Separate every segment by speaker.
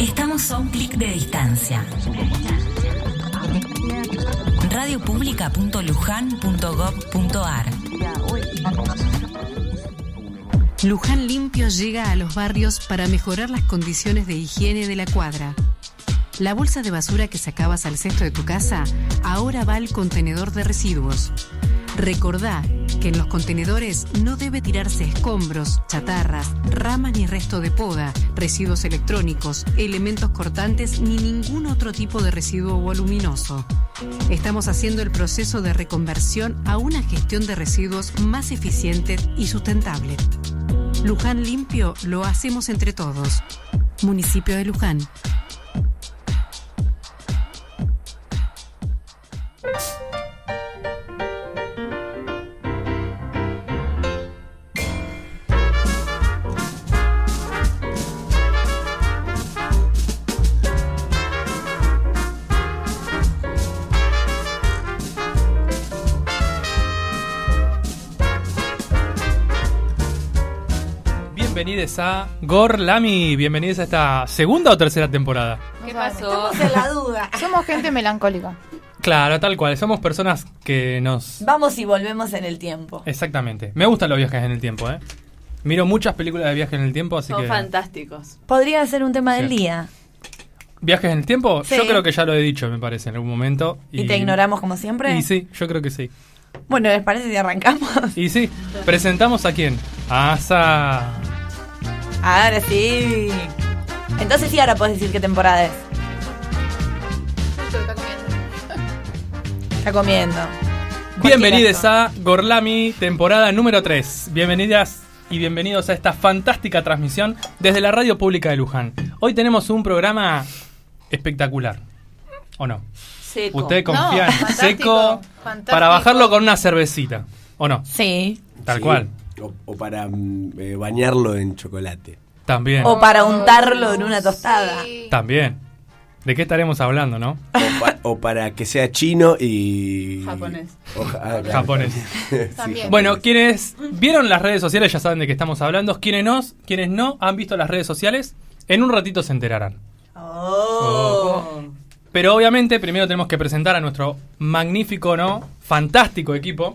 Speaker 1: Estamos a un clic de distancia. Radiopublica.lujan.gov.ar
Speaker 2: Luján Limpio llega a los barrios para mejorar las condiciones de higiene de la cuadra. La bolsa de basura que sacabas al cesto de tu casa ahora va al contenedor de residuos. Recordá que en los contenedores no debe tirarse escombros, chatarras, ramas ni resto de poda, residuos electrónicos, elementos cortantes ni ningún otro tipo de residuo voluminoso. Estamos haciendo el proceso de reconversión a una gestión de residuos más eficiente y sustentable. Luján Limpio lo hacemos entre todos. Municipio de Luján.
Speaker 3: Bienvenidos a Gorlami, bienvenidos a esta segunda o tercera temporada.
Speaker 4: No
Speaker 5: ¿Qué
Speaker 4: saben,
Speaker 5: pasó?
Speaker 4: Estamos en la duda.
Speaker 5: Somos gente melancólica.
Speaker 3: Claro, tal cual, somos personas que nos...
Speaker 4: Vamos y volvemos en el tiempo.
Speaker 3: Exactamente, me gustan los viajes en el tiempo, ¿eh? Miro muchas películas de viajes en el tiempo, así
Speaker 5: Son
Speaker 3: que...
Speaker 5: fantásticos.
Speaker 4: Podría ser un tema del
Speaker 3: Sí.
Speaker 4: día.
Speaker 3: ¿Viajes en el tiempo?
Speaker 4: Sí.
Speaker 3: Yo creo que ya lo he dicho, me parece, en algún momento.
Speaker 4: Y, te ignoramos como siempre.
Speaker 3: Y sí, yo creo que sí.
Speaker 4: Bueno, ¿les parece si arrancamos?
Speaker 3: Y sí, presentamos a quién? A Asa.
Speaker 4: Ahora sí. Entonces sí, ahora puedes decir qué temporada es. Está comiendo.
Speaker 3: Bienvenidos
Speaker 4: Cualquier
Speaker 3: a Gorlami, temporada número 3. Bienvenidas y bienvenidos a esta fantástica transmisión desde la Radio Pública de Luján. Hoy tenemos un programa espectacular. ¿O no?
Speaker 5: Seco.
Speaker 3: Usted confía en seco
Speaker 5: fantástico, fantástico.
Speaker 3: para bajarlo con una cervecita. ¿O no?
Speaker 4: Sí.
Speaker 3: Tal
Speaker 6: Sí,
Speaker 3: cual.
Speaker 6: O, o para mm, eh, bañarlo en chocolate.
Speaker 3: También.
Speaker 4: O para untarlo en una tostada.
Speaker 3: También. ¿De qué estaremos hablando, no?
Speaker 6: O, pa- o para que sea chino y.
Speaker 5: Japonés.
Speaker 6: O ja- ah, claro.
Speaker 3: Japonés.
Speaker 6: Sí,
Speaker 5: También.
Speaker 3: Bueno, quienes vieron las redes sociales ya saben de qué estamos hablando. Quienes no, quienes no han visto las redes sociales, en un ratito se enterarán.
Speaker 4: Oh.
Speaker 3: Pero obviamente primero tenemos que presentar a nuestro magnífico, ¿no? Fantástico equipo.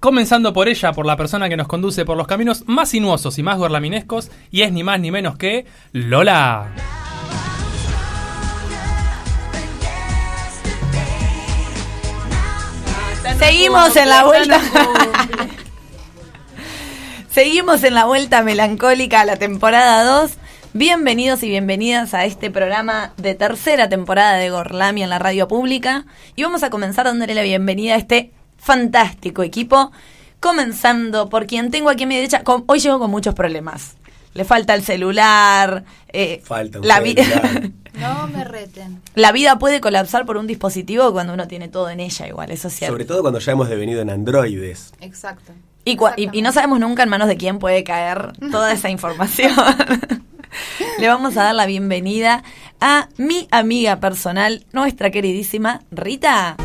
Speaker 3: Comenzando por ella, por la persona que nos conduce por los caminos más sinuosos y más gorlaminescos, y es ni más ni menos que Lola.
Speaker 4: Seguimos en la vuelta. Seguimos en la vuelta melancólica a la temporada 2. Bienvenidos y bienvenidas a este programa de tercera temporada de Gorlami en la radio pública. Y vamos a comenzar dándole la bienvenida a este fantástico equipo. Comenzando por quien tengo aquí a mi derecha. Con- hoy llego con muchos problemas. Le falta el celular. eh,
Speaker 6: Falta un
Speaker 4: la, vi-
Speaker 6: celular.
Speaker 7: No me reten.
Speaker 4: la vida puede colapsar por un dispositivo cuando uno tiene todo en ella, igual, eso es cierto.
Speaker 6: Sobre todo cuando ya hemos devenido en androides.
Speaker 7: Exacto.
Speaker 4: Y, cua- y- y no sabemos nunca en manos de quién puede caer toda esa información. Le vamos a dar la bienvenida a mi amiga personal, nuestra queridísima Rita.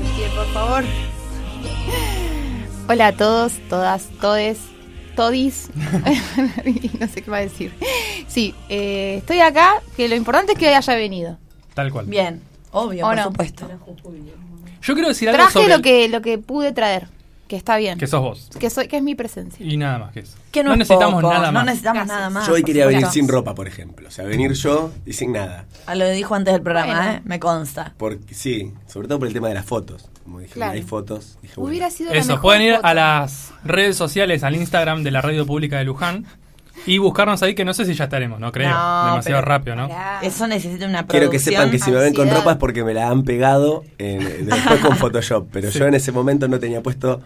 Speaker 7: Miguel, por favor. Hola a todos, todas, todes, todis. Y no sé qué va a decir. Sí, eh, estoy acá, que lo importante es que haya venido.
Speaker 3: Tal cual.
Speaker 4: Bien, obvio,
Speaker 7: ¿O
Speaker 4: por
Speaker 7: no?
Speaker 4: supuesto.
Speaker 3: Yo quiero decir algo
Speaker 7: Traje
Speaker 3: sobre
Speaker 7: lo que, lo que pude traer, que está bien.
Speaker 3: que sos vos.
Speaker 7: Que, soy, que es mi presencia.
Speaker 3: Y nada más que eso.
Speaker 4: Que no,
Speaker 3: no
Speaker 4: es
Speaker 3: necesitamos
Speaker 4: poco,
Speaker 3: nada
Speaker 4: No
Speaker 3: más.
Speaker 4: necesitamos
Speaker 7: Gracias.
Speaker 4: nada más.
Speaker 6: Yo hoy quería
Speaker 4: Ah, por
Speaker 6: venir
Speaker 4: supuesto.
Speaker 6: sin ropa, por ejemplo. O sea, venir yo y sin nada.
Speaker 4: Ah, Lo dijo antes del programa,
Speaker 7: Bueno.
Speaker 4: ¿eh? Me consta.
Speaker 6: Porque, sí, sobre todo por el tema de las fotos. Como dije,
Speaker 7: Claro.
Speaker 6: hay fotos. Dije, bueno,
Speaker 7: Hubiera sido la
Speaker 3: Eso,
Speaker 7: mejor
Speaker 3: pueden ir
Speaker 7: foto.
Speaker 3: a las redes sociales, al Instagram de la Radio Pública de Luján y buscarnos ahí, que no sé si ya estaremos, no creo.
Speaker 4: No,
Speaker 3: Demasiado
Speaker 4: pero-
Speaker 3: rápido, ¿no?
Speaker 7: Pará.
Speaker 4: Ah, Eso necesita una
Speaker 6: Quiero
Speaker 4: producción.
Speaker 6: que sepan que si me ven con
Speaker 7: ansiedad.
Speaker 6: ropa es porque me la han pegado eh, después con Photoshop. Pero yo en ese momento no tenía puesto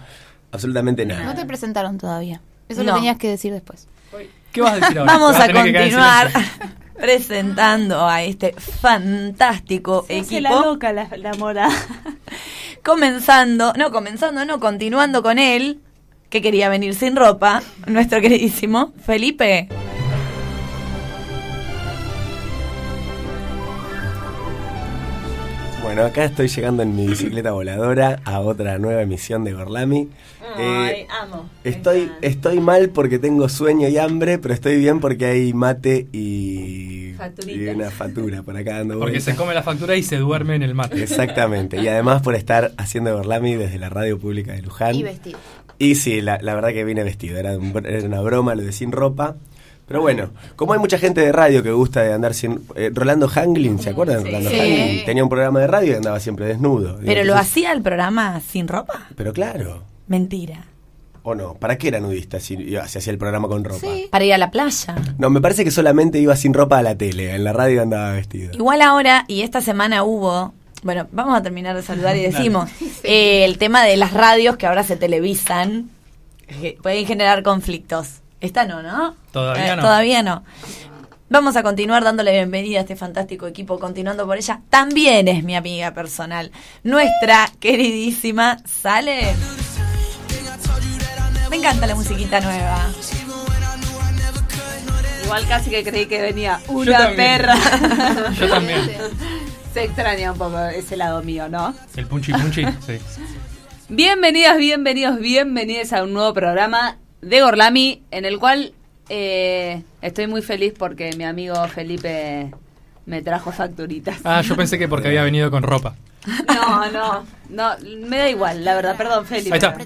Speaker 6: absolutamente nada.
Speaker 7: No te presentaron todavía. Eso
Speaker 4: No.
Speaker 7: lo tenías que decir después.
Speaker 3: ¿Qué vas a decir ahora?
Speaker 4: Vamos
Speaker 3: Vas
Speaker 4: a
Speaker 3: tener que quedar en
Speaker 4: continuar
Speaker 3: silencio.
Speaker 4: presentando a este fantástico equipo.
Speaker 8: la, mora.
Speaker 4: comenzando, no comenzando, no continuando con él, que quería venir sin ropa, nuestro queridísimo Felipe.
Speaker 6: Bueno, Bueno, acá estoy llegando en mi bicicleta voladora a otra nueva emisión de Gorlami. Eh,
Speaker 4: amo.
Speaker 6: estoy, estoy mal porque tengo sueño y hambre, pero estoy bien porque hay mate y, y
Speaker 4: Facturitas.
Speaker 6: una factura por acá dando
Speaker 3: Porque se
Speaker 6: vueltas.
Speaker 3: come la factura y se duerme en el mate.
Speaker 6: Exactamente. Y además por estar haciendo Gorlami desde la radio pública de Luján.
Speaker 7: Y vestido.
Speaker 6: Y sí, la, la verdad que vine vestido, era, un- era una broma lo de sin ropa. Pero bueno, como hay mucha gente de radio que gusta de andar sin... eh, Rolando Hanglin, ¿se acuerdan? de Rolando
Speaker 5: Sí.
Speaker 6: Hanglin tenía un programa de radio y andaba siempre desnudo. Digo,
Speaker 4: ¿Pero lo
Speaker 6: entonces-
Speaker 4: hacía el programa sin ropa?
Speaker 6: Pero claro,
Speaker 4: Mentira.
Speaker 6: ¿o no? ¿Para qué era nudista si, si hacía el programa con ropa?
Speaker 4: Para ir a la playa.
Speaker 6: No, me parece que solamente iba sin ropa a la tele, en la radio andaba vestido.
Speaker 4: Igual ahora, y esta semana hubo, bueno, vamos a terminar de saludar y decimos, eh, el tema de las radios que ahora se televisan, que pueden generar conflictos. Esta no, ¿no? Eh,
Speaker 3: Todavía no.
Speaker 4: Todavía no. Vamos a continuar dándole bienvenida a este fantástico equipo, continuando por ella. También es mi amiga personal, nuestra queridísima Sale. Me encanta la musiquita nueva.
Speaker 8: Igual casi que creí que venía
Speaker 3: Yo
Speaker 8: una
Speaker 3: también.
Speaker 8: perra.
Speaker 3: Yo también.
Speaker 8: Se extraña un poco ese lado mío, ¿no?
Speaker 3: El punchi punchi, sí.
Speaker 8: Bienvenidas, bienvenidos, bienvenidas a un nuevo programa de Gorlami, en el cual eh, estoy muy feliz porque mi amigo Felipe me trajo facturitas.
Speaker 3: Ah, yo pensé que porque había venido con ropa.
Speaker 8: No, no, no, me da igual, la verdad, perdón, Felipe.
Speaker 3: Ahí está.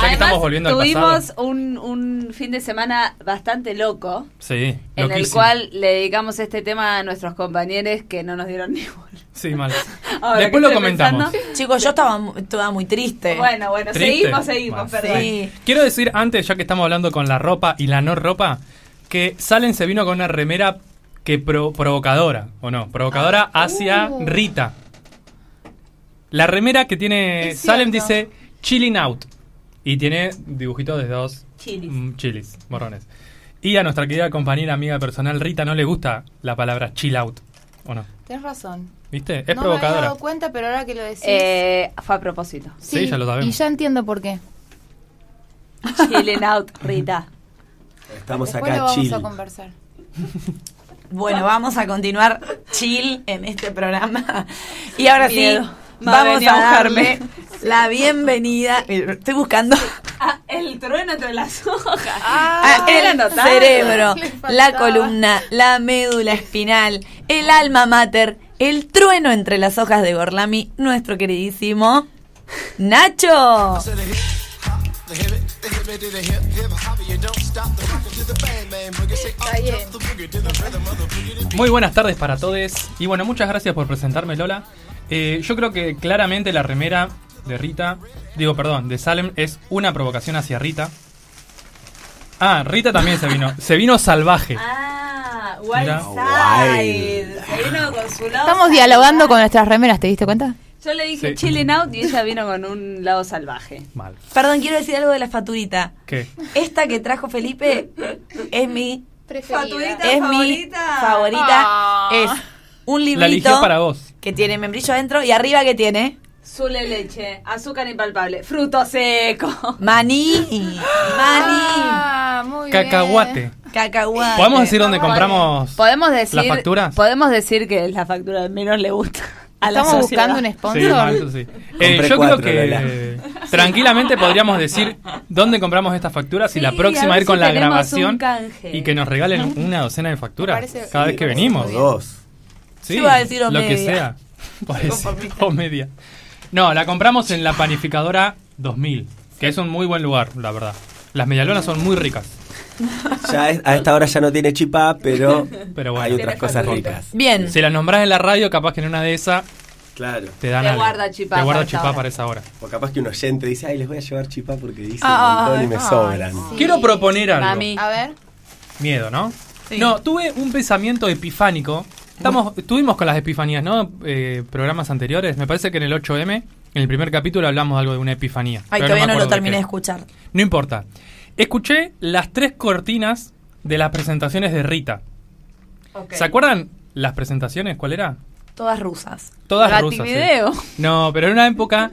Speaker 3: Ya que estamos volviendo al
Speaker 8: tuvimos
Speaker 3: pasado.
Speaker 8: un, un fin de semana bastante loco,
Speaker 3: Sí,
Speaker 8: en el
Speaker 3: loquísimo.
Speaker 8: cual le dedicamos este tema a nuestros compañeros que no nos dieron ni bola.
Speaker 3: Sí, mal.
Speaker 8: Ahora que
Speaker 3: Después lo
Speaker 8: estoy
Speaker 3: comentamos.
Speaker 8: pensando-
Speaker 4: Chicos, yo estaba, mu- estaba muy triste.
Speaker 8: Bueno, bueno,
Speaker 3: Triste.
Speaker 8: seguimos, seguimos,
Speaker 3: Bueno,
Speaker 8: perdón.
Speaker 4: Sí.
Speaker 3: Quiero decir antes, ya que estamos hablando con la ropa y la no ropa, que Salen se vino con una remera que pro- provocadora, ¿o no? Provocadora
Speaker 5: Ah.
Speaker 3: hacia
Speaker 5: Uh.
Speaker 3: Rita. La remera que tiene Salem dice Chilling Out. Y tiene dibujitos de dos
Speaker 8: Chilis.
Speaker 3: mm, chilis, borrones. Y a nuestra querida compañera, amiga personal Rita, no le gusta la palabra chill out, ¿o no?
Speaker 5: Tienes razón.
Speaker 3: ¿Viste?
Speaker 5: no
Speaker 3: Es
Speaker 5: me había
Speaker 3: provocadora.
Speaker 5: dado cuenta, pero ahora que lo decís.
Speaker 8: Eh, fue a propósito.
Speaker 3: sí, ya lo sabemos.
Speaker 5: Y ya entiendo por qué.
Speaker 8: Chilling out, Rita.
Speaker 6: Estamos
Speaker 5: Después lo
Speaker 6: acá,
Speaker 5: vamos
Speaker 6: chill.
Speaker 5: a conversar.
Speaker 4: Bueno, vamos a continuar chill en este programa. Y ahora sí,
Speaker 8: Miedo. Va,
Speaker 4: vamos
Speaker 8: venía
Speaker 4: a
Speaker 8: a buscarme.
Speaker 4: darle la bienvenida. Estoy buscando
Speaker 8: Ah, el trueno entre las hojas.
Speaker 4: a
Speaker 8: ¿qué le
Speaker 4: Ah, el
Speaker 8: notaba?
Speaker 4: cerebro,
Speaker 5: Le faltaba.
Speaker 4: la columna, la médula espinal, el alma mater, el trueno entre las hojas de Gorlami, nuestro queridísimo Nacho.
Speaker 3: Muy buenas tardes para todos. Y bueno, muchas gracias por presentarme, Lola. Eh, yo creo que claramente la remera de Rita, digo, perdón, de Salem es una provocación hacia Rita. Ah, Rita también se vino. Se vino salvaje.
Speaker 8: Ah,
Speaker 3: Mira.
Speaker 8: Wildside. Se vino con su lado.
Speaker 5: Estamos
Speaker 8: salvaje.
Speaker 5: dialogando con nuestras remeras, ¿te diste cuenta?
Speaker 8: Yo le dije
Speaker 3: Sí.
Speaker 8: chilling out y ella vino con un lado salvaje.
Speaker 3: Mal.
Speaker 4: Perdón, quiero decir algo de la faturita.
Speaker 3: ¿Qué?
Speaker 4: Esta que trajo Felipe es mi
Speaker 8: Faturita
Speaker 4: es
Speaker 8: favorita.
Speaker 4: mi favorita. Es un librito
Speaker 3: La eligió para vos.
Speaker 4: que tiene membrillo adentro y arriba que tiene
Speaker 8: Zule leche, azúcar impalpable, fruto seco.
Speaker 4: maní, maní,
Speaker 5: Ah, muy bien.
Speaker 3: Cacahuate.
Speaker 4: cacahuate.
Speaker 3: ¿Podemos decir dónde compramos?
Speaker 8: Podemos decir.
Speaker 3: ¿Las facturas?
Speaker 8: Podemos decir que es la factura que menos le gusta. A la
Speaker 5: Estamos
Speaker 8: sociedad.
Speaker 5: buscando un
Speaker 3: Sí, mal,
Speaker 5: sponsor.
Speaker 3: eso sí. Eh,
Speaker 6: Compré
Speaker 3: yo
Speaker 6: cuatro,
Speaker 3: creo que tranquilamente podríamos decir dónde compramos estas facturas y
Speaker 8: Sí,
Speaker 3: la
Speaker 8: a
Speaker 3: próxima
Speaker 8: ver
Speaker 3: ir con
Speaker 8: si
Speaker 3: la
Speaker 8: tenemos un
Speaker 3: grabación
Speaker 8: canje.
Speaker 3: y que nos regalen una docena de
Speaker 5: Me
Speaker 3: facturas
Speaker 5: parece-
Speaker 3: cada vez que venimos.
Speaker 6: O dos.
Speaker 3: Sí,
Speaker 4: Yo iba a decir o
Speaker 3: lo que
Speaker 4: media.
Speaker 3: sea. Por eso, o media. No, la compramos en la panificadora 2000, que es un muy buen lugar, la verdad. Las medialunas son muy ricas.
Speaker 6: Ya es- a esta hora ya no tiene chipá, pero,
Speaker 3: Pero bueno.
Speaker 6: hay otras
Speaker 8: Tiene
Speaker 6: cosas
Speaker 8: facturita.
Speaker 6: ricas.
Speaker 4: Bien.
Speaker 3: Si las nombrás en la radio, capaz que en una de esas
Speaker 6: Claro.
Speaker 3: te dan
Speaker 8: Te
Speaker 3: algo.
Speaker 8: guarda chipá
Speaker 3: Te guarda
Speaker 8: para esa
Speaker 3: chipá
Speaker 8: hora.
Speaker 3: para esa hora.
Speaker 6: O capaz que un oyente dice, ay, les voy a llevar chipá porque dice
Speaker 5: Ah,
Speaker 6: un montón y me
Speaker 5: ay,
Speaker 6: sobran.
Speaker 5: sí.
Speaker 3: Quiero proponer algo.
Speaker 8: Mami.
Speaker 5: A ver.
Speaker 3: Miedo, ¿no? No, tuve un pensamiento epifánico. Estamos, estuvimos con las epifanías, ¿no? Eh, programas anteriores. Me parece que en el 8M, en el primer capítulo, hablamos algo de una epifanía.
Speaker 4: Ay,
Speaker 3: Pero
Speaker 4: todavía
Speaker 3: me
Speaker 4: no lo
Speaker 3: acuerdo
Speaker 4: terminé
Speaker 3: qué.
Speaker 4: de escuchar.
Speaker 3: No importa. Escuché las tres cortinas de las presentaciones de Rita. ¿Se acuerdan las presentaciones? ¿Cuál era?
Speaker 4: Todas rusas.
Speaker 3: Todas
Speaker 8: Gatti
Speaker 3: rusas. sí.
Speaker 8: Video.
Speaker 3: No, pero en una época.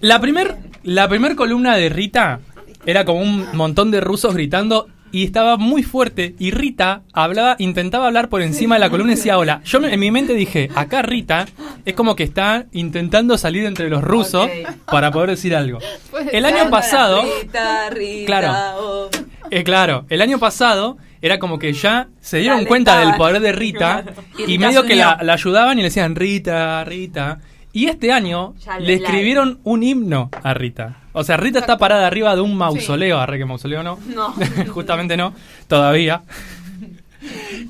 Speaker 3: La primer, la primer columna de Rita era como un montón de rusos gritando y estaba muy fuerte y Rita hablaba, intentaba hablar por encima de la columna y decía hola. Yo me- en mi mente dije, acá Rita es como que está intentando salir entre los rusos
Speaker 8: Ok.
Speaker 3: para poder decir algo.
Speaker 7: Puede
Speaker 3: El
Speaker 7: ser.
Speaker 3: año pasado,
Speaker 8: Rita, Rita,
Speaker 3: Claro.
Speaker 8: oh.
Speaker 3: eh, claro, el año pasado era como que ya se dieron
Speaker 8: La
Speaker 3: cuenta del
Speaker 8: alentaban.
Speaker 3: poder de Rita
Speaker 8: Claro. Y
Speaker 3: y
Speaker 8: Rita
Speaker 3: medio
Speaker 8: se
Speaker 3: que
Speaker 8: unió.
Speaker 3: la, la ayudaban y le decían Rita, Rita. Y este año
Speaker 8: Ya
Speaker 3: le
Speaker 8: la-
Speaker 3: escribieron un himno a Rita. O sea, Rita está parada arriba de un mausoleo, arre que mausoleo no.
Speaker 8: No.
Speaker 3: Justamente no, todavía.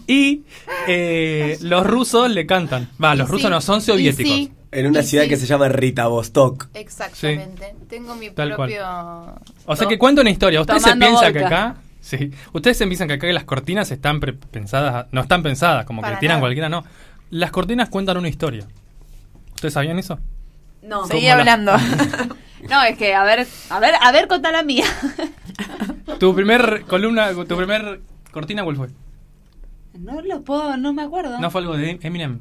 Speaker 3: Y eh, los rusos le cantan. Va, los
Speaker 7: Y
Speaker 3: rusos
Speaker 7: sí,
Speaker 3: no, son
Speaker 7: y
Speaker 3: soviéticos.
Speaker 7: sí,
Speaker 6: En una
Speaker 7: y
Speaker 6: ciudad
Speaker 7: sí.
Speaker 6: que se llama Ritavostok.
Speaker 7: Exactamente. Tengo mi
Speaker 3: Tal cual.
Speaker 7: propio.
Speaker 3: O sea que cuento una historia. Ustedes se
Speaker 8: Tomando
Speaker 3: piensan que
Speaker 8: vodka.
Speaker 3: acá. Sí. Ustedes se piensan que acá las cortinas están pre- pensadas. No están pensadas, como que
Speaker 7: Para
Speaker 3: tiran
Speaker 7: nada.
Speaker 3: cualquiera, no. Las cortinas cuentan una historia. ¿Ustedes sabían eso?
Speaker 8: No.
Speaker 3: Sí.
Speaker 4: Seguí hablando.
Speaker 8: No, es que, a ver, a ver, a ver, contá la mía.
Speaker 3: Tu primer columna, tu primer cortina, ¿cuál fue?
Speaker 8: No lo puedo, no me acuerdo.
Speaker 3: No fue algo de Eminem.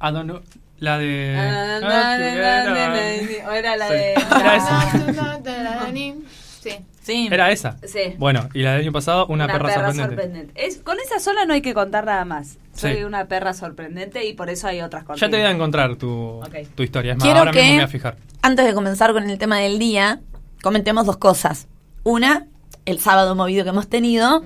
Speaker 3: I don't know- La de.
Speaker 8: Ah, na, na, na, na, na, o era la
Speaker 3: Sí.
Speaker 8: de. Ah,
Speaker 3: Era esa.
Speaker 7: Sí.
Speaker 4: Sí.
Speaker 3: Era esa.
Speaker 8: Sí.
Speaker 3: Bueno, y la del año pasado, una, perra, sorprendente.
Speaker 8: Es, con esa sola no hay que contar nada más. Soy
Speaker 3: Sí.
Speaker 8: una perra sorprendente y por eso hay otras cosas.
Speaker 3: Ya te voy a encontrar tu,
Speaker 8: Ok.
Speaker 3: tu historia. Es más,
Speaker 4: Quiero
Speaker 3: ahora
Speaker 4: que-
Speaker 3: mismo me voy a fijar.
Speaker 4: Antes de comenzar con el tema del día, comentemos dos cosas. Una, el sábado movido que hemos tenido.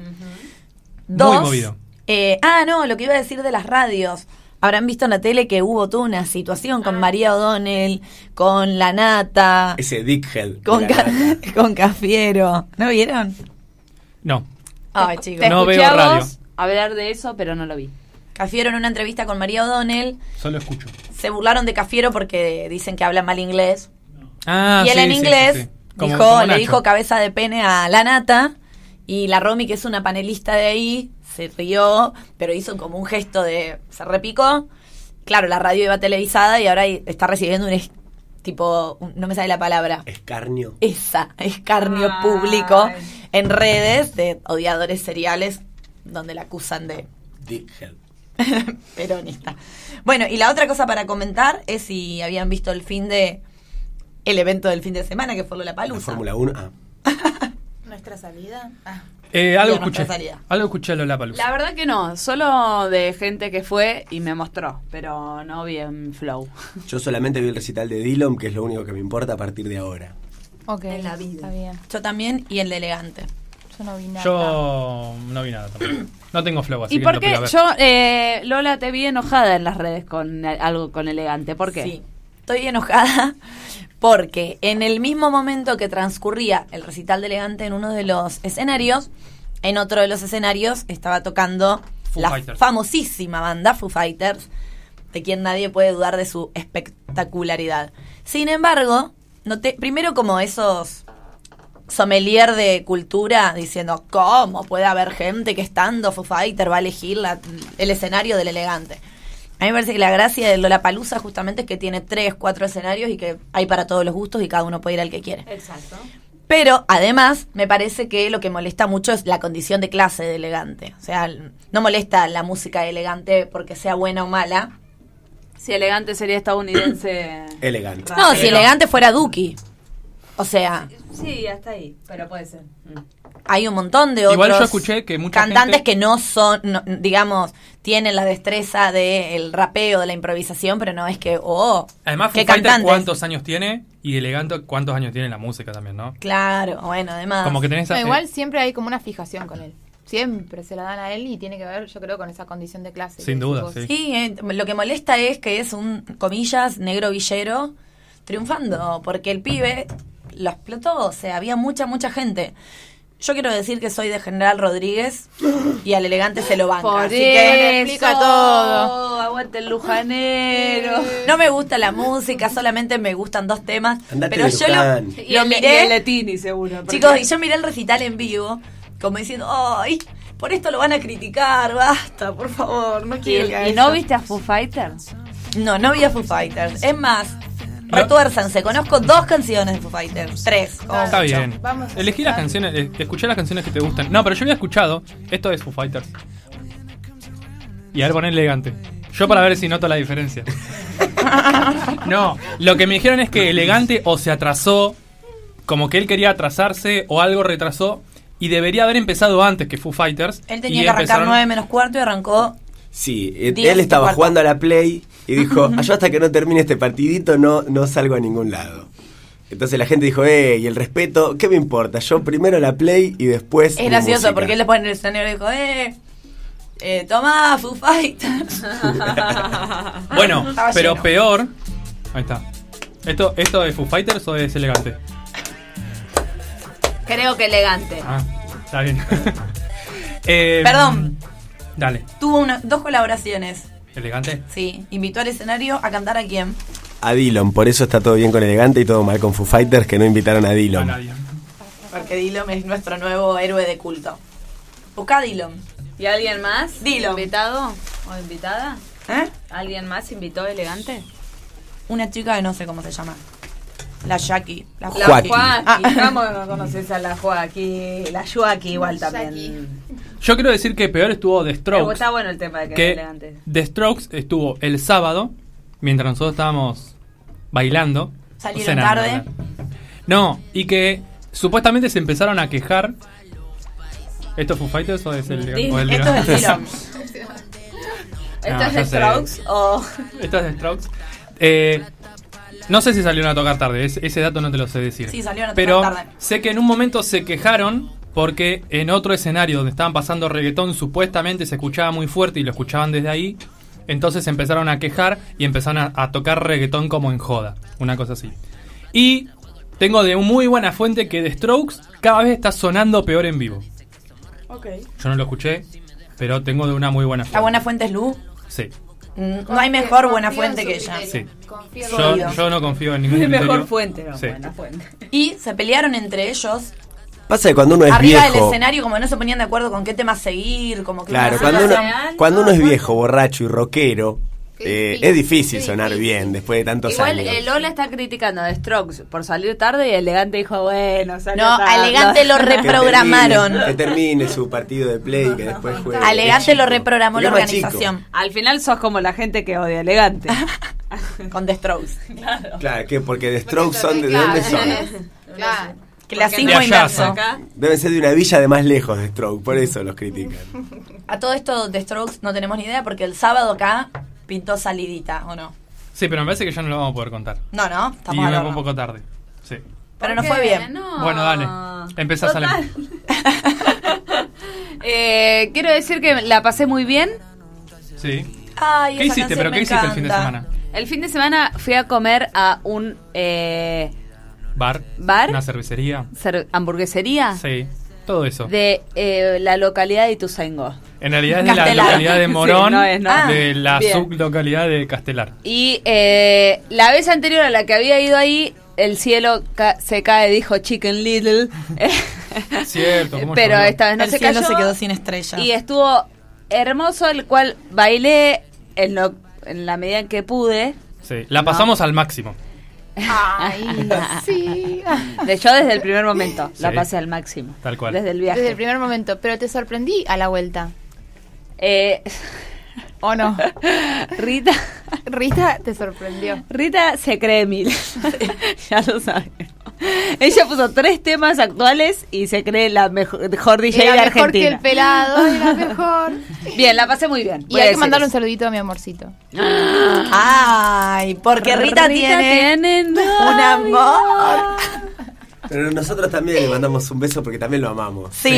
Speaker 4: Dos,
Speaker 3: Muy movido.
Speaker 4: eh, ah, no, lo que iba a decir de las radios. Habrán visto en la tele que hubo toda una situación
Speaker 3: Ah.
Speaker 4: con María O'Donnell, con La Nata,
Speaker 6: Ese Dickhead.
Speaker 4: con,
Speaker 6: de la
Speaker 4: Ca-
Speaker 6: nata.
Speaker 4: con Cafiero. ¿No vieron?
Speaker 3: No.
Speaker 4: Ay,
Speaker 8: Te
Speaker 4: chicos.
Speaker 3: No
Speaker 8: escuché
Speaker 3: veo
Speaker 8: a
Speaker 3: radio.
Speaker 8: vos hablar de eso, pero no lo vi.
Speaker 4: Cafiero en una entrevista con María O'Donnell
Speaker 3: Solo escucho.
Speaker 4: se burlaron de Cafiero porque dicen que habla mal inglés.
Speaker 3: Ah,
Speaker 4: y él
Speaker 3: sí,
Speaker 4: en
Speaker 3: sí, sí,
Speaker 4: inglés
Speaker 3: sí. Como-
Speaker 4: dijo,
Speaker 3: como
Speaker 4: le
Speaker 3: Nacho.
Speaker 4: dijo cabeza de pene a la nata y la Romy, que es una panelista de ahí, se rió, pero hizo como un gesto de se repicó. Claro, la radio iba televisada y ahora está recibiendo un es- tipo, un- no me sale la palabra,
Speaker 6: Escarnio.
Speaker 4: esa escarnio
Speaker 8: Ay.
Speaker 4: público en redes de odiadores seriales donde la acusan de
Speaker 6: Dickhead.
Speaker 4: peronista. Bueno, y la otra cosa para comentar es si habían visto el fin de el evento del fin de semana que fue la
Speaker 6: La
Speaker 4: palusa.
Speaker 6: Fórmula 1. Ah.
Speaker 7: Nuestra salida. Ah,
Speaker 3: Eh, algo
Speaker 4: Digo, nuestra
Speaker 3: escuché.
Speaker 4: salida.
Speaker 3: Algo escuché la palusa.
Speaker 8: La verdad que no, solo de gente que fue y me mostró, pero no bien flow.
Speaker 6: Yo solamente vi el recital de Dillon, que es lo único que me importa a partir de ahora.
Speaker 5: Ok.
Speaker 4: En la vida.
Speaker 5: Está bien.
Speaker 4: Yo también y el de elegante.
Speaker 5: Yo no vi nada.
Speaker 3: Yo no vi nada tampoco. No tengo flow, así
Speaker 8: ¿Y
Speaker 3: que
Speaker 8: por
Speaker 3: no
Speaker 8: qué?
Speaker 3: pude ver.
Speaker 8: Yo, eh, Lola, te vi enojada en las redes con eh, algo con elegante. ¿Por qué?
Speaker 4: Sí. Estoy enojada porque en el mismo momento que transcurría el recital de elegante en uno de los escenarios, en otro de los escenarios estaba tocando
Speaker 3: Foo
Speaker 4: la
Speaker 3: Fighters.
Speaker 4: famosísima banda Foo Fighters, de quien nadie puede dudar de su espectacularidad. Sin embargo, noté primero como esos sommelier de cultura diciendo cómo puede haber gente que estando Foo Fighter va a elegir la- el escenario del elegante. A mí me parece que la gracia de Lollapalooza justamente es que tiene tres, cuatro escenarios y que hay para todos los gustos y cada uno puede ir al que quiere.
Speaker 8: Exacto.
Speaker 4: Pero además me parece que lo que molesta mucho es la condición de clase de elegante. O sea, no molesta la música de elegante porque sea buena o mala.
Speaker 8: Si elegante sería estadounidense.
Speaker 6: Elegante.
Speaker 4: No, si elegante fuera Duki. O sea,
Speaker 8: sí, hasta ahí, pero puede ser. Mm.
Speaker 4: hay un montón de otros
Speaker 3: Igual yo escuché que mucha
Speaker 4: cantantes
Speaker 3: gente-
Speaker 4: que no son, no- digamos, tienen la destreza del rapeo, de la improvisación, pero no es que, oh,
Speaker 3: Además,
Speaker 4: qué
Speaker 3: Foo Fighters,
Speaker 4: cantantes.
Speaker 3: ¿cuántos años tiene? Y elegante, ¿cuántos años tiene la música también, no?
Speaker 4: Claro, bueno, además.
Speaker 3: Como que tenés...
Speaker 7: No,
Speaker 3: eh,
Speaker 7: igual siempre hay como una fijación con él. Siempre se la dan a él y tiene que ver, yo creo, con esa condición de clase.
Speaker 3: Sin
Speaker 7: que
Speaker 3: duda,
Speaker 7: decís vos.
Speaker 3: sí.
Speaker 4: Sí, eh, lo que molesta es que es un, comillas, negro villero triunfando, porque el pibe lo explotó, o sea, había mucha, mucha gente. Yo quiero decir que soy de General Rodríguez y al elegante se lo banca.
Speaker 8: Por
Speaker 4: así que
Speaker 8: eso,
Speaker 7: explica todo.
Speaker 8: Aguante el lujanero.
Speaker 4: no me gusta la música, solamente me gustan dos temas.
Speaker 6: Andate
Speaker 4: pero
Speaker 6: de
Speaker 4: yo lo,
Speaker 6: Luján.
Speaker 4: lo
Speaker 8: el-
Speaker 4: miré.
Speaker 8: el Letini, seguro. porque-
Speaker 4: Chicos, y yo miré el recital en vivo, como diciendo, ¡ay! Por esto lo van a criticar, basta, por favor, no
Speaker 8: ¿Y,
Speaker 4: quiero.
Speaker 8: y no viste a Foo Fighters?
Speaker 4: No, no vi a Foo Fighters. Es más, retuérzanse. Conozco dos canciones de Foo Fighters. Tres. como
Speaker 3: Está
Speaker 4: mucho.
Speaker 3: bien.
Speaker 7: Vamos a
Speaker 3: Elegí las
Speaker 7: escuchar.
Speaker 3: canciones, eh, escuché las canciones que te gustan. No, pero yo había escuchado. Esto es Foo Fighters. Y a ver, poné elegante. Yo para ver si noto la diferencia. No, lo que me dijeron es que elegante o se atrasó, como que él quería atrasarse o algo retrasó. y debería haber empezado antes que Foo Fighters.
Speaker 4: Él
Speaker 3: y
Speaker 4: tenía que arrancar
Speaker 3: empezaron-
Speaker 4: 9 menos cuarto y arrancó.
Speaker 6: Sí, eh,
Speaker 4: Diez
Speaker 6: él
Speaker 4: y
Speaker 6: estaba
Speaker 4: cuarto.
Speaker 6: jugando a la Play y dijo, yo hasta que no termine este partidito no, no salgo a ningún lado. Entonces la gente dijo, eh, y el respeto, ¿qué me importa? Yo primero la Play y después...
Speaker 4: Es
Speaker 6: mi
Speaker 4: gracioso
Speaker 6: música".
Speaker 4: porque él le pone en el escenario y dijo, eh, eh, tomá, Foo Fighters.
Speaker 3: Bueno,
Speaker 4: Estaba
Speaker 3: pero
Speaker 4: lleno.
Speaker 3: peor. Ahí está. ¿Esto, ¿Esto de Foo Fighters o es elegante?
Speaker 8: Creo que elegante.
Speaker 3: Ah, está bien. Eh,
Speaker 4: Perdón.
Speaker 3: Dale,
Speaker 4: Tuvo una, dos colaboraciones.
Speaker 3: elegante.
Speaker 4: Sí, invitó al escenario a cantar a quién.
Speaker 6: A Dillon, por eso está todo bien con Elegante y todo mal con Foo Fighters que no invitaron a
Speaker 3: A
Speaker 6: Dillon.
Speaker 3: nadie.
Speaker 4: Porque Dillom es nuestro nuevo héroe de culto. Busca a Dillom.
Speaker 8: ¿Y alguien más?
Speaker 4: Dilo.
Speaker 8: ¿Invitado o invitada?
Speaker 4: ¿Eh?
Speaker 8: ¿Alguien más invitó elegante?
Speaker 4: Una chica que no sé cómo se llama. La Jackie. La
Speaker 8: La
Speaker 6: Joaquín.
Speaker 8: Joaquín.
Speaker 4: Ah.
Speaker 8: ¿Cómo no conoces a la Joaquín? La Joaquín igual también.
Speaker 3: Yo quiero decir que peor estuvo The
Speaker 8: Pero
Speaker 3: Strokes.
Speaker 8: está bueno el tema de que, es
Speaker 3: que
Speaker 8: elegante.
Speaker 3: The Strokes estuvo el sábado, mientras nosotros estábamos bailando.
Speaker 4: Salieron
Speaker 3: cenando,
Speaker 4: tarde.
Speaker 3: ¿verdad? No, y que supuestamente se empezaron a quejar. ¿Esto fue Fighters o es el
Speaker 8: Sí,
Speaker 3: o el-
Speaker 4: Esto es Dillom.
Speaker 8: ¿Esto
Speaker 3: No,
Speaker 8: es
Speaker 3: Ah, ya
Speaker 8: de
Speaker 3: sé.
Speaker 8: Strokes o...?
Speaker 3: Esto es The Strokes. Eh, no sé si salieron a tocar tarde, es- ese dato no te lo sé decir.
Speaker 4: Sí, salieron a tocar
Speaker 3: Pero
Speaker 4: tarde.
Speaker 3: sé que en un momento se quejaron porque en otro escenario donde estaban pasando reggaetón supuestamente se escuchaba muy fuerte y lo escuchaban desde ahí. Entonces empezaron a quejar y empezaron a, a tocar reggaetón como en joda, una cosa así. Y tengo de muy buena fuente que The Strokes cada vez está sonando peor en vivo. Yo no lo escuché, pero tengo de una muy buena fuente.
Speaker 4: La buena fuente es Lu.
Speaker 3: Sí,
Speaker 4: Mm, No hay mejor buena fuente que ella.
Speaker 3: sí.
Speaker 7: Confío en
Speaker 3: Yo, yo no confío en ningún
Speaker 8: Mi
Speaker 3: criterio.
Speaker 8: mejor fuente, no,
Speaker 3: Sí.
Speaker 8: buena fuente.
Speaker 4: Y se pelearon entre ellos.
Speaker 6: Pasa que cuando uno es
Speaker 4: Arriba del
Speaker 6: viejo...
Speaker 4: escenario, como no se ponían de acuerdo con qué tema seguir, como que
Speaker 6: Claro,
Speaker 4: una-
Speaker 6: cuando uno,
Speaker 8: real,
Speaker 6: cuando uno es viejo, borracho y rockero, eh,
Speaker 7: difícil,
Speaker 6: es difícil
Speaker 7: qué
Speaker 6: sonar
Speaker 7: difícil.
Speaker 6: bien después de tantos
Speaker 8: Igual
Speaker 6: años.
Speaker 8: eh, Lola está criticando a Strokes por salir tarde y Elegante dijo, bueno, salió
Speaker 4: No,
Speaker 8: tarde.
Speaker 4: a Elegante lo
Speaker 6: Que termine-
Speaker 4: reprogramaron.
Speaker 6: Que termine su partido de play, que después juegue.
Speaker 4: Alegante
Speaker 6: Es
Speaker 4: lo
Speaker 6: chico.
Speaker 4: reprogramó
Speaker 6: Porque
Speaker 4: la
Speaker 6: es más chico.
Speaker 4: organización
Speaker 8: Al final sos como la gente que odia a Elegante.
Speaker 4: con The Strokes.
Speaker 6: Claro, que porque The Strokes son de, ¿de dónde son.
Speaker 7: Claro.
Speaker 4: Que la
Speaker 3: De
Speaker 4: sismo
Speaker 3: allá
Speaker 4: inverso.
Speaker 3: son.
Speaker 8: Acá.
Speaker 6: Deben ser de una villa de más lejos de Strokes, por eso los critican.
Speaker 4: A todo esto de Strokes no tenemos ni idea porque el sábado acá pintó salidita, ¿o no?
Speaker 3: Sí, pero me parece que ya no lo vamos a poder contar.
Speaker 4: No, no,
Speaker 3: y
Speaker 4: estamos al
Speaker 3: me fue
Speaker 4: horno.
Speaker 3: un poco tarde. Sí.
Speaker 4: Pero no fue bien.
Speaker 3: Bueno, dale. Empezás,
Speaker 8: Total.
Speaker 3: Alem.
Speaker 8: Eh, quiero decir que la pasé muy bien.
Speaker 3: Sí.
Speaker 4: Ay,
Speaker 3: ¿Qué
Speaker 4: esa
Speaker 3: hiciste?
Speaker 4: canción
Speaker 3: ¿Pero
Speaker 4: me
Speaker 3: qué hiciste el fin de
Speaker 4: encanta.
Speaker 3: semana?
Speaker 8: El fin de semana fui a comer a un eh,
Speaker 3: ¿Bar?
Speaker 8: ¿Bar?
Speaker 3: ¿Una cervecería?
Speaker 8: cer- hamburguesería
Speaker 3: Sí. Todo eso.
Speaker 8: de eh, la localidad de Ituzaingó.
Speaker 3: en realidad es de la
Speaker 4: Castelar.
Speaker 3: localidad de
Speaker 8: Sí,
Speaker 3: Morón,
Speaker 8: no es, no.
Speaker 3: de la
Speaker 8: Bien.
Speaker 3: sublocalidad de Castelar.
Speaker 8: Y eh, la vez anterior a la que había ido ahí, el cielo ca- se cae, dijo Chicken Little.
Speaker 3: Cierto, cómo
Speaker 8: Pero
Speaker 3: llovió.
Speaker 8: esta vez no
Speaker 4: El
Speaker 8: se
Speaker 4: cielo
Speaker 8: cayó.
Speaker 4: se quedó sin estrella.
Speaker 8: Y estuvo hermoso, el cual bailé en, lo- en la medida en que pude.
Speaker 3: Sí. La pasamos al máximo.
Speaker 7: Ay, sí.
Speaker 8: De yo desde el primer momento la
Speaker 3: Sí.
Speaker 8: pasé al máximo.
Speaker 3: Tal cual.
Speaker 8: Desde el viaje.
Speaker 7: Desde el primer momento, pero te sorprendí a la vuelta.
Speaker 8: Eh,
Speaker 7: ¿O no?
Speaker 8: Rita,
Speaker 7: Rita te sorprendió.
Speaker 8: Rita se cree mil. ya lo saben. Ella puso tres temas actuales y se cree la mejo- mejor DJ de
Speaker 7: Era mejor que
Speaker 8: Argentina.
Speaker 7: el pelado, era mejor.
Speaker 8: Bien, la pasé muy bien.
Speaker 7: Y hay que mandarle un saludito a mi amorcito.
Speaker 8: Ah,
Speaker 4: Ay, porque Rita, tiene, un amor.
Speaker 6: Pero nosotros también le mandamos un beso porque también lo amamos.
Speaker 4: Sí,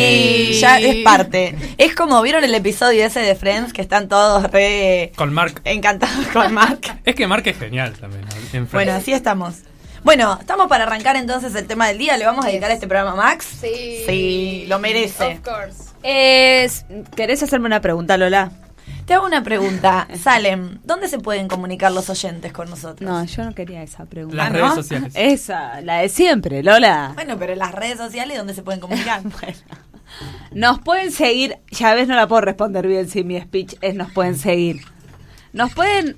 Speaker 7: Sí.
Speaker 4: ya es parte. Es como vieron el episodio ese de Friends que están todos re
Speaker 3: Con Mark.
Speaker 4: encantados con Mark.
Speaker 3: Es que Mark es genial también. en Friends.
Speaker 4: Bueno, así estamos. Bueno, estamos para arrancar entonces el tema del día. ¿Le vamos a dedicar este programa a Max?
Speaker 7: Sí.
Speaker 4: Sí, lo merece.
Speaker 7: course.
Speaker 8: Es- ¿Querés hacerme una pregunta, Lola?
Speaker 4: Te hago una pregunta. Salem, ¿dónde se pueden comunicar los oyentes con nosotros?
Speaker 8: No, yo no quería esa pregunta.
Speaker 3: Las
Speaker 8: Ah,
Speaker 3: redes
Speaker 8: ¿no?
Speaker 3: sociales.
Speaker 8: Esa, la de siempre, Lola.
Speaker 4: Bueno, pero en las redes sociales, ¿dónde se pueden comunicar?
Speaker 8: Nos pueden seguir, ya ves, no la puedo responder bien si mi speech es nos pueden seguir. Nos pueden,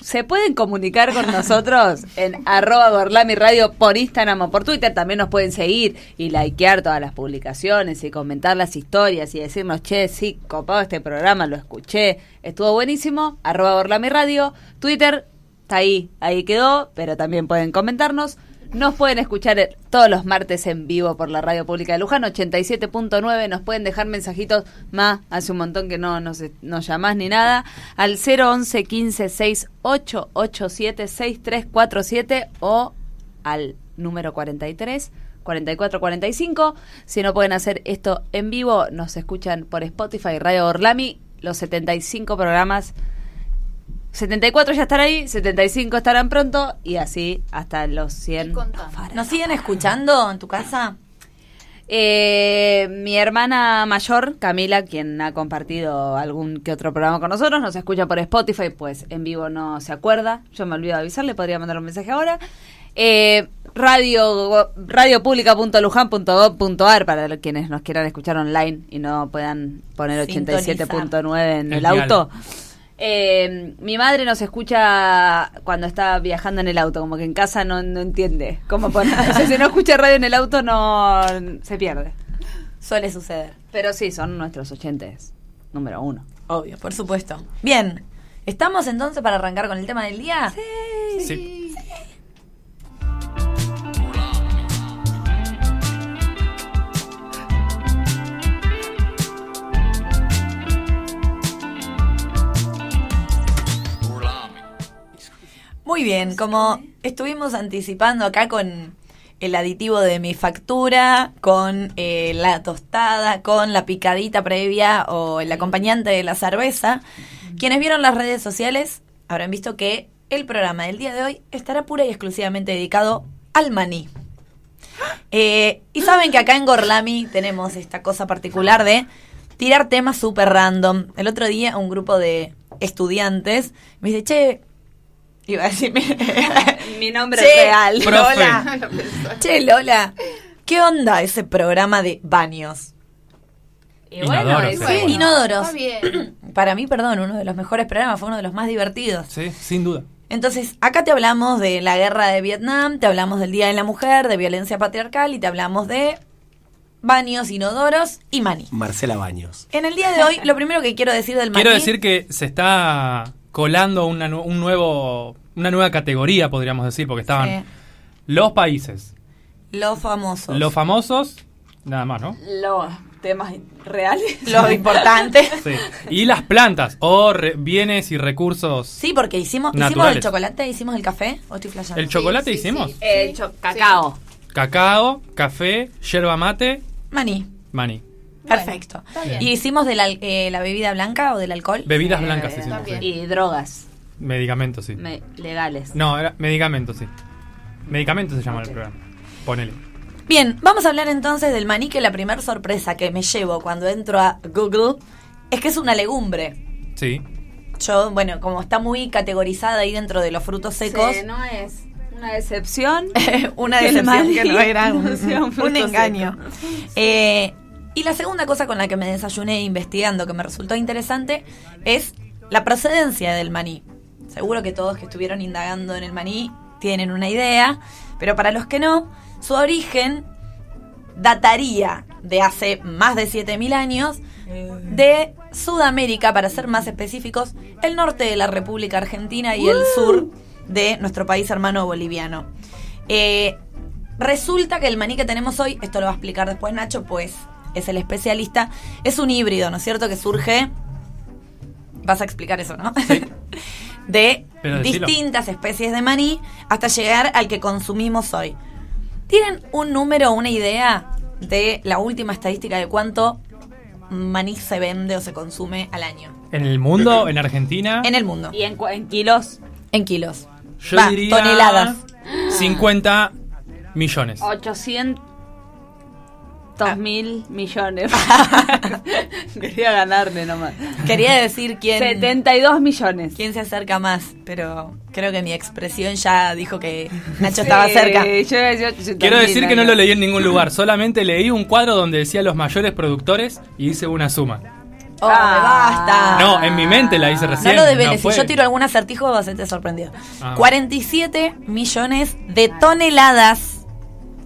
Speaker 8: se pueden comunicar con nosotros en arroba Gorlami Radio por Instagram o por Twitter. También nos pueden seguir y likear todas las publicaciones y comentar las historias y decirnos, che, sí, copado este programa, lo escuché, estuvo buenísimo. Arroba Gorlami Radio, Twitter, está ahí, ahí quedó, pero también pueden comentarnos. Nos pueden escuchar eh, todos los martes en vivo por la radio pública de Luján, 87.9. Nos pueden dejar mensajitos más. Hace un montón que no nos, nos llamás ni nada. Al 011 15 6887 6347 o al número 43 44 45. Si no pueden hacer esto en vivo, nos escuchan por Spotify, Radio Orlami, los 75 programas 74 ya están ahí, 75 estarán pronto y así hasta los 100.
Speaker 4: ¿Nos siguen escuchando en tu casa?
Speaker 8: Eh, mi hermana mayor, Camila, quien ha compartido algún que otro programa con nosotros, nos escucha por Spotify, pues en vivo no se acuerda. Yo me olvido de avisarle, podría mandar un mensaje ahora. Eh, radio radiopublica.lujan.gov.ar para quienes nos quieran escuchar online y no puedan poner
Speaker 4: Sintonizar.
Speaker 8: 87.9 en el
Speaker 3: Genial.
Speaker 8: auto. Eh, mi madre nos escucha cuando está viajando en el auto, como que en casa no, no entiende cómo poner. O sea, si no escucha radio en el auto, no se pierde.
Speaker 4: Suele suceder.
Speaker 8: Pero sí, son nuestros oyentes número uno.
Speaker 4: Obvio, por supuesto. Bien, ¿estamos entonces para arrancar con el tema del día?
Speaker 3: Sí.
Speaker 4: Muy bien, como estuvimos anticipando acá con el aditivo de mi factura, con eh, la tostada, con la picadita previa o el acompañante de la cerveza, quienes vieron las redes sociales habrán visto que el programa del día de hoy estará pura y exclusivamente dedicado al maní. Eh, y saben que acá en Gorlami tenemos esta cosa particular de tirar temas súper random. El otro día un grupo de estudiantes me dice, che, iba a decir mi,
Speaker 8: Mi nombre
Speaker 4: Che,
Speaker 8: es real.
Speaker 3: Profe.
Speaker 4: Lola. che, Lola, ¿qué onda ese programa de baños?
Speaker 8: Y bueno,
Speaker 3: Inodoro,
Speaker 8: es-
Speaker 3: sí.
Speaker 4: Sí, inodoros.
Speaker 7: Está bien.
Speaker 4: Para mí, perdón, uno de los mejores programas, fue uno de los más divertidos.
Speaker 3: Sí, sin duda.
Speaker 4: Entonces, acá te hablamos de la guerra de Vietnam, te hablamos del Día de la Mujer, de violencia patriarcal y te hablamos de baños, inodoros y maní.
Speaker 6: Marcela Baños.
Speaker 4: En el día de hoy, lo primero que quiero decir del maní...
Speaker 3: Quiero decir que se está colando una, nu- un nuevo, una nueva categoría, podríamos decir, porque estaban
Speaker 4: Sí.
Speaker 3: los países,
Speaker 4: eh, Los famosos.
Speaker 3: los famosos, nada más, ¿no?
Speaker 8: los temas reales.
Speaker 4: Los importantes.
Speaker 3: Sí. Y las plantas, o re- bienes y recursos.
Speaker 4: Sí, porque hicimos, hicimos
Speaker 3: Naturales.
Speaker 4: el chocolate, hicimos el café, o estoy flasheando.
Speaker 3: El chocolate hicimos.
Speaker 8: Eh, cho- cacao.
Speaker 3: Cacao, café, yerba mate,
Speaker 4: Maní.
Speaker 3: maní.
Speaker 4: Perfecto. ¿Y hicimos de la, eh, la bebida blanca o del alcohol?
Speaker 3: Bebidas
Speaker 8: Sí,
Speaker 3: blancas
Speaker 8: bebidas
Speaker 3: hicimos. sí.
Speaker 8: Y drogas
Speaker 3: Medicamentos, sí.
Speaker 8: me- legales.
Speaker 3: No, era medicamentos, sí. Medicamentos se llama el programa. Ponele.
Speaker 4: Bien, vamos a hablar entonces del maní, que la primera sorpresa que me llevo cuando entro a Google es que es una legumbre.
Speaker 3: Sí.
Speaker 4: Yo, bueno, como está muy categorizada ahí dentro de los frutos secos,
Speaker 8: no es una excepción.
Speaker 4: una
Speaker 8: El
Speaker 4: decepción
Speaker 8: maní
Speaker 4: que no era un,
Speaker 8: sea un fruto
Speaker 4: un engaño. Eh, y la segunda cosa con la que me desayuné investigando que me resultó interesante es la procedencia del maní. Seguro que todos que estuvieron indagando en el maní tienen una idea, pero para los que no, su origen dataría de hace más de 7.000 años
Speaker 8: Eh.
Speaker 4: de Sudamérica, para ser más específicos, el norte de la República Argentina y el
Speaker 8: Uh.
Speaker 4: sur de nuestro país hermano boliviano. Eh, resulta que el maní que tenemos hoy, esto lo va a explicar después Nacho, pues es el especialista, es un híbrido, ¿no es cierto? Que surge... Vas a explicar eso, ¿no? de
Speaker 3: Pero decilo.
Speaker 4: distintas especies de maní hasta llegar al que consumimos hoy. ¿Tienen un número o una idea de la última estadística de cuánto maní se vende o se consume al año?
Speaker 3: En el mundo, en Argentina.
Speaker 4: En el mundo.
Speaker 8: Y en, cu- en kilos,
Speaker 4: En kilos.
Speaker 3: Yo
Speaker 4: Va,
Speaker 3: diría
Speaker 4: toneladas.
Speaker 3: 50 millones.
Speaker 8: 800 mil millones. Quería ganarme nomás.
Speaker 4: Quería decir quién,
Speaker 8: 72 millones.
Speaker 4: quién se acerca más, pero creo que mi expresión ya dijo que Nacho estaba
Speaker 8: Sí,
Speaker 4: cerca.
Speaker 8: yo iba a decir 800
Speaker 3: Quiero
Speaker 8: mil,
Speaker 3: decir que no lo
Speaker 8: Daniel.
Speaker 3: leí en ningún lugar, solamente leí un cuadro donde decía los mayores productores y hice una suma.
Speaker 4: Oh,
Speaker 8: Ah.
Speaker 4: basta.
Speaker 3: No, en mi mente la hice
Speaker 4: No
Speaker 3: recién.
Speaker 4: lo debeles,
Speaker 3: fue.
Speaker 4: si yo tiro algún acertijo vas a te sorprendido.
Speaker 3: Ah.
Speaker 4: 47 millones de toneladas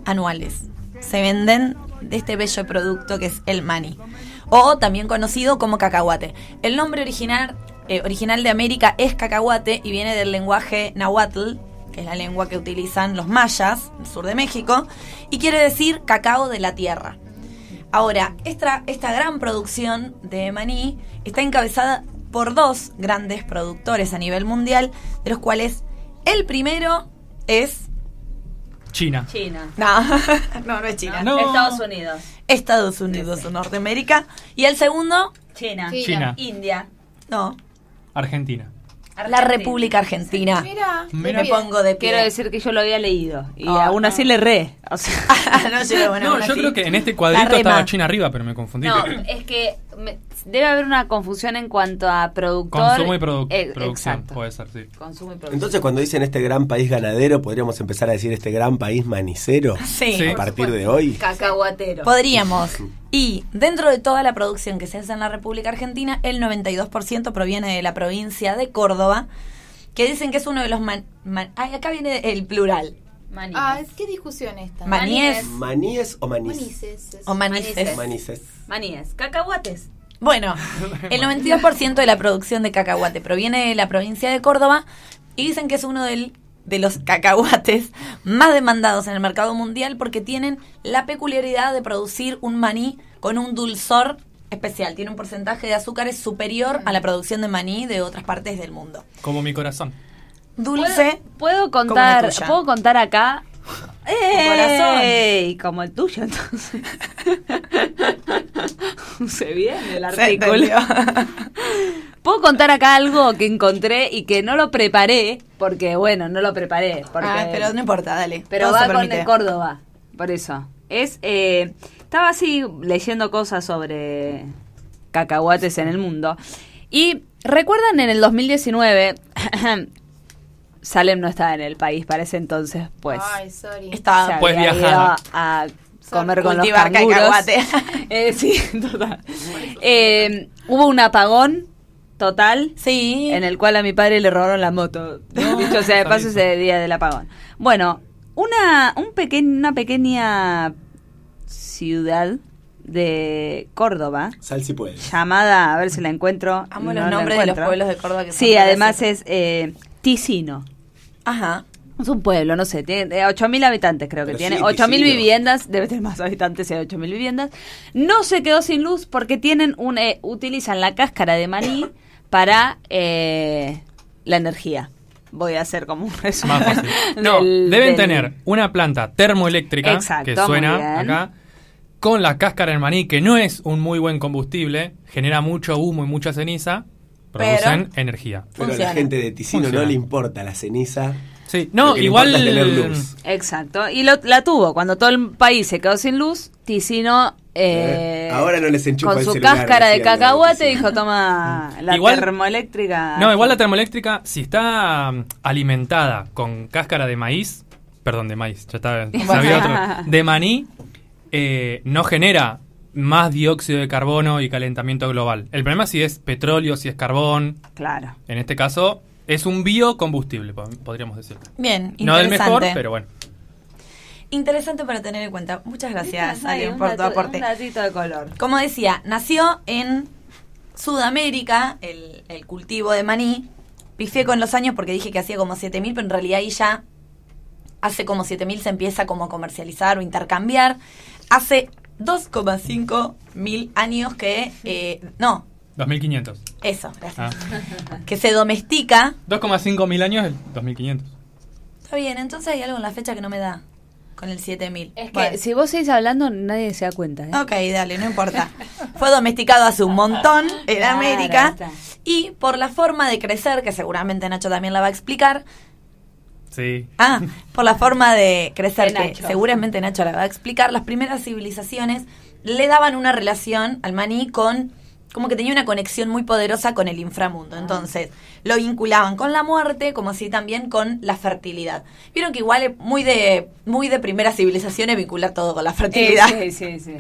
Speaker 4: anuales se venden de este bello producto que es el maní, o también conocido como cacahuate. El nombre original, eh, original de América es cacahuate y viene del lenguaje nahuatl, que que es la lengua que utilizan los mayas, del sur de México, y quiere decir cacao de la tierra. Ahora, esta, esta gran producción de maní está encabezada por dos grandes productores a nivel mundial, de los cuales el primero es...
Speaker 3: China.
Speaker 8: China.
Speaker 4: No, no, no es China.
Speaker 3: No.
Speaker 8: Estados Unidos.
Speaker 4: Estados Unidos o Norteamérica. Y el segundo,
Speaker 8: China.
Speaker 7: Sí.
Speaker 3: China.
Speaker 8: India.
Speaker 4: no,
Speaker 3: Argentina.
Speaker 4: la República Argentina.
Speaker 7: Mira,
Speaker 3: Mira.
Speaker 4: Me pongo de pie.
Speaker 8: Quiero decir que yo lo había leído. Y
Speaker 4: Ah,
Speaker 8: aún así
Speaker 4: no.
Speaker 8: le re. O sea.
Speaker 4: Ah, no llegó, bueno,
Speaker 3: No,
Speaker 4: aún
Speaker 3: yo
Speaker 4: así.
Speaker 3: creo que en este
Speaker 4: La
Speaker 3: cuadrito
Speaker 4: rema.
Speaker 3: estaba China arriba, pero me confundí.
Speaker 8: No, es que me- debe haber una confusión en cuanto a productor.
Speaker 3: Consumo y produ-
Speaker 8: Eh,
Speaker 3: producción,
Speaker 8: exacto.
Speaker 3: puede ser, sí.
Speaker 8: Consumo y producción.
Speaker 6: Entonces, cuando dicen este gran país ganadero, podríamos empezar a decir este gran país manicero
Speaker 4: Sí.
Speaker 3: Sí.
Speaker 6: a partir de hoy.
Speaker 8: Cacahuatero.
Speaker 4: Podríamos. Y dentro de toda la producción que se hace en la República Argentina, el 92% proviene de la provincia de Córdoba, que dicen que es uno de los... man- man- ay, acá viene el plural.
Speaker 8: Maní.
Speaker 7: ah, ¿qué discusión esta?
Speaker 4: Maníes
Speaker 6: ¿Maníes o manís?
Speaker 7: Manises, eso.
Speaker 4: o manices.
Speaker 6: Manices.
Speaker 8: Maníes.
Speaker 3: Ah.
Speaker 8: Cacahuates.
Speaker 4: Bueno, el 92% de la producción de cacahuate proviene de la provincia de Córdoba y dicen que es uno del- de los cacahuates más demandados en el mercado mundial porque tienen la peculiaridad de producir un maní con un dulzor especial. Tiene un porcentaje de azúcares superior a la producción de maní de otras partes del mundo.
Speaker 3: Como mi corazón.
Speaker 4: Dulce.
Speaker 8: Puedo
Speaker 4: como la
Speaker 8: contar,
Speaker 4: tuya.
Speaker 8: puedo contar acá. ¡Eh!
Speaker 4: corazón.
Speaker 8: ¡Ey! Como el tuyo, entonces. Se viene el
Speaker 4: Se
Speaker 8: artículo.
Speaker 4: entendió.
Speaker 8: Puedo contar acá algo que encontré y que no lo preparé, porque bueno, no lo preparé. Porque,
Speaker 4: Ah, pero no importa, dale.
Speaker 8: Pero
Speaker 4: todo
Speaker 8: va
Speaker 4: se
Speaker 8: con
Speaker 4: permite.
Speaker 8: el Córdoba, por eso. Es, eh, estaba así leyendo cosas sobre cacahuates en el mundo. Y recuerdan en el 2019, Salem no estaba en el país para ese entonces, pues.
Speaker 7: Ay, sorry.
Speaker 8: se
Speaker 4: Está.
Speaker 3: Pues
Speaker 8: había
Speaker 3: viajaba.
Speaker 8: ido a comer con los
Speaker 4: Cultivar
Speaker 8: canguros.
Speaker 4: cacahuate.
Speaker 8: Eh, sí, total. Eh, hubo un apagón total
Speaker 4: Sí.
Speaker 8: en el cual a mi padre le robaron la moto. Dicho sea de
Speaker 3: está
Speaker 8: paso
Speaker 3: bien.
Speaker 8: ese día del apagón. Bueno, una, un peque- una pequeña ciudad de Córdoba
Speaker 6: Sal si puedes.
Speaker 8: llamada, a ver si la encuentro.
Speaker 4: Amo
Speaker 8: no la
Speaker 4: los nombres de los
Speaker 8: encuentro.
Speaker 4: pueblos de Córdoba que son
Speaker 8: Sí,
Speaker 4: para
Speaker 8: además
Speaker 4: hacer.
Speaker 8: es eh, Ticino.
Speaker 4: Ajá.
Speaker 8: Es un pueblo, no sé, tiene eh, 8.000 habitantes creo que
Speaker 6: Pero
Speaker 8: tiene.
Speaker 6: sí,
Speaker 8: 8.000
Speaker 6: Ticino.
Speaker 8: viviendas, debe tener más habitantes, si hay 8.000 viviendas. No se quedó sin luz porque tienen un, eh, utilizan la cáscara de maní para eh, la energía. Voy a hacer como un resumen.
Speaker 3: Más fácil. No,
Speaker 8: del-
Speaker 3: deben
Speaker 8: del-
Speaker 3: tener una planta termoeléctrica
Speaker 8: Exacto,
Speaker 3: que
Speaker 8: muy
Speaker 3: suena
Speaker 8: bien.
Speaker 3: acá con la cáscara de maní que no es un muy buen combustible, genera mucho humo y mucha ceniza, producen energía.
Speaker 6: Pero a
Speaker 4: Funciona.
Speaker 6: la gente de Ticino
Speaker 3: Funciona.
Speaker 6: no le importa la ceniza.
Speaker 3: Sí,
Speaker 6: Lo
Speaker 3: no,
Speaker 6: que le
Speaker 3: igual
Speaker 6: importa es tener luz.
Speaker 8: Exacto. Y lo- la tuvo. Cuando todo el país se quedó sin luz, Ticino... eh,
Speaker 6: Eh, ahora no les enchufa
Speaker 8: Con
Speaker 6: el
Speaker 8: su
Speaker 6: celular,
Speaker 8: cáscara de
Speaker 6: decían,
Speaker 8: cacahuate
Speaker 6: Ticino.
Speaker 8: dijo, toma la
Speaker 3: Igual-
Speaker 8: termoeléctrica.
Speaker 3: No, igual la termoeléctrica si está mm, alimentada con cáscara de maíz, perdón, de maíz, ya está, sabía otro, de maní eh, no genera más dióxido de carbono y calentamiento global. El problema es si es petróleo, si es carbón,
Speaker 8: Claro.
Speaker 3: en este caso es un biocombustible, po- podríamos decir.
Speaker 4: Bien, interesante.
Speaker 3: No del mejor, pero bueno.
Speaker 4: Interesante para tener en cuenta. Muchas gracias,
Speaker 8: Ay,
Speaker 4: Alien,
Speaker 8: un
Speaker 4: por tu
Speaker 8: dato-
Speaker 4: aporte.
Speaker 8: Un datito de color.
Speaker 4: Como decía, nació en Sudamérica el, el cultivo de maní. Pifié con los años porque dije que hacía como 7000, pero en realidad ahí ya hace como 7000 se empieza como a comercializar o intercambiar. Hace 2,5 mil años que. eh, no,
Speaker 3: 2500.
Speaker 4: eso, gracias.
Speaker 3: Ah.
Speaker 4: Que se domestica.
Speaker 3: 2,5 mil años, el 2500.
Speaker 4: Está bien, entonces hay algo en la fecha que no me da con el 7000.
Speaker 5: Es que
Speaker 4: Bueno.
Speaker 8: Si vos seguís hablando, nadie se da cuenta. ¿eh?
Speaker 4: Ok, dale, no importa. Fue domesticado hace un montón en
Speaker 8: Claro,
Speaker 4: América.
Speaker 8: está.
Speaker 4: Y por la forma de crecer, que seguramente Nacho también la va a explicar.
Speaker 3: Sí.
Speaker 4: Ah, por la forma de crecer,
Speaker 8: De
Speaker 4: que
Speaker 8: Nacho.
Speaker 4: seguramente Nacho la va a explicar. Las primeras civilizaciones le daban una relación al maní con. Como que tenía una conexión muy poderosa con el inframundo.
Speaker 8: Ah.
Speaker 4: Entonces, lo vinculaban con la muerte, como así también con la fertilidad. Vieron que igual es muy de, muy de primeras civilizaciones vincular todo con la fertilidad.
Speaker 8: Sí, sí, sí.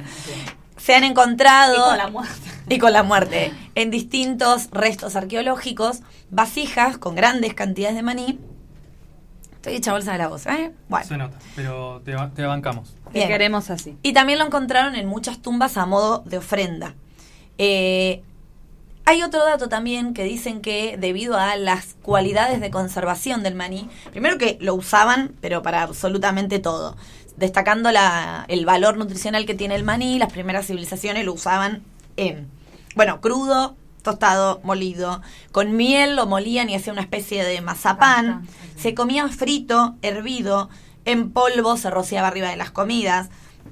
Speaker 4: Se han encontrado.
Speaker 8: Y con la muerte.
Speaker 4: Y con la muerte. En distintos restos arqueológicos, vasijas con grandes cantidades de maní. Estoy hecha bolsa de la voz, ¿eh? Bueno.
Speaker 3: Se nota, pero te, ba- te bancamos.
Speaker 8: Te
Speaker 4: bien.
Speaker 8: queremos así.
Speaker 4: Y también lo encontraron en muchas tumbas a modo de ofrenda. Eh, Hay otro dato también que dicen que debido a las cualidades de conservación del maní, primero que lo usaban, pero para absolutamente todo, destacando la- el valor nutricional que tiene el maní, las primeras civilizaciones lo usaban en, bueno, crudo, tostado, molido, con miel lo molían y hacía una especie de mazapán, se comía frito, hervido, en polvo se rociaba arriba de las comidas,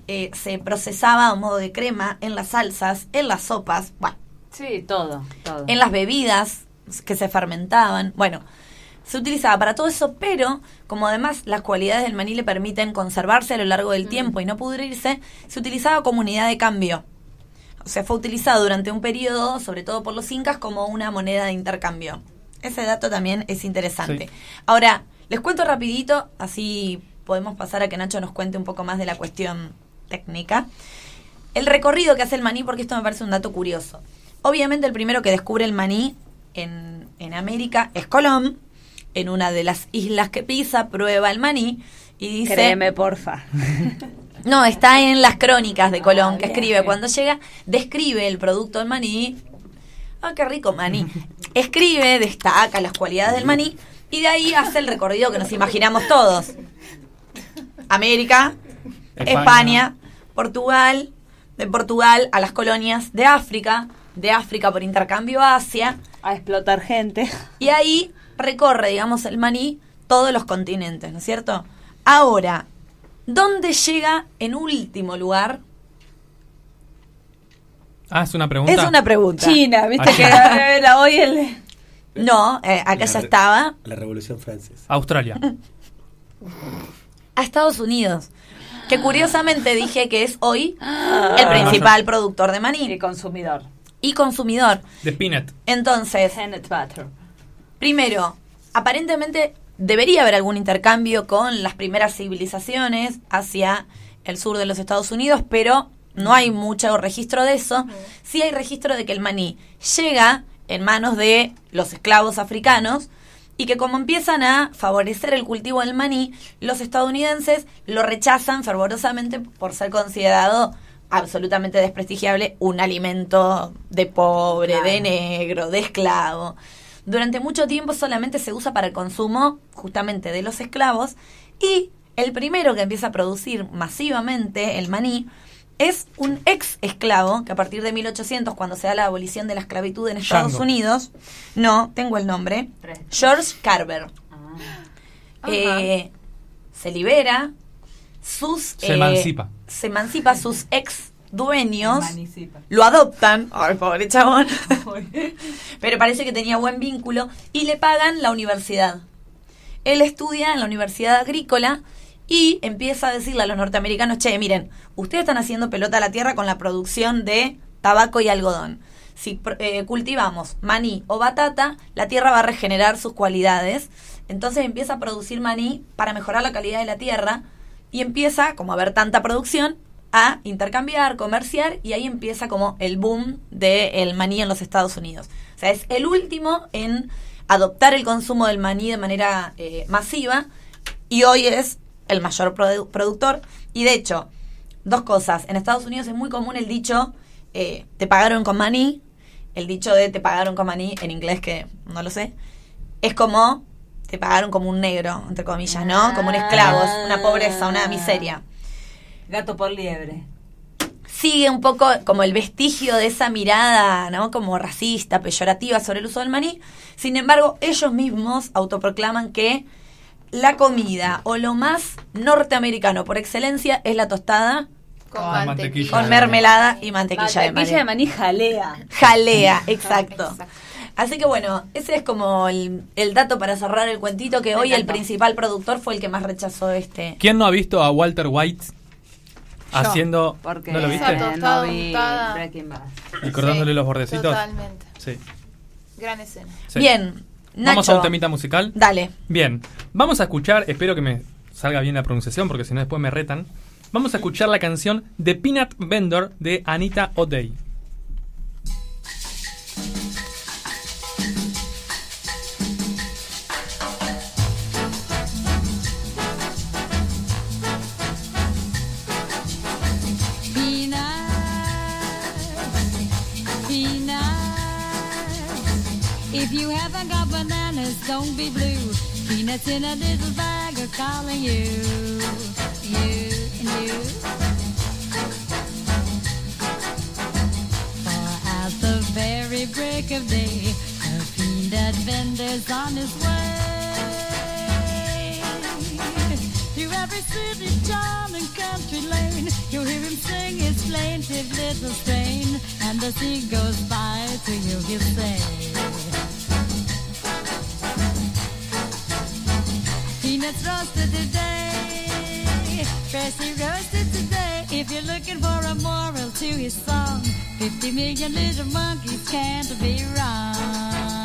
Speaker 4: eh, se procesaba a modo de crema en las salsas, en las sopas, bueno
Speaker 8: Sí, todo, todo.
Speaker 4: en las bebidas que se fermentaban. Bueno, se utilizaba para todo eso, pero como además las cualidades del maní le permiten conservarse a lo largo del tiempo y no pudrirse, se utilizaba como unidad de cambio. O sea, fue utilizado durante un periodo, sobre todo por los incas, como una moneda de intercambio. Ese dato también es interesante.
Speaker 3: Sí.
Speaker 4: Ahora, les cuento rapidito, así podemos pasar a que Nacho nos cuente un poco más de la cuestión técnica. El recorrido que hace el maní, porque esto me parece un dato curioso. Obviamente el primero que descubre el maní en, en América es Colón, en una de las islas que pisa, prueba el maní y dice...
Speaker 8: Créeme, porfa.
Speaker 4: No, está en las crónicas de Colón
Speaker 8: Ah,
Speaker 4: que
Speaker 8: bien,
Speaker 4: escribe.
Speaker 8: bien.
Speaker 4: Cuando llega, describe el producto del maní. Ah, qué rico maní. Escribe, destaca las cualidades del maní y de ahí hace el recorrido que nos imaginamos todos. América,
Speaker 3: España.
Speaker 4: España, Portugal, de Portugal a las colonias de África, de África por intercambio a Asia
Speaker 8: A explotar gente.
Speaker 4: y ahí recorre, digamos, el maní todos los continentes, ¿no es cierto? Ahora, ¿dónde llega en último lugar?
Speaker 3: Ah, es una pregunta.
Speaker 4: Es una pregunta.
Speaker 8: China, viste
Speaker 3: Ahí.
Speaker 8: que era era hoy el...
Speaker 4: No, eh, acá ya estaba.
Speaker 6: La Revolución Francesa.
Speaker 3: Australia.
Speaker 4: A Estados Unidos. Que curiosamente dije que es hoy
Speaker 3: Ah.
Speaker 4: el principal productor de
Speaker 8: Y
Speaker 4: maní
Speaker 8: consumidor.
Speaker 4: y consumidor.
Speaker 3: De Spinett.
Speaker 4: Entonces,
Speaker 8: Peanut butter.
Speaker 4: Primero, aparentemente debería haber algún intercambio con las primeras civilizaciones hacia el sur de los Estados Unidos, pero no hay mucho registro de eso. Sí hay registro de que el maní llega en manos de los esclavos africanos y que como empiezan a favorecer el cultivo del maní, los estadounidenses lo rechazan fervorosamente por ser considerado absolutamente desprestigiable un alimento de pobre, de negro, de esclavo. Durante mucho tiempo solamente se usa para el consumo justamente de los esclavos y el primero que empieza a producir masivamente el maní es un ex esclavo que a partir de 1800 cuando se da la abolición de la esclavitud en Estados
Speaker 3: Django.
Speaker 4: Unidos, no, tengo el nombre, George Carver. Eh, se libera sus eh,
Speaker 3: Se emancipa.
Speaker 4: se emancipa sus ex dueños lo adoptan. Ay, pobre chabón. Pero parece que tenía buen vínculo. Y le pagan la universidad. Él estudia en la Universidad Agrícola y empieza a decirle a los norteamericanos, che, miren, ustedes están haciendo pelota a la tierra con la producción de tabaco y algodón. Si pr- eh, cultivamos maní o batata, la tierra va a regenerar sus cualidades. Entonces empieza a producir maní para mejorar la calidad de la tierra y empieza, como a haber tanta producción, a intercambiar, comerciar y ahí empieza como el boom del maní en los Estados Unidos. O sea, es el último en adoptar el consumo del maní de manera eh, masiva y hoy es el mayor produ- productor. Y de hecho, dos cosas. En Estados Unidos es muy común el dicho, eh, te pagaron con maní. El dicho de te pagaron con maní, en inglés que no lo sé, es como te pagaron como un negro, entre comillas, ¿no? Como un esclavo, es una pobreza, una
Speaker 8: Ah.
Speaker 4: miseria
Speaker 8: Gato por liebre.
Speaker 4: sigue un poco como el vestigio de esa mirada, ¿no? Como racista, peyorativa sobre el uso del maní. Sin embargo, ellos mismos autoproclaman que la comida o lo más norteamericano por excelencia es la tostada
Speaker 7: Con
Speaker 3: Con mantequilla.
Speaker 4: con mermelada y mantequilla,
Speaker 8: Mantequilla de
Speaker 4: de
Speaker 8: maní
Speaker 4: maní.
Speaker 8: jalea.
Speaker 4: Jalea, exacto. Así que bueno, ese es como el, el dato para cerrar el cuentito que hoy el principal productor fue el que más rechazó este.
Speaker 3: ¿Quién no ha visto a Walter White haciendo.
Speaker 8: Porque
Speaker 3: ¿No lo viste?
Speaker 7: Exacto.
Speaker 8: No
Speaker 7: Tostada,
Speaker 8: vi
Speaker 7: untada.
Speaker 8: Breaking Bad.
Speaker 3: Y cortándole los bordecitos.
Speaker 7: Totalmente.
Speaker 3: Sí,
Speaker 7: Gran escena.
Speaker 3: sí.
Speaker 4: Bien, Nacho.
Speaker 3: Vamos a un temita musical.
Speaker 4: Dale.
Speaker 3: Bien, vamos a escuchar, espero que me salga bien la pronunciación porque si no después me retan. Vamos a escuchar la canción The Peanut Vendor de Anita O'Day.
Speaker 9: Peanut, peanut, If you haven't got bananas, don't be blue. Peanuts in a little bag are calling you. You and you. For at the very break of day, a peanut vendor's on his way. Through every city, town, and country lane, you'll hear him sing his plaintive little strain. And as he goes by, to you he'll say. Peanuts roasted today, freshly roasted today. If you're looking for a moral to his song, 50 million little monkeys can't be wrong.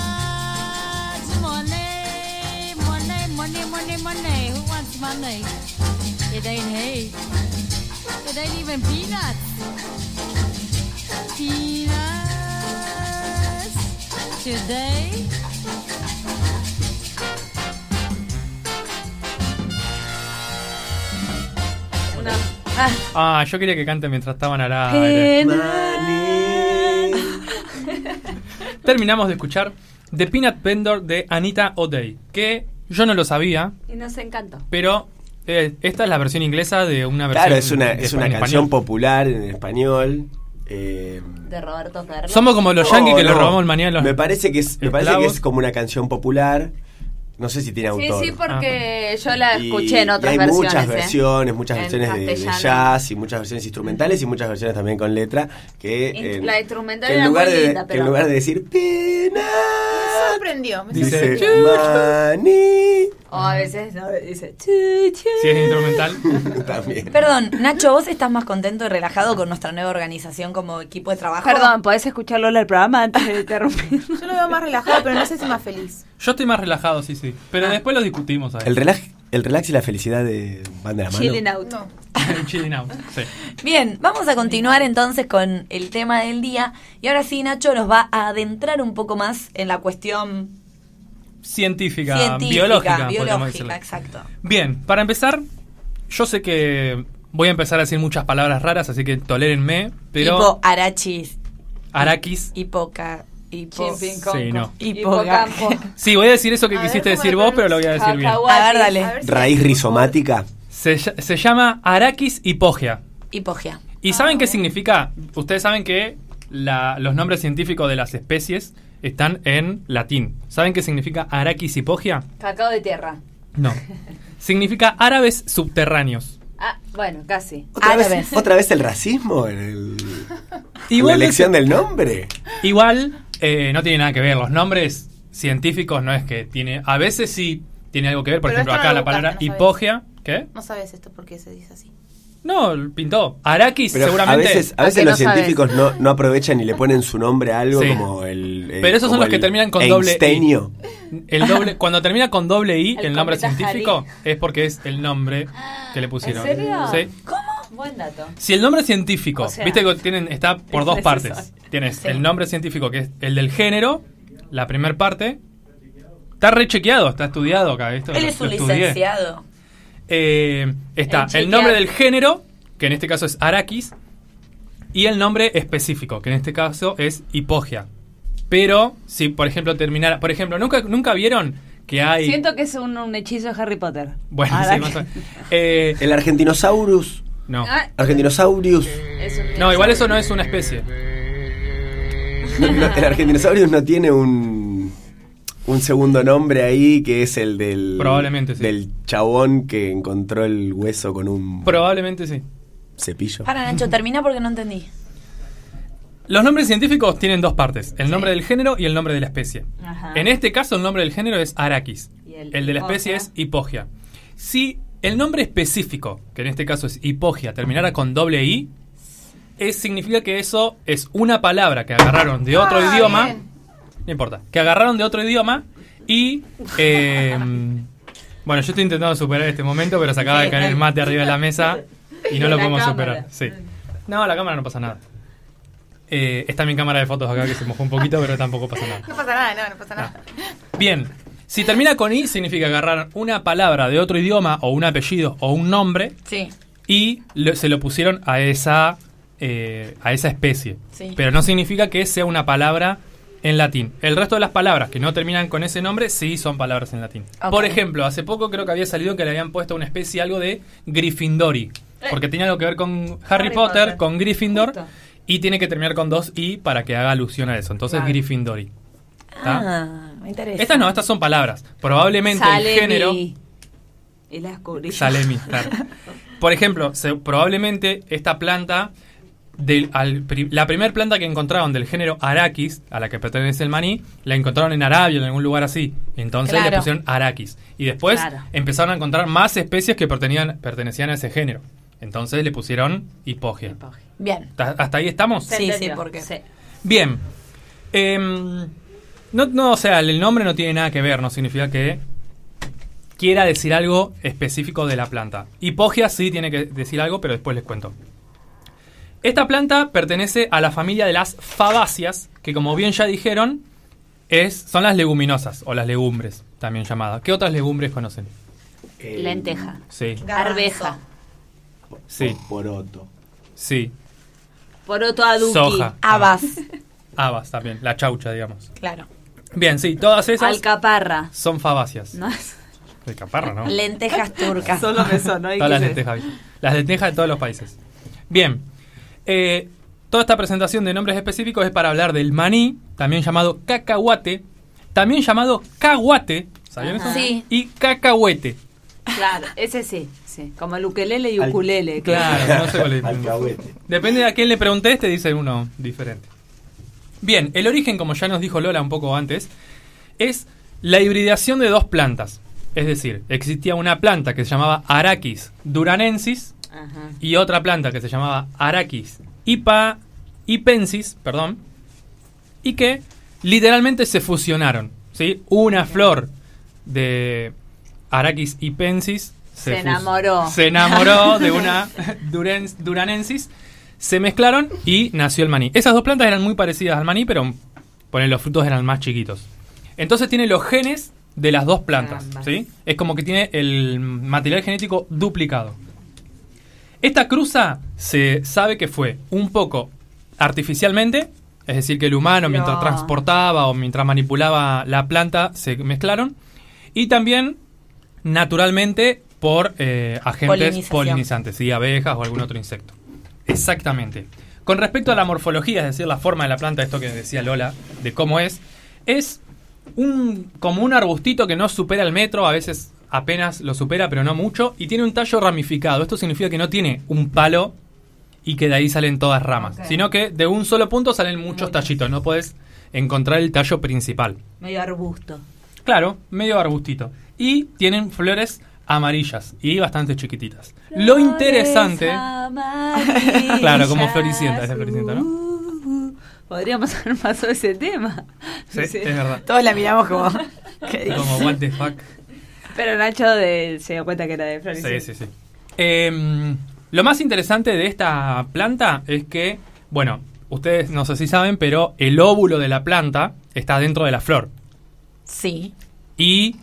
Speaker 9: Peanuts, money, money, money, money, money. Who wants money? It ain't hay. It ain't even peanuts. Peanuts today.
Speaker 3: Ah, yo quería que canten mientras estaban al aire. e-
Speaker 6: Money.
Speaker 3: Terminamos de escuchar The Peanut Vendor de Anita O'Day, que yo no lo sabía,
Speaker 8: Y nos encantó.
Speaker 3: pero eh, esta es la versión inglesa de una versión.
Speaker 6: Claro, es una,
Speaker 3: de-
Speaker 6: es
Speaker 3: en
Speaker 6: una
Speaker 3: español.
Speaker 6: canción popular en español. eh,
Speaker 8: De Roberto Carlos.
Speaker 3: Somos como los yankees
Speaker 6: no,
Speaker 3: que le
Speaker 6: no.
Speaker 3: robamos el maní a los.
Speaker 6: Me parece que es, me parece que
Speaker 3: esclavos.
Speaker 6: es como una canción popular. No sé si tiene
Speaker 8: Sí,
Speaker 6: autor. Ah.
Speaker 8: sí,
Speaker 3: Ah.
Speaker 8: porque yo la escuché en
Speaker 6: Y- y
Speaker 8: otras
Speaker 6: hay
Speaker 8: versiones.
Speaker 6: muchas
Speaker 8: ¿eh?
Speaker 6: versiones, muchas
Speaker 8: En
Speaker 6: versiones de- de,
Speaker 8: castellano.
Speaker 6: jazz y muchas versiones instrumentales y muchas versiones también con letra que
Speaker 8: Int-
Speaker 6: en-
Speaker 8: la instrumental
Speaker 6: que en
Speaker 8: era
Speaker 6: lugar
Speaker 8: muy
Speaker 6: de
Speaker 8: linda,
Speaker 6: que
Speaker 8: pero-
Speaker 6: en lugar de decir pena
Speaker 7: sorprendió. me
Speaker 3: Dice,
Speaker 6: dice,
Speaker 7: sorprendió.
Speaker 6: "Maní".
Speaker 8: O a veces no, dice. "Chu, chu".
Speaker 3: Si es instrumental.
Speaker 6: también.
Speaker 4: Perdón, Nacho, ¿vos estás más contento y relajado con nuestra nueva organización como equipo de trabajo?
Speaker 8: Perdón, ¿podés escuchar Lola el programa antes de interrumpir?
Speaker 7: Yo lo veo más relajado, pero no sé si más feliz.
Speaker 3: Yo estoy más relajado, sí, sí. Pero
Speaker 4: Ah.
Speaker 3: después lo discutimos. ahí.
Speaker 6: El relax, el relax y la felicidad de van de la mano.
Speaker 8: Chilling out.
Speaker 7: No.
Speaker 3: Chilling out. Sí.
Speaker 4: Bien, vamos a continuar entonces con el tema del día. Y ahora sí, Nacho nos va a adentrar un poco más en la cuestión
Speaker 3: Científica,
Speaker 4: científica,
Speaker 3: biológica. podríamos decirlo.
Speaker 4: biológica exacto.
Speaker 3: Bien, para empezar, yo sé que voy a empezar a decir muchas palabras raras, así que tolérenme, pero
Speaker 4: Hipo, arachis,
Speaker 3: Araquis.
Speaker 4: hipoca, hipo...
Speaker 8: Chimping
Speaker 3: Sí, no.
Speaker 8: Hipocampo.
Speaker 3: Sí, voy a decir eso que
Speaker 7: A ver
Speaker 3: quisiste
Speaker 7: cómo
Speaker 3: decir
Speaker 7: lo
Speaker 3: vos, pero lo voy a decir bien.
Speaker 8: Cacahuates.
Speaker 4: A ver, dale.
Speaker 7: A ver si-
Speaker 6: Raíz rizomática.
Speaker 3: Se, ll- se llama Araquis hipogea.
Speaker 4: Hipogea.
Speaker 7: Ah.
Speaker 3: ¿Y saben qué significa? Ustedes saben que la- los nombres científicos de las especies están en latín. ¿Saben qué significa Araquis hipogea?
Speaker 8: Cacao de tierra.
Speaker 3: No. significa árabes subterráneos.
Speaker 8: Ah, bueno, casi. Ah,
Speaker 6: Otra
Speaker 4: Árabes.
Speaker 6: vez, otra vez el racismo en, el- en la
Speaker 3: Igual es-
Speaker 6: elección del nombre.
Speaker 3: Igual eh, no tiene nada que ver. Los nombres científicos no es que tiene. A veces sí tiene algo que ver. Por
Speaker 7: Pero
Speaker 3: ejemplo,
Speaker 7: esto no
Speaker 3: acá
Speaker 7: lo
Speaker 3: la palabra
Speaker 7: buscaste, no
Speaker 3: hipogea. ¿Qué?
Speaker 7: No sabes esto porque se dice así.
Speaker 3: No, pintó. Araquis
Speaker 6: Pero a
Speaker 3: seguramente.
Speaker 6: veces, a
Speaker 8: ¿A
Speaker 6: veces
Speaker 8: que
Speaker 6: los
Speaker 8: no sabes?
Speaker 6: científicos no, no aprovechan y le ponen su nombre a algo
Speaker 3: Sí.
Speaker 6: como el. eh,
Speaker 3: Pero esos son
Speaker 6: como
Speaker 3: los que
Speaker 6: el
Speaker 3: terminan con doble I.
Speaker 6: einsteinio.
Speaker 3: El doble, cuando termina con doble I, el,
Speaker 8: El
Speaker 3: nombre
Speaker 8: cometa Ah,
Speaker 3: científico es porque es el nombre que le pusieron.
Speaker 8: ¿en serio?
Speaker 3: Sí.
Speaker 8: Buen dato.
Speaker 3: Si el nombre científico,
Speaker 8: O sea,
Speaker 3: viste que tienen, está por
Speaker 8: es
Speaker 3: dos
Speaker 8: necesario.
Speaker 3: partes. Tienes el nombre científico, que es el del género, la primera parte. Está rechequeado, está estudiado acá. Esto
Speaker 4: Él
Speaker 3: lo-
Speaker 4: es un
Speaker 3: lo estudié.
Speaker 4: licenciado.
Speaker 3: Eh, está
Speaker 8: El
Speaker 3: el,
Speaker 8: chequeado.
Speaker 3: nombre del género, que en este caso es Araquis, y el nombre específico, que en este caso es Hipogia. Pero, si por ejemplo terminara. Por ejemplo, ¿nunca, nunca vieron que hay.
Speaker 8: Siento que es un, un hechizo de Harry Potter. Ah,
Speaker 3: Bueno,
Speaker 8: Ahora
Speaker 3: sí,
Speaker 8: que-
Speaker 3: más o menos. Eh,
Speaker 6: El Argentinosaurus.
Speaker 3: no.
Speaker 8: Ah,
Speaker 6: Argentinosaurus.
Speaker 8: es un-
Speaker 3: No, igual eso no es una especie.
Speaker 6: No, no, el Argentinosaurus no tiene un, un segundo nombre ahí que es el del.
Speaker 3: Probablemente, sí.
Speaker 6: Del chabón que encontró el hueso con un
Speaker 3: Probablemente sí.
Speaker 6: cepillo.
Speaker 4: Para, Nacho, termina porque no entendí.
Speaker 3: Los nombres científicos tienen dos partes, el nombre del género y el nombre de la especie.
Speaker 10: Ah.
Speaker 8: Ajá.
Speaker 3: En este caso el nombre del género es Arachis,
Speaker 8: Y
Speaker 3: el,
Speaker 8: el
Speaker 3: de la
Speaker 8: hipogia.
Speaker 3: especie es Hipogia. Si el nombre específico, que en este caso es Hipogia, terminara con doble I, es, significa que eso es una palabra que agarraron de otro
Speaker 7: Ah,
Speaker 3: idioma,
Speaker 7: bien.
Speaker 3: no importa, que agarraron de otro idioma y... eh, bueno, yo estoy intentando superar este momento, pero se acaba de caer el mate arriba de la mesa y no
Speaker 8: De la
Speaker 3: lo podemos
Speaker 8: cámara.
Speaker 3: superar. Sí. No, la cámara no pasa nada. Eh, está mi cámara de fotos acá que se mojó un poquito, pero tampoco pasa nada.
Speaker 7: No pasa nada, no, no pasa nada.
Speaker 3: Bien. Si termina con I, significa agarrar una palabra de otro idioma o un apellido o un nombre
Speaker 4: Sí.
Speaker 3: y lo- se lo pusieron a esa, eh, a esa especie.
Speaker 4: Sí.
Speaker 3: Pero no significa que sea una palabra en latín. El resto de las palabras que no terminan con ese nombre sí son palabras en latín.
Speaker 4: Ok.
Speaker 3: Por ejemplo, hace poco creo que había salido que le habían puesto a una especie algo de Gryffindori. Porque tenía algo que ver con Harry,
Speaker 8: Harry
Speaker 3: Potter,
Speaker 8: Potter.
Speaker 3: con Gryffindor.
Speaker 8: Justo.
Speaker 3: Y tiene que terminar con dos I para que haga alusión a eso. Entonces,
Speaker 8: Claro.
Speaker 3: Gryffindori. ¿Está?
Speaker 4: Ah, me interesa.
Speaker 3: Estas no, estas son palabras. Probablemente
Speaker 8: Sale
Speaker 3: el género.
Speaker 8: mi- Y la descubrí.
Speaker 3: Salemi, claro. Por ejemplo, se- probablemente esta planta, del, al pri- la primera planta que encontraron del género Arachis, a la que pertenece el maní, la encontraron en Arabia, en algún lugar así. Entonces le
Speaker 4: Claro.
Speaker 3: pusieron Arachis. Y después
Speaker 8: Claro.
Speaker 3: empezaron a encontrar más especies que pertenían- pertenecían a ese género. Entonces le pusieron hipogia.
Speaker 4: Bien.
Speaker 3: ¿Ta- ¿Hasta ahí estamos?
Speaker 4: Sí, sí, porque-
Speaker 8: Sí.
Speaker 3: Bien. Em, no, no, o sea, el nombre no tiene nada que ver, no significa que quiera decir algo específico de la planta. Hipogia sí tiene que decir algo, pero después les cuento. Esta planta pertenece a la familia de las fabáceas, que como bien ya dijeron, es, son las leguminosas o las legumbres, también llamadas. ¿Qué otras legumbres conocen?
Speaker 6: El
Speaker 8: Lenteja.
Speaker 3: Eh, Sí,
Speaker 8: Arveja.
Speaker 3: sí,
Speaker 6: Poroto.
Speaker 3: sí.
Speaker 8: Poroto aduki.
Speaker 3: Soja,
Speaker 4: Habas.
Speaker 3: habas también, la chaucha, digamos.
Speaker 4: claro.
Speaker 3: Bien, sí, todas esas
Speaker 8: Alcaparra.
Speaker 3: son fabáceas.
Speaker 8: No,
Speaker 3: De caparra, ¿no?
Speaker 4: Lentejas turcas.
Speaker 8: solo me sonó. y
Speaker 3: Todas las
Speaker 8: quise-
Speaker 3: lentejas. ¿viste? Las lentejas de todos los países. Bien. Eh, toda esta presentación de nombres específicos es para hablar del maní, también llamado cacahuate, también llamado caguate, ¿sabían
Speaker 4: Ajá.
Speaker 3: eso?
Speaker 4: Sí.
Speaker 3: Y cacahuete.
Speaker 8: Claro, ese sí, sí. Como el ukelele y ukulele. que-
Speaker 3: Claro, no sé cuál es.
Speaker 6: Alcahuete.
Speaker 3: Depende de a quién le preguntes, te dice uno diferente. Bien, el origen, como ya nos dijo Lola un poco antes, es la hibridación de dos plantas. Es decir, existía una planta que se llamaba Arachis duranensis,
Speaker 8: Ajá.
Speaker 3: y otra planta que se llamaba Arachis hipa, hipensis, perdón, y que literalmente se fusionaron. ¿sí? Una flor de Arachis hipensis
Speaker 8: Se
Speaker 3: fus-
Speaker 8: enamoró.
Speaker 3: Se enamoró de una duren- duranensis, se mezclaron y nació el maní. Esas dos plantas eran muy parecidas al maní, pero ponen los frutos eran más chiquitos. Entonces tiene los genes de las dos plantas,
Speaker 8: Ambas.
Speaker 3: ¿sí? Es como que tiene el material genético duplicado. Esta cruza se sabe que fue un poco artificialmente, es decir, que el humano mientras
Speaker 8: No.
Speaker 3: transportaba o mientras manipulaba la planta se mezclaron, y también naturalmente por eh, agentes
Speaker 4: Polinización.
Speaker 3: polinizantes, ¿sí? abejas o algún otro insecto. Exactamente. Con respecto a la morfología, es decir, la forma de la planta, esto que decía Lola, de cómo es, es un, como un arbustito que no supera el metro, a veces apenas lo supera, pero no mucho, y tiene un tallo ramificado. Esto significa que no tiene un palo y que de ahí salen todas ramas,
Speaker 8: Ok.
Speaker 3: sino que de un solo punto salen muchos tallitos, no podés encontrar el tallo principal.
Speaker 8: Medio arbusto.
Speaker 3: Claro, medio arbustito. Y tienen flores amarillas y bastante chiquititas. Lo interesante... Claro, como Floricienta, es de Floricienta, ¿no?
Speaker 8: Uh, uh, podríamos haber pasado ese tema.
Speaker 3: Sí,
Speaker 8: Sí.
Speaker 3: es verdad.
Speaker 4: Todos la miramos como. ¿qué dice?
Speaker 3: Como, what the fuck.
Speaker 8: Pero Nacho de- se dio cuenta que era de
Speaker 3: Sí,
Speaker 8: Floricienta.
Speaker 3: sí, sí. Em, lo más interesante de esta planta es que, bueno, ustedes no sé si saben, pero el óvulo de la planta está dentro de la flor.
Speaker 4: Sí.
Speaker 3: Y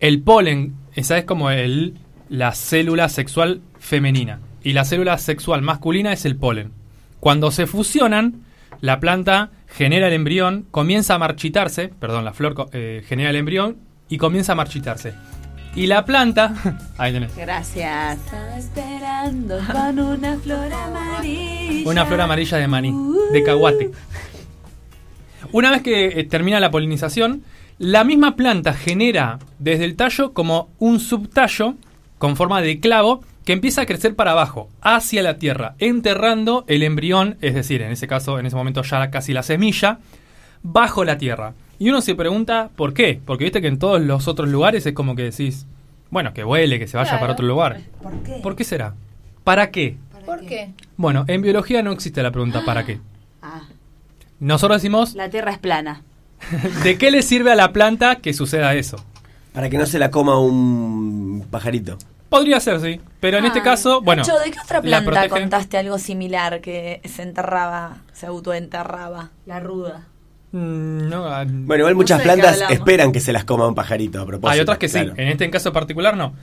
Speaker 3: el polen, esa es como el, la célula sexual femenina. Y la célula sexual masculina es el polen. Cuando se fusionan, la planta genera el embrión, comienza a marchitarse, perdón, la flor co- eh, genera el embrión, y comienza a marchitarse. Y la planta. Ahí tenés.
Speaker 8: Gracias. Estaba esperando con una flor amarilla.
Speaker 3: Una flor amarilla de maní, de caguate. Una vez que eh, termina la polinización, la misma planta genera desde el tallo como un subtallo con forma de clavo que empieza a crecer para abajo, hacia la tierra, enterrando el embrión, es decir, en ese caso, en ese momento ya casi la semilla, bajo la tierra. Y uno se pregunta, ¿por qué? Porque viste que en todos los otros lugares es como que decís, bueno, que huele, que se vaya para otro lugar. ¿Por qué? ¿Por qué será? ¿Para qué?
Speaker 5: ¿Por qué?
Speaker 3: Bueno, en biología no existe la pregunta ¿para qué? Nosotros decimos,
Speaker 8: La tierra es plana.
Speaker 3: ¿de qué le sirve a la planta que suceda eso?
Speaker 6: Para que no se la coma un pajarito.
Speaker 3: Podría ser, sí. Pero en este caso, bueno.
Speaker 4: Nacho, ¿de qué otra
Speaker 3: la
Speaker 4: planta
Speaker 3: protege.
Speaker 4: contaste algo similar que se enterraba, se autoenterraba?
Speaker 8: La ruda.
Speaker 3: Mm, no, ah,
Speaker 6: Bueno, igual muchas
Speaker 8: sé de qué
Speaker 6: plantas
Speaker 8: hablamos.
Speaker 6: esperan que se las coma un pajarito a propósito.
Speaker 3: hay otras que
Speaker 6: claro.
Speaker 3: sí. En este en caso particular, no.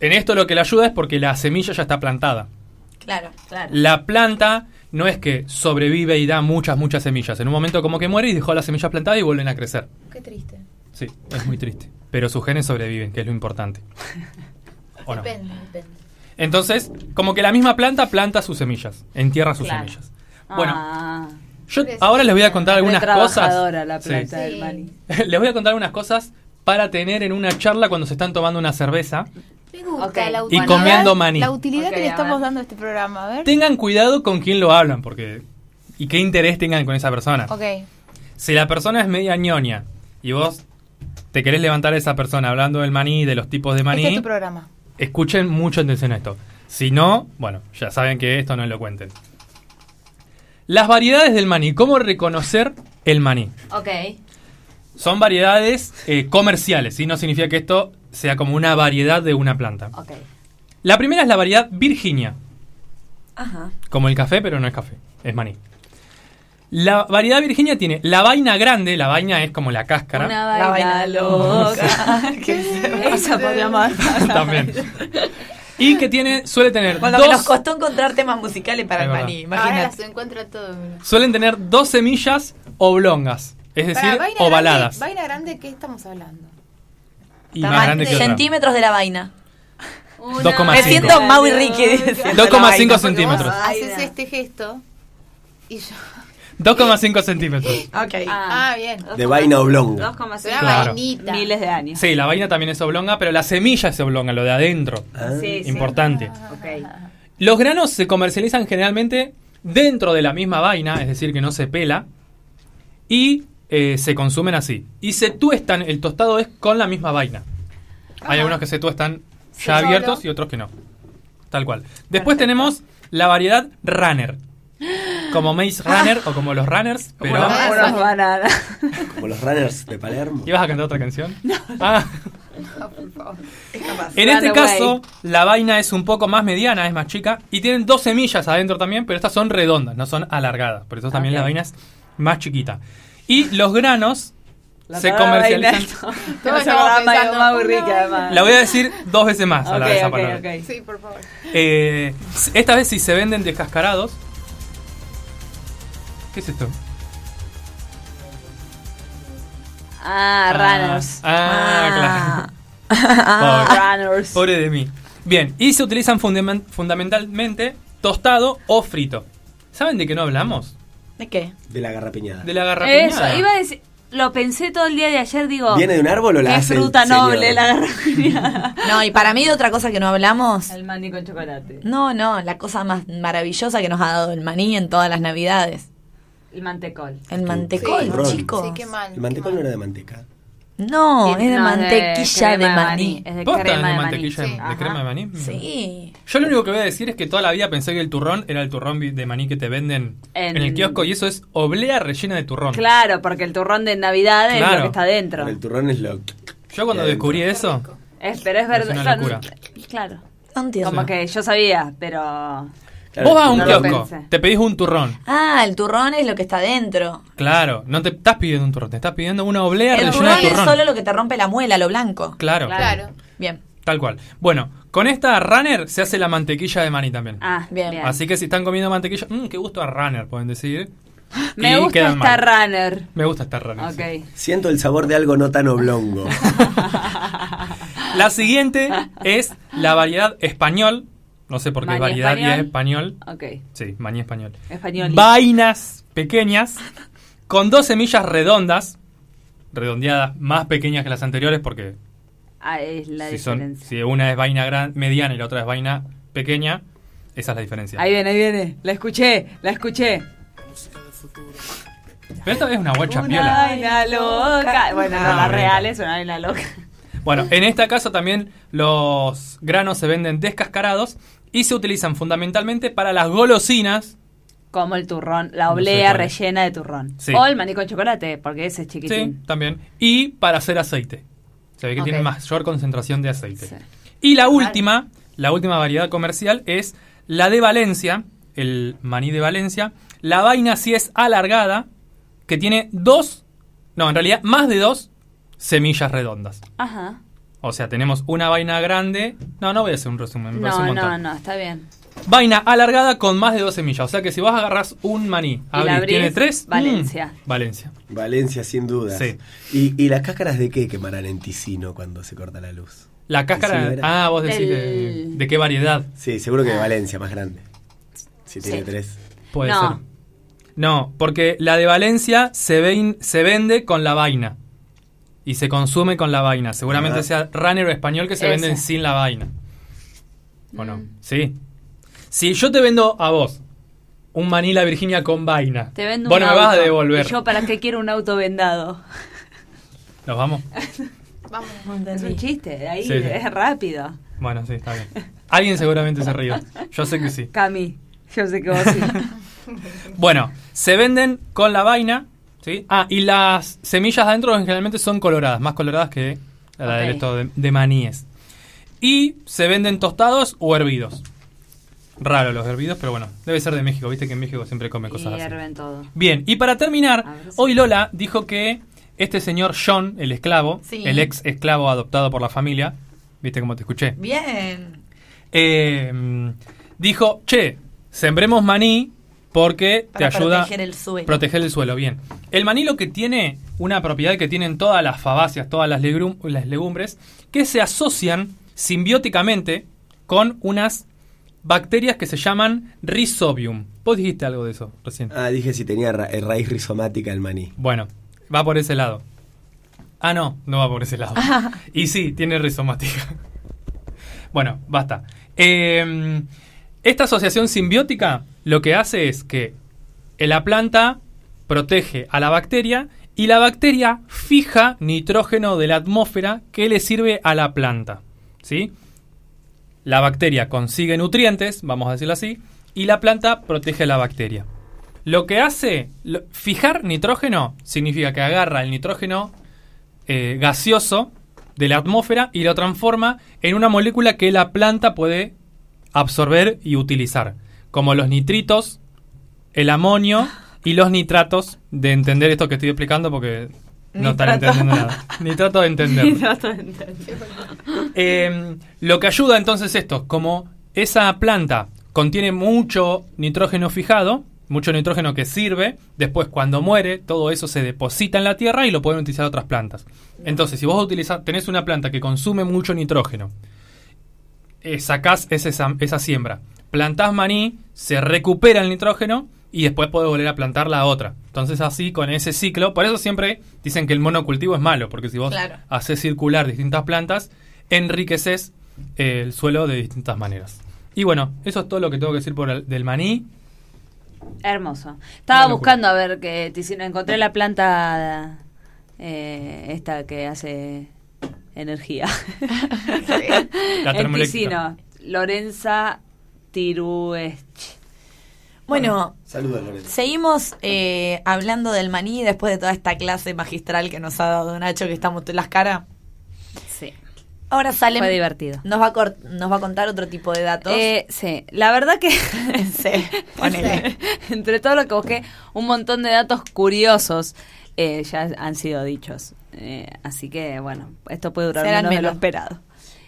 Speaker 3: En esto lo que le ayuda es porque la semilla ya está plantada.
Speaker 4: Claro, claro.
Speaker 3: La planta no es que sobrevive y da muchas, muchas semillas. En un momento como que muere y dejó las semillas plantadas y vuelven a crecer.
Speaker 5: Qué triste.
Speaker 3: Sí, es muy triste. Pero sus genes sobreviven, que es lo importante. ¿O no?
Speaker 5: Depende, depende.
Speaker 3: Entonces, como que la misma planta planta sus semillas, entierra sus
Speaker 8: Claro.
Speaker 3: semillas. Bueno,
Speaker 8: Ah,
Speaker 3: yo ahora les voy a contar algunas
Speaker 8: re
Speaker 3: cosas.
Speaker 8: trabajadora la
Speaker 3: Sí.
Speaker 8: planta del
Speaker 5: Sí.
Speaker 8: maní.
Speaker 3: les voy a contar algunas cosas para tener en una charla cuando se están tomando una cerveza.
Speaker 5: Me gusta
Speaker 8: Ok.
Speaker 5: la
Speaker 8: Y
Speaker 5: utilidad.
Speaker 3: comiendo maní.
Speaker 7: La utilidad
Speaker 8: Ok,
Speaker 7: que
Speaker 8: a
Speaker 7: le estamos
Speaker 8: ver.
Speaker 7: dando a este programa, a ver.
Speaker 3: Tengan cuidado con quién lo hablan, porque y qué interés tengan con esa persona.
Speaker 7: Ok.
Speaker 3: Si la persona es media ñoña y vos te querés levantar a esa persona hablando del maní, de los tipos de maní,
Speaker 7: Este es tu programa.
Speaker 3: Escuchen mucha atención a esto. Si no, bueno, ya saben que esto no lo cuenten. Las variedades del maní. ¿Cómo reconocer el maní?
Speaker 8: Ok.
Speaker 3: Son variedades eh, comerciales, ¿sí? No significa que esto sea como una variedad de una planta.
Speaker 8: Ok.
Speaker 3: La primera es la variedad Virginia,
Speaker 4: Ajá.
Speaker 3: como el café, pero no es café, es maní. La variedad Virginia tiene la vaina grande, la vaina es como la cáscara.
Speaker 8: Una
Speaker 4: La
Speaker 8: vaina,
Speaker 4: vaina
Speaker 8: loca. que se- Esa podríamos
Speaker 3: También. Y que tiene, suele tener
Speaker 4: Con lo
Speaker 3: dos...
Speaker 4: que nos costó encontrar temas musicales para
Speaker 3: Es
Speaker 4: el
Speaker 3: verdad.
Speaker 4: maní,
Speaker 5: Ahora
Speaker 4: imagínate.
Speaker 5: las encuentro todo.
Speaker 3: Suelen tener dos semillas oblongas, es decir,
Speaker 7: Pará, vaina
Speaker 3: ovaladas.
Speaker 7: Grande, vaina grande, ¿qué estamos hablando?
Speaker 3: y más
Speaker 4: Tamaño-
Speaker 3: grande que otra.
Speaker 4: centímetros de la vaina.
Speaker 8: Una
Speaker 3: 2,5.
Speaker 4: Me
Speaker 8: vaina
Speaker 4: siento Mau y Ricky.
Speaker 8: loca.
Speaker 4: diciendo la
Speaker 3: 2,5
Speaker 4: vaina.
Speaker 3: centímetros.
Speaker 7: Vos haces
Speaker 8: Vaina.
Speaker 7: este gesto y yo.
Speaker 3: 2,5 centímetros.
Speaker 4: Ok.
Speaker 7: Ah,
Speaker 8: Ah,
Speaker 7: bien.
Speaker 6: De vaina oblonga.
Speaker 8: 2,5.
Speaker 7: Se da
Speaker 3: Claro.
Speaker 7: vainita.
Speaker 8: Miles de años.
Speaker 3: Sí, la vaina también es oblonga, pero la semilla es oblonga, lo de adentro.
Speaker 8: Sí, sí.
Speaker 3: Importante.
Speaker 8: Ok.
Speaker 3: Los granos se comercializan generalmente dentro de la misma vaina, es decir, que no se pela, y eh, se consumen así. Y se tuestan, el tostado es con la misma vaina. Hay algunos que se tuestan ya
Speaker 7: solo.
Speaker 3: abiertos y otros que no. Tal cual. Después tenemos la variedad runner. Como Maze Runner o como los runners, pero...
Speaker 8: Como unos bananas.
Speaker 6: Ah, Como los runners de Palermo.
Speaker 3: ¿Ibas a cantar otra canción? Ah. En
Speaker 8: Run
Speaker 3: este
Speaker 8: away.
Speaker 3: caso, la vaina es un poco más mediana, es más chica, y tienen dos semillas adentro también, pero estas son redondas, no son alargadas. Por eso también
Speaker 8: Ok.
Speaker 3: la vaina es más chiquita. Y los granos
Speaker 8: La
Speaker 3: se
Speaker 8: palabra
Speaker 3: comercializan.
Speaker 8: vaina, no.
Speaker 7: Todos
Speaker 8: Se
Speaker 7: estamos
Speaker 8: llama Mayo
Speaker 7: pensando,
Speaker 8: Mau y
Speaker 7: una
Speaker 8: Ricky,
Speaker 7: vaina.
Speaker 8: además.
Speaker 3: La voy a decir dos veces más a la vez esa
Speaker 8: Ok,
Speaker 3: palabra.
Speaker 8: ok, ok.
Speaker 7: Sí, por favor.
Speaker 3: Eh, esta vez sí se venden descascarados. ¿Qué es esto?
Speaker 8: Ah, runners.
Speaker 3: Ah, claro. Pobre.
Speaker 8: Ah, Runners.
Speaker 3: Pobre de mí. Bien, y se utilizan fundamen- fundamentalmente tostado o frito. ¿Saben de qué no hablamos?
Speaker 4: ¿De qué?
Speaker 6: De la garrapiñada.
Speaker 3: De la garrapiñada.
Speaker 8: Eso, iba a decir. Lo pensé todo el día de ayer, digo.
Speaker 6: ¿Viene de un árbol o la
Speaker 8: Qué
Speaker 6: hace el
Speaker 8: fruta
Speaker 6: señor?
Speaker 8: noble la garrapiñada.
Speaker 4: No, y para mí de otra cosa que no hablamos.
Speaker 8: El maní con chocolate.
Speaker 4: No, no, la cosa más maravillosa que nos ha dado el maní en todas las navidades.
Speaker 8: El mantecol.
Speaker 4: El
Speaker 6: Sí,
Speaker 4: mantecol,
Speaker 6: el ron.
Speaker 4: chicos.
Speaker 7: Sí, qué mal.
Speaker 6: El mantecol
Speaker 7: qué
Speaker 6: no
Speaker 7: mal.
Speaker 6: era de manteca.
Speaker 4: No,
Speaker 8: Y
Speaker 4: es de
Speaker 8: no,
Speaker 4: mantequilla de,
Speaker 8: crema
Speaker 4: maní.
Speaker 8: Es de
Speaker 3: ¿Posta
Speaker 8: crema
Speaker 3: es
Speaker 8: de, maní.
Speaker 3: mantequilla
Speaker 8: Sí.
Speaker 3: de
Speaker 8: Ajá.
Speaker 3: crema de maní? Mira.
Speaker 4: Sí.
Speaker 3: Yo lo único que voy a decir es que toda la vida pensé que el turrón era el turrón vi- de maní que te venden en,
Speaker 8: En-
Speaker 3: el kiosco y eso es oblea rellena de turrón.
Speaker 8: Claro, porque el turrón de Navidad es
Speaker 3: Claro.
Speaker 8: lo que está dentro.
Speaker 6: Pero el turrón es lo...
Speaker 3: Yo cuando
Speaker 6: Qué
Speaker 3: descubrí eso,
Speaker 8: Es- pero es
Speaker 3: Es
Speaker 8: verdad.
Speaker 3: una locura.
Speaker 8: Claro.
Speaker 4: No entiendo.
Speaker 8: Como que yo sabía, pero. ah,
Speaker 6: Claro,
Speaker 3: vos vas a un
Speaker 8: no lo
Speaker 3: kiosco,
Speaker 8: pensé.
Speaker 3: te pedís un turrón.
Speaker 4: Ah, el turrón es lo que está dentro.
Speaker 3: Claro, no te estás pidiendo un turrón, te estás pidiendo una oblea
Speaker 4: El
Speaker 3: rellena
Speaker 4: turrón
Speaker 3: de
Speaker 4: es
Speaker 3: turrón.
Speaker 4: solo lo que te rompe la muela, lo blanco.
Speaker 3: Claro,
Speaker 7: Claro.
Speaker 4: Bien.
Speaker 3: tal cual. Bueno, con esta runner se hace la mantequilla de maní también.
Speaker 8: Ah,
Speaker 4: Bien.
Speaker 8: bien.
Speaker 3: mm, Así que si están comiendo mantequilla, mmm, qué gusto a runner, pueden decir.
Speaker 8: Me
Speaker 3: Y
Speaker 8: gusta
Speaker 3: quedan
Speaker 8: esta
Speaker 3: mal.
Speaker 8: runner.
Speaker 3: Me gusta estar raro. sí.
Speaker 8: Ok.
Speaker 6: Siento el sabor de algo no tan oblongo.
Speaker 3: La siguiente es la variedad español. No sé por qué es
Speaker 8: Maní
Speaker 3: variedad y es español.
Speaker 8: Ok.
Speaker 3: Sí, maní español.
Speaker 8: Español.
Speaker 3: Vainas pequeñas con dos semillas redondas, redondeadas, más pequeñas que las anteriores porque
Speaker 8: Ah, es la
Speaker 3: si, son,
Speaker 8: diferencia.
Speaker 3: si una es vaina gran, mediana y la otra es vaina pequeña, esa es la diferencia.
Speaker 8: Ahí viene, ahí viene. La escuché, la escuché.
Speaker 3: Pero esta es una guacha
Speaker 8: Una
Speaker 3: piola.
Speaker 8: vaina loca. Bueno, no,
Speaker 3: No,
Speaker 8: la
Speaker 3: no.
Speaker 8: real es una vaina loca.
Speaker 3: Bueno, en esta casa también los granos se venden descascarados y se utilizan fundamentalmente para las golosinas.
Speaker 8: Como el turrón, la
Speaker 3: No sé
Speaker 8: oblea
Speaker 3: cuál es.
Speaker 8: rellena de turrón.
Speaker 3: Sí.
Speaker 8: O el maní con chocolate, porque ese es
Speaker 3: Sí,
Speaker 8: chiquitín.
Speaker 3: también. Y para hacer aceite. Se ve que
Speaker 8: Ok.
Speaker 3: tiene mayor concentración de aceite.
Speaker 8: Sí.
Speaker 3: Y la última, la última variedad comercial es la de Valencia, el maní de Valencia. La vaina sí es alargada, que tiene dos, no, en realidad más de dos semillas redondas.
Speaker 8: Ajá.
Speaker 3: O sea, tenemos una vaina grande. No, no voy a hacer un resumen. me parece un
Speaker 8: No, no,
Speaker 3: montón.
Speaker 8: no, está bien.
Speaker 3: Vaina alargada con más de dos semillas. O sea que si vos agarrás un maní,
Speaker 8: la
Speaker 3: abrís,
Speaker 8: abrís,
Speaker 3: tiene tres. mm,
Speaker 8: Valencia.
Speaker 3: Valencia.
Speaker 6: Valencia, sin duda.
Speaker 3: Sí.
Speaker 6: ¿Y, y las cáscaras de qué quemarán en Ticino cuando se corta la luz?
Speaker 3: La
Speaker 6: Sí,
Speaker 3: cáscara.
Speaker 6: era.
Speaker 3: Ah, vos decís de,
Speaker 8: Del-
Speaker 3: de qué variedad
Speaker 6: Sí, seguro que de Valencia, más grande. Si tiene
Speaker 8: Ah. Sí.
Speaker 6: tres.
Speaker 3: puede
Speaker 8: No.
Speaker 3: ser. No, porque la de Valencia se, vein- se vende con la vaina. Y se consume con la vaina. Seguramente
Speaker 6: Ah.
Speaker 3: sea runner español que se
Speaker 8: Ese.
Speaker 3: venden sin la vaina. ¿O
Speaker 8: Mm.
Speaker 3: no? Sí. Si yo te vendo a vos un manila Virginia con vaina,
Speaker 8: Te vendo
Speaker 3: vos
Speaker 8: un
Speaker 3: no me vas a
Speaker 8: auto.
Speaker 3: devolver.
Speaker 8: ¿Y yo para qué quiero un auto vendado?
Speaker 3: ¿Nos vamos?
Speaker 8: Es un chiste, ahí
Speaker 3: Sí, sí.
Speaker 8: es rápido.
Speaker 3: Bueno, sí, está bien. Alguien seguramente se rió. Yo sé que sí.
Speaker 8: Cami, yo sé que vos sí.
Speaker 3: Bueno, se venden con la vaina, ¿sí? Ah, y las semillas de adentro generalmente son coloradas, más coloradas que la del
Speaker 8: Ok.
Speaker 3: esto de, de maníes. Y se venden tostados o hervidos. Raro los hervidos, pero bueno, debe ser de México, viste que en México siempre comen cosas
Speaker 8: y
Speaker 3: así.
Speaker 8: hierven todo.
Speaker 3: Bien, y para terminar,
Speaker 8: A ver si-
Speaker 3: hoy Lola dijo que este señor John, el esclavo,
Speaker 5: Sí.
Speaker 3: el ex esclavo adoptado por la familia, viste cómo te escuché,
Speaker 4: Bien.
Speaker 3: eh, dijo, che, sembremos maní porque
Speaker 4: Para
Speaker 3: te ayuda
Speaker 4: proteger el suelo.
Speaker 3: proteger el suelo. Bien. El maní lo que tiene, una propiedad que tienen todas las fabáceas, todas las, legrum- las legumbres, que se asocian simbióticamente con unas bacterias que se llaman rhizobium. Vos dijiste algo de eso recién.
Speaker 6: Ah, dije si tenía ra- eh, raíz rizomática el maní.
Speaker 3: Bueno, va por ese lado. Ah, no, no va por ese lado. Y sí, tiene rizomática. Bueno, basta. Eh, esta asociación simbiótica lo que hace es que la planta protege a la bacteria y la bacteria fija nitrógeno de la atmósfera que le sirve a la planta. ¿Sí? La bacteria consigue nutrientes, vamos a decirlo así, y la planta protege a la bacteria. Lo que hace, lo- fijar nitrógeno significa que agarra el nitrógeno eh, gaseoso de la atmósfera y lo transforma en una molécula que la planta puede absorber y utilizar, como los nitritos, el amonio y los nitratos, de entender esto que estoy explicando porque no están entendiendo nada. Nitrato de entender. Eh, lo que ayuda entonces esto, como esa planta contiene mucho nitrógeno fijado, mucho nitrógeno que sirve, después cuando muere todo eso se deposita en la tierra y lo pueden utilizar otras plantas. Entonces, si vos utilizás, tenés una planta que consume mucho nitrógeno, eh, sacás ese sam- esa siembra, plantás maní, se recupera el nitrógeno y después podés volver a plantar la otra. Entonces así, con ese ciclo, por eso siempre dicen que el monocultivo es malo, porque si vos
Speaker 4: Claro.
Speaker 3: haces circular distintas plantas, enriqueces eh, el suelo de distintas maneras. Y bueno, eso es todo lo que tengo que decir por el, del maní.
Speaker 8: Hermoso. Estaba
Speaker 3: locura.
Speaker 8: buscando a ver que Ticino. Encontré la planta eh, esta que hace energía.
Speaker 3: La
Speaker 8: en Ticino.
Speaker 3: termoeléctrica.
Speaker 8: Lorenza Tiruech.
Speaker 4: Bueno,
Speaker 6: Saludos, Lorenzo.
Speaker 4: seguimos eh, hablando del maní después de toda esta clase magistral que nos ha dado Nacho, que estamos en las caras.
Speaker 8: Sí.
Speaker 4: Ahora sale.
Speaker 8: Fue divertido.
Speaker 4: Nos va, a cor- nos va a contar otro tipo de datos.
Speaker 8: Eh, sí, la verdad que
Speaker 4: Sí, ponele.
Speaker 8: entre todo lo que busqué, un montón de datos curiosos eh, ya han sido dichos. Eh, así que, bueno, esto puede durar
Speaker 4: Serán
Speaker 8: menos de lo
Speaker 4: menos.
Speaker 8: esperado.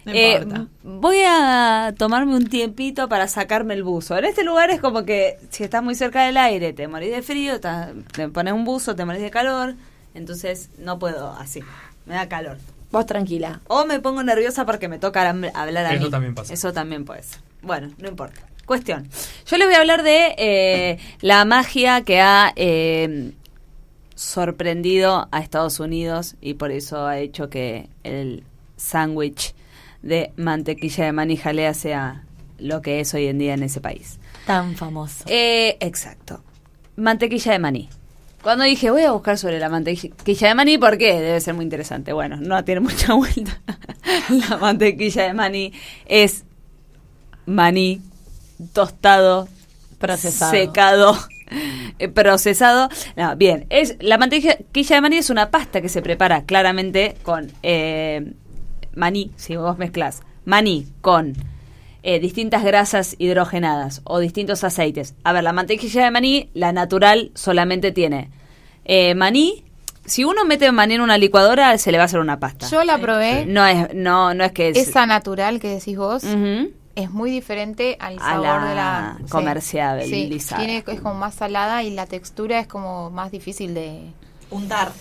Speaker 4: No
Speaker 8: Eh,
Speaker 4: importa.
Speaker 8: voy a tomarme un tiempito para sacarme el buzo. En este lugar es como que si estás muy cerca del aire, te morís de frío, ta- te pones un buzo, te morís de calor. Entonces no puedo así. Me da calor.
Speaker 4: Vos tranquila.
Speaker 8: O me pongo nerviosa porque me toca am- hablar a mí.
Speaker 3: Eso también pasa.
Speaker 8: Eso también puede ser. Bueno, no importa. Cuestión. Yo les voy a hablar de eh, la magia que ha eh, sorprendido a Estados Unidos y por eso ha hecho que el sándwich de mantequilla de maní jalea sea lo que es hoy en día en ese país.
Speaker 4: Tan famoso.
Speaker 8: Eh, exacto. Mantequilla de maní. Cuando dije, voy a buscar sobre la mantequilla de maní, ¿por qué? Debe ser muy interesante. Bueno, no tiene mucha vuelta. la mantequilla de maní es maní tostado,
Speaker 4: Procesado.
Speaker 8: secado, eh, procesado. No, bien, es, la mantequilla de maní es una pasta que se prepara claramente con eh, maní, si vos mezclas maní con eh, distintas grasas hidrogenadas o distintos aceites. A ver, la mantequilla de maní, la natural, solamente tiene eh, maní. Si uno mete maní en una licuadora, se le va a hacer una pasta.
Speaker 7: Yo la probé.
Speaker 8: no es, no, no es que es-
Speaker 7: Esa natural que decís vos
Speaker 8: Ujú.
Speaker 7: es muy diferente al
Speaker 8: A
Speaker 7: sabor
Speaker 8: la
Speaker 7: de la sí.
Speaker 8: comerciabilizada.
Speaker 7: Sí, tiene- es como más salada y la textura es como más difícil de.
Speaker 4: Untar.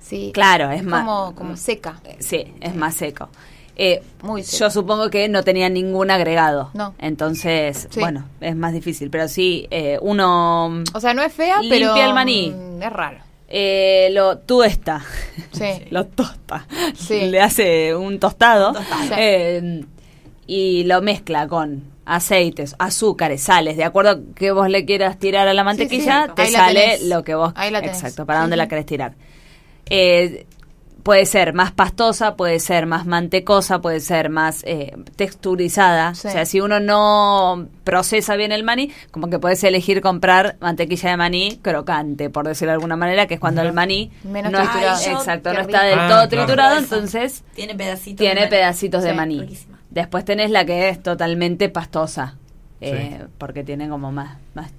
Speaker 7: Sí.
Speaker 8: Claro, es más- Mm.
Speaker 7: Como, como seca.
Speaker 8: Sí, es más seco. Eh,
Speaker 7: Muy
Speaker 8: Yo
Speaker 7: seco.
Speaker 8: supongo que no tenía ningún agregado.
Speaker 7: No.
Speaker 8: Entonces,
Speaker 7: Sí. Mm.
Speaker 8: bueno, es más difícil. Pero sí, eh, uno
Speaker 7: O sea, no es fea,
Speaker 8: Limpia
Speaker 7: pero.
Speaker 8: el maní.
Speaker 7: mm, Es raro.
Speaker 8: eh, lo tuesta.
Speaker 7: Sí.
Speaker 8: lo tosta.
Speaker 7: Sí.
Speaker 8: Le hace un tostado.
Speaker 7: tostado.
Speaker 8: eh, y lo mezcla con aceites, azúcares, sales. De acuerdo a que vos le quieras tirar a la mantequilla,
Speaker 7: sí.
Speaker 8: te
Speaker 7: Ahí la
Speaker 8: sale
Speaker 7: tenés.
Speaker 8: lo que vos...
Speaker 7: Ahí la tenés.
Speaker 8: Exacto, para dónde la
Speaker 7: Ujú.
Speaker 8: querés tirar. Eh, puede ser más pastosa, puede ser más mantecosa, puede ser más eh, texturizada.
Speaker 7: Sí.
Speaker 8: O sea, si uno no procesa bien el maní, como que puedes elegir comprar mantequilla de maní crocante, por decirlo de alguna manera, que es cuando el maní
Speaker 7: Menos
Speaker 8: no es-
Speaker 7: triturado.
Speaker 8: Ay, yo- exacto,
Speaker 7: qué
Speaker 8: no está del
Speaker 7: rico.
Speaker 3: Ah,
Speaker 8: todo
Speaker 3: claro.
Speaker 8: triturado, entonces
Speaker 4: Tiene pedacitos. de
Speaker 8: tiene
Speaker 4: maní.
Speaker 8: pedacitos de
Speaker 7: Sí,
Speaker 8: maní.
Speaker 4: riquísima.
Speaker 8: Después tenés la que es totalmente pastosa, eh,
Speaker 3: Sí.
Speaker 8: porque tiene como más, más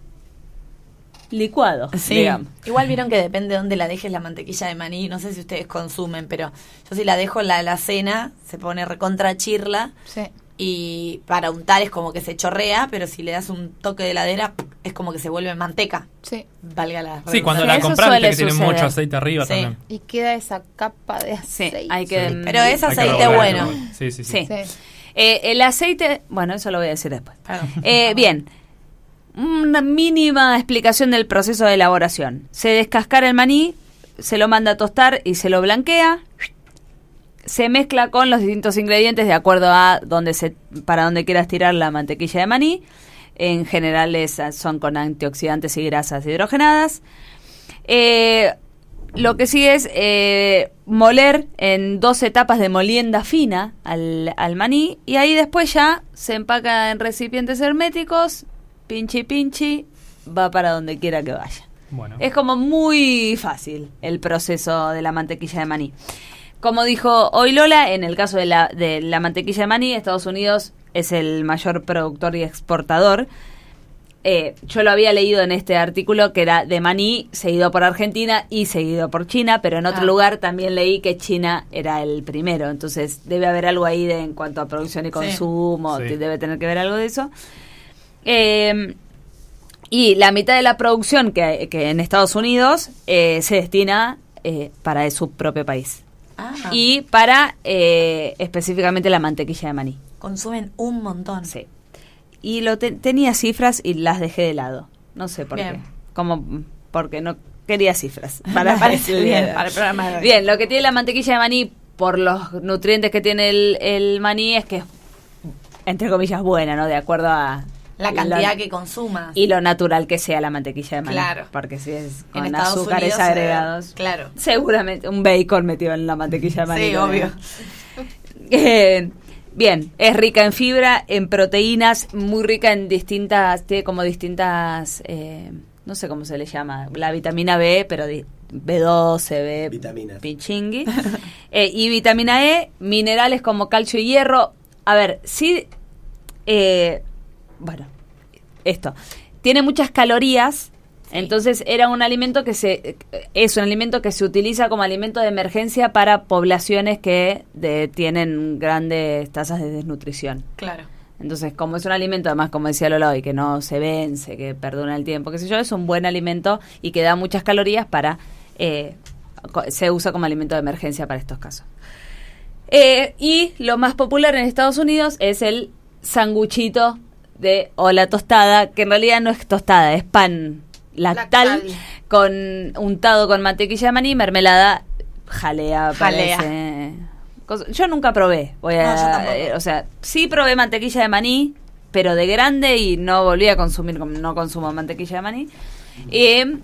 Speaker 8: licuado,
Speaker 4: Sí.
Speaker 8: digamos.
Speaker 4: Igual vieron que depende de dónde la dejes la mantequilla de maní. No sé si ustedes consumen, pero yo si la dejo en la alacena, se pone recontra chirla.
Speaker 7: Sí.
Speaker 4: Y para untar es como que se chorrea, pero si le das un toque de heladera, es como que se vuelve manteca.
Speaker 7: Sí.
Speaker 4: Valga la
Speaker 3: Sí, cuando la
Speaker 8: Eso
Speaker 3: compras, viste
Speaker 8: suele
Speaker 3: que tiene
Speaker 8: suceder.
Speaker 3: mucho aceite arriba
Speaker 4: Sí.
Speaker 3: también.
Speaker 7: Y queda esa capa de
Speaker 8: Sí,
Speaker 7: aceite.
Speaker 8: hay que...
Speaker 3: Sí.
Speaker 4: Pero es
Speaker 3: Hay que
Speaker 4: aceite
Speaker 3: revolver,
Speaker 4: bueno.
Speaker 3: ¿no? Sí, sí,
Speaker 8: Sí.
Speaker 3: sí.
Speaker 7: Sí.
Speaker 8: Eh, el aceite, bueno, eso lo voy a decir después.
Speaker 4: Perdón.
Speaker 8: Eh, bien, una mínima explicación del proceso de elaboración. Se descascara el maní, se lo manda a tostar y se lo blanquea. Se mezcla con los distintos ingredientes de acuerdo a donde se, para donde quieras tirar la mantequilla de maní. En general es- son con antioxidantes y grasas hidrogenadas. Eh, lo que sí es eh, moler en dos etapas de molienda fina al, al maní y ahí después ya se empaca en recipientes herméticos, pinchi pinchi, va para donde quiera que vaya.
Speaker 3: Bueno.
Speaker 8: Es como muy fácil el proceso de la mantequilla de maní. Como dijo hoy Lola, en el caso de la, de la mantequilla de maní, Estados Unidos es el mayor productor y exportador. Eh, yo lo había leído en este artículo que era de maní, seguido por Argentina y seguido por China, pero en otro
Speaker 7: Ah.
Speaker 8: lugar también leí que China era el primero. Entonces debe haber algo ahí de, en cuanto a producción y consumo,
Speaker 3: Sí.
Speaker 8: que debe tener que ver algo de eso. Eh, y la mitad de la producción que, que en Estados Unidos eh, se destina eh, para su propio país.
Speaker 4: Ah,
Speaker 8: Y para eh, específicamente la mantequilla de maní.
Speaker 4: consumen un montón.
Speaker 8: Sí. Y lo te- tenía cifras y las dejé de lado. No sé por
Speaker 4: Bien.
Speaker 8: qué. Como porque no quería cifras. Para, para
Speaker 4: Bien,
Speaker 8: estudiar.
Speaker 4: para el programa de hoy.
Speaker 8: Bien, lo que tiene la mantequilla de maní por los nutrientes que tiene el, el maní es que es, entre comillas, buena, ¿no? De acuerdo a...
Speaker 4: La cantidad
Speaker 8: lo-
Speaker 4: que consumas.
Speaker 8: y lo natural que sea la mantequilla de maní.
Speaker 4: Claro.
Speaker 8: Porque si es
Speaker 4: En
Speaker 8: con
Speaker 4: Estados
Speaker 8: azúcares
Speaker 4: Unidos, eh,
Speaker 8: agregados.
Speaker 4: claro.
Speaker 8: Seguramente un bacon metido en la mantequilla de maní.
Speaker 4: Sí,
Speaker 8: también.
Speaker 4: obvio.
Speaker 8: Eh, bien, es rica en fibra, en proteínas, muy rica en distintas, tiene como distintas, eh, no sé cómo se le llama, la vitamina B, pero di- B12, B,
Speaker 6: Vitaminas.
Speaker 8: pichingui, Eh, y vitamina E, minerales como calcio y hierro. A ver, sí, eh, bueno, esto, tiene muchas calorías, Entonces era un alimento que se es un alimento que se utiliza como alimento de emergencia para poblaciones que de- tienen grandes tasas de desnutrición.
Speaker 11: Claro.
Speaker 8: Entonces, como es un alimento, además, como decía Lola hoy, que no se vence, que perdura el tiempo, qué sé yo, es un buen alimento y que da muchas calorías para... eh, co- se usa como alimento de emergencia para estos casos. Eh, y lo más popular en Estados Unidos es el sanguchito de, o la tostada, que en realidad no es tostada, es pan lactal, con untado con mantequilla de maní, mermelada, jalea,
Speaker 4: Jalea.
Speaker 8: parece. Cosa- Yo nunca probé, voy a-
Speaker 4: No, yo tampoco.
Speaker 8: eh, o sea, sí probé mantequilla de maní, pero de grande y no volví a consumir, com- no consumo mantequilla de maní, Eh,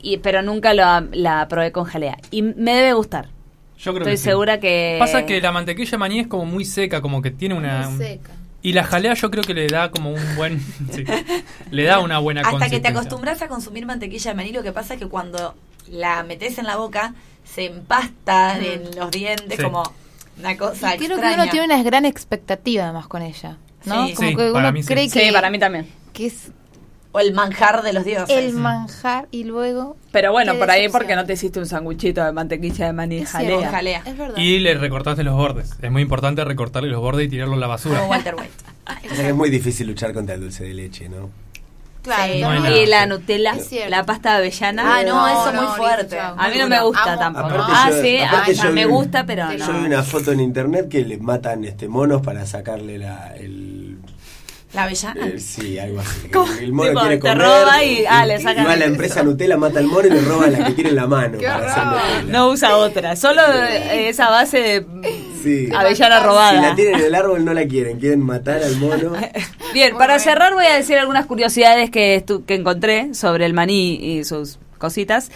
Speaker 8: y, pero nunca lo- la probé con jalea. Y me debe gustar.
Speaker 3: Yo creo
Speaker 8: Estoy
Speaker 3: que sí.
Speaker 8: segura que...
Speaker 3: Pasa que la mantequilla de maní es como muy seca, como que tiene una... un- Y la jalea yo creo que le da como un buen... sí, le da una buena
Speaker 4: Hasta que te
Speaker 3: consistencia.
Speaker 4: acostumbras a consumir mantequilla de maní, lo que pasa es que cuando la metes en la boca, se empasta en los dientes,
Speaker 3: Sí.
Speaker 4: como una cosa
Speaker 7: Mm. Y creo que
Speaker 4: extraña.
Speaker 7: uno tiene una gran expectativa además con ella. ¿no?
Speaker 4: Sí.
Speaker 7: Como
Speaker 3: Sí,
Speaker 7: que
Speaker 3: para
Speaker 7: uno
Speaker 3: mí sí.
Speaker 7: cree
Speaker 8: Sí,
Speaker 7: que,
Speaker 8: para mí también.
Speaker 7: que es
Speaker 4: O el manjar de los dioses.
Speaker 7: el manjar y luego
Speaker 8: Pero bueno,
Speaker 7: Qué
Speaker 8: por ahí
Speaker 7: decepción.
Speaker 8: porque no te hiciste un sanguchito de mantequilla de maní
Speaker 7: Es
Speaker 8: jalea.
Speaker 7: cierto.
Speaker 4: Jalea.
Speaker 7: Es verdad.
Speaker 3: Y le recortaste los bordes. Es muy importante recortarle los bordes y tirarlo a la basura.
Speaker 4: Como Walter White.
Speaker 6: O sea que es muy difícil luchar contra el dulce de leche, ¿no?
Speaker 7: Claro.
Speaker 4: Sí.
Speaker 3: No hay
Speaker 8: y
Speaker 3: nada.
Speaker 8: la Nutella,
Speaker 7: Es cierto.
Speaker 8: la pasta de avellana.
Speaker 4: Ah, no, eso
Speaker 7: no,
Speaker 4: muy
Speaker 7: listo,
Speaker 4: fuerte.
Speaker 7: chao.
Speaker 8: A mí no me gusta
Speaker 11: Amo.
Speaker 8: tampoco.
Speaker 6: Aparte
Speaker 8: ah,
Speaker 6: yo-
Speaker 8: sí,
Speaker 6: aparte
Speaker 8: ah, ya
Speaker 6: yo
Speaker 8: me
Speaker 6: vi-
Speaker 8: gusta, pero
Speaker 6: Yo vi
Speaker 8: no.
Speaker 6: una foto en internet que le matan este monos para sacarle la, el
Speaker 4: La avellana.
Speaker 6: Eh, sí, algo así.
Speaker 8: Ah. ¿Cómo?
Speaker 6: El mono
Speaker 8: Tipo,
Speaker 6: quiere
Speaker 8: te
Speaker 6: comer.
Speaker 8: roba y- ah, le sacan
Speaker 6: va
Speaker 8: el-
Speaker 6: la empresa Nutella, mata al mono y le roba la que tiene en la mano. para hacer Nutella.
Speaker 8: No usa otra, solo eh, esa base de
Speaker 6: Sí.
Speaker 8: avellana
Speaker 6: Si la
Speaker 8: robada.
Speaker 6: tienen en el árbol no la quieren, quieren matar al mono.
Speaker 8: Bien, para cerrar voy a decir algunas curiosidades que, estu- que encontré sobre el maní y sus cositas.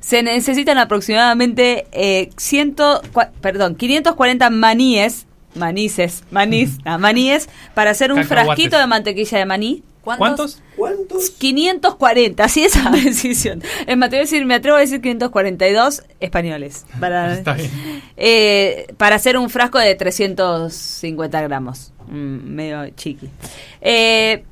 Speaker 8: Se necesitan aproximadamente eh, 100, cua- perdón, 540 maníes, manices, manís, ah, maníes, para hacer un
Speaker 3: Cacahuates.
Speaker 8: frasquito de mantequilla de maní.
Speaker 3: ¿Cuántos?
Speaker 6: ¿Cuántos?
Speaker 8: 540, así esa precisión. Es más, te voy a decir, me atrevo a decir 542 españoles. Para,
Speaker 3: Está bien.
Speaker 8: eh, para hacer un frasco de 350 gramos. Mm, medio chiqui. Eh,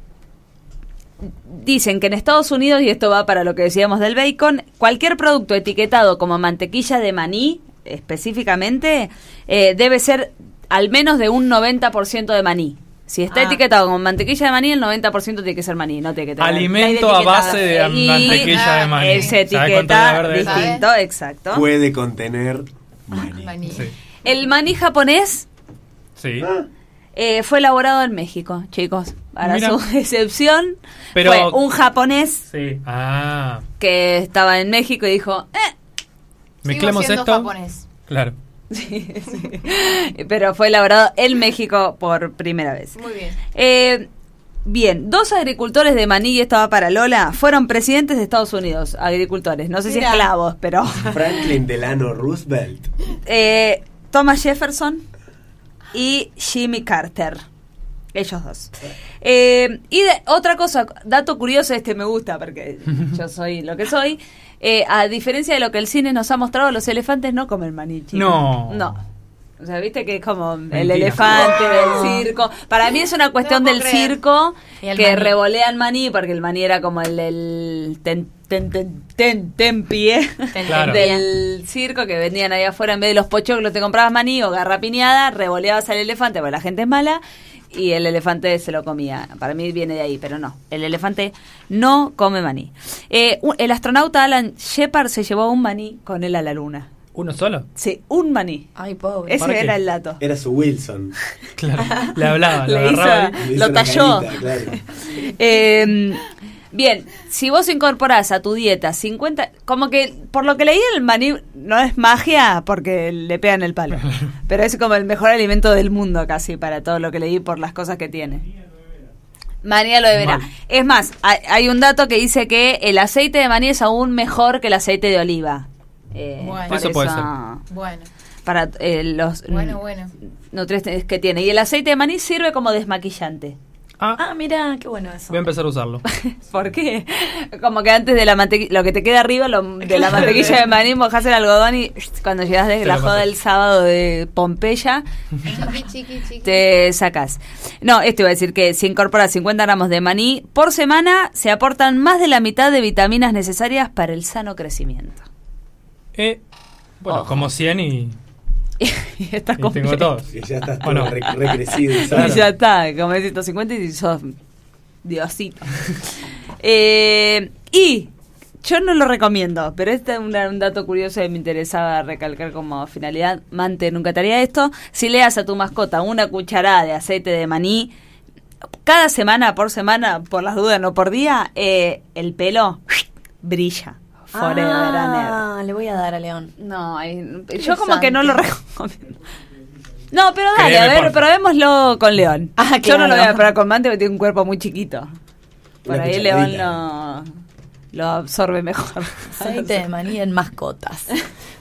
Speaker 8: dicen que en Estados Unidos, y esto va para lo que decíamos del bacon, cualquier producto etiquetado como mantequilla de maní, específicamente, eh, debe ser al menos de un 90% de maní. Si está
Speaker 4: Ah.
Speaker 8: etiquetado como mantequilla de maní, el 90% tiene que ser maní, no tiene que tener...
Speaker 3: Alimento
Speaker 4: Está
Speaker 3: a
Speaker 4: etiquetada.
Speaker 3: base de
Speaker 8: Y-
Speaker 3: mantequilla de maní.
Speaker 8: Es
Speaker 3: ¿Sabe cuánto debe
Speaker 8: etiqueta
Speaker 3: haber de eso?
Speaker 7: ¿Sabe?
Speaker 8: distinto, exacto.
Speaker 6: Puede contener maní.
Speaker 7: maní.
Speaker 3: Sí.
Speaker 8: El maní japonés
Speaker 3: Sí.
Speaker 8: eh, fue elaborado en México, chicos. Para
Speaker 3: Mira.
Speaker 8: su excepción,
Speaker 3: Pero-
Speaker 8: fue un japonés
Speaker 3: Sí. Ah.
Speaker 8: que estaba en México y dijo, "Eh",
Speaker 3: Mezclemos
Speaker 7: siendo
Speaker 3: esto.
Speaker 7: japonés.
Speaker 3: Claro.
Speaker 8: pero fue elaborado en México por primera vez.
Speaker 11: Muy bien.
Speaker 8: Eh, bien, dos agricultores de maní, y esto va para Lola, fueron presidentes de Estados Unidos, agricultores, no sé si
Speaker 4: Mira.
Speaker 8: esclavos, pero...
Speaker 6: Franklin Delano Roosevelt.
Speaker 8: Eh, Thomas Jefferson y Jimmy Carter. Ellos dos. Eh, y de- otra cosa, dato curioso, este me gusta porque yo soy lo que soy. Eh, a diferencia de lo que el cine nos ha mostrado, los elefantes no comen maní. chicos.
Speaker 3: No.
Speaker 8: No. O sea, viste que es como el
Speaker 3: Mentira.
Speaker 8: elefante del circo. Para mí es una cuestión
Speaker 7: No lo
Speaker 8: del
Speaker 7: puedo creer.
Speaker 8: circo
Speaker 4: Y el
Speaker 8: que
Speaker 4: maní.
Speaker 8: revolean maní porque el maní era como el, el ten, ten, ten, ten, tenpie
Speaker 3: Claro.
Speaker 8: del circo que vendían ahí afuera en vez de los pochoclos te comprabas maní o garrapiñada, revoleabas al elefante porque la gente es mala y el elefante se lo comía. Para mí viene de ahí, pero no. El elefante no come maní. Eh, un- el astronauta Alan Shepard se llevó un maní con él a la luna.
Speaker 3: ¿Uno solo?
Speaker 8: Sí, un maní.
Speaker 4: Ay, pobre.
Speaker 8: Ese
Speaker 3: ¿Para qué?
Speaker 8: era el dato.
Speaker 6: Era su Wilson.
Speaker 3: Claro. Le hablaba, lo
Speaker 8: Le hizo-
Speaker 3: agarraba. ahí.
Speaker 6: Le hizo
Speaker 8: Lo
Speaker 6: una
Speaker 8: talló.
Speaker 6: carita, claro.
Speaker 8: Eh, bien, si vos incorporás a tu dieta 50, como que por lo que leí el maní no es magia porque le pegan el palo, pero es como el mejor alimento del mundo casi para todo lo que leí por las cosas que tiene. Maní lo deberá.
Speaker 3: Mal.
Speaker 8: Es más, hay, hay un dato que dice que el aceite de maní es aún mejor que el aceite de oliva. Eh,
Speaker 7: Bueno.
Speaker 8: por
Speaker 3: Eso puede
Speaker 7: Bueno,
Speaker 8: Para eh, los
Speaker 7: bueno, bueno.
Speaker 8: nutrientes que tiene. Y el aceite de maní sirve como desmaquillante.
Speaker 3: Ah,
Speaker 4: Ah, mira, qué bueno eso.
Speaker 3: voy a empezar a usarlo.
Speaker 8: ¿Por qué? Como que antes de la mantequilla, lo que te queda arriba lo- de la mantequilla de maní, mojás el algodón y cuando llegas de
Speaker 3: Te
Speaker 8: la
Speaker 3: lo
Speaker 8: joda
Speaker 3: pasas.
Speaker 8: del sábado de Pompeya,
Speaker 7: Chiqui, chiqui, chiqui.
Speaker 8: te sacas. No, esto iba a decir que se incorpora 50 gramos de maní por semana, se aportan más de la mitad de vitaminas necesarias para el sano crecimiento.
Speaker 3: Eh, bueno,
Speaker 8: Ojo.
Speaker 3: como 100 y,
Speaker 8: y estás
Speaker 3: y tengo
Speaker 8: completo.
Speaker 3: todos.
Speaker 6: Que ya estás
Speaker 3: ¿O no?
Speaker 6: todo re- recrecido.
Speaker 8: Y
Speaker 6: ¿sabes?
Speaker 8: ya está, como 150 y sos diosito. Eh, y yo no lo recomiendo, pero este es un, un dato curioso que me interesaba recalcar como finalidad. Mante, nunca te haría esto. Si le das a tu mascota una cucharada de aceite de maní, cada semana, por semana, por las dudas, no por día, eh, el pelo brilla. Forever and ever.
Speaker 4: ah, le voy a dar a León.
Speaker 8: No, ay, yo como que no lo recomiendo. No, pero dale,
Speaker 3: Créeme,
Speaker 8: a ver,
Speaker 3: por-
Speaker 8: probémoslo con León.
Speaker 4: Ah,
Speaker 8: Yo no lo
Speaker 4: claro.
Speaker 8: voy a probar con Mante porque tiene un cuerpo muy chiquito. Por
Speaker 6: Una
Speaker 8: ahí
Speaker 6: cucharadita.
Speaker 8: León lo, lo absorbe mejor.
Speaker 4: Aceite de maní en mascotas.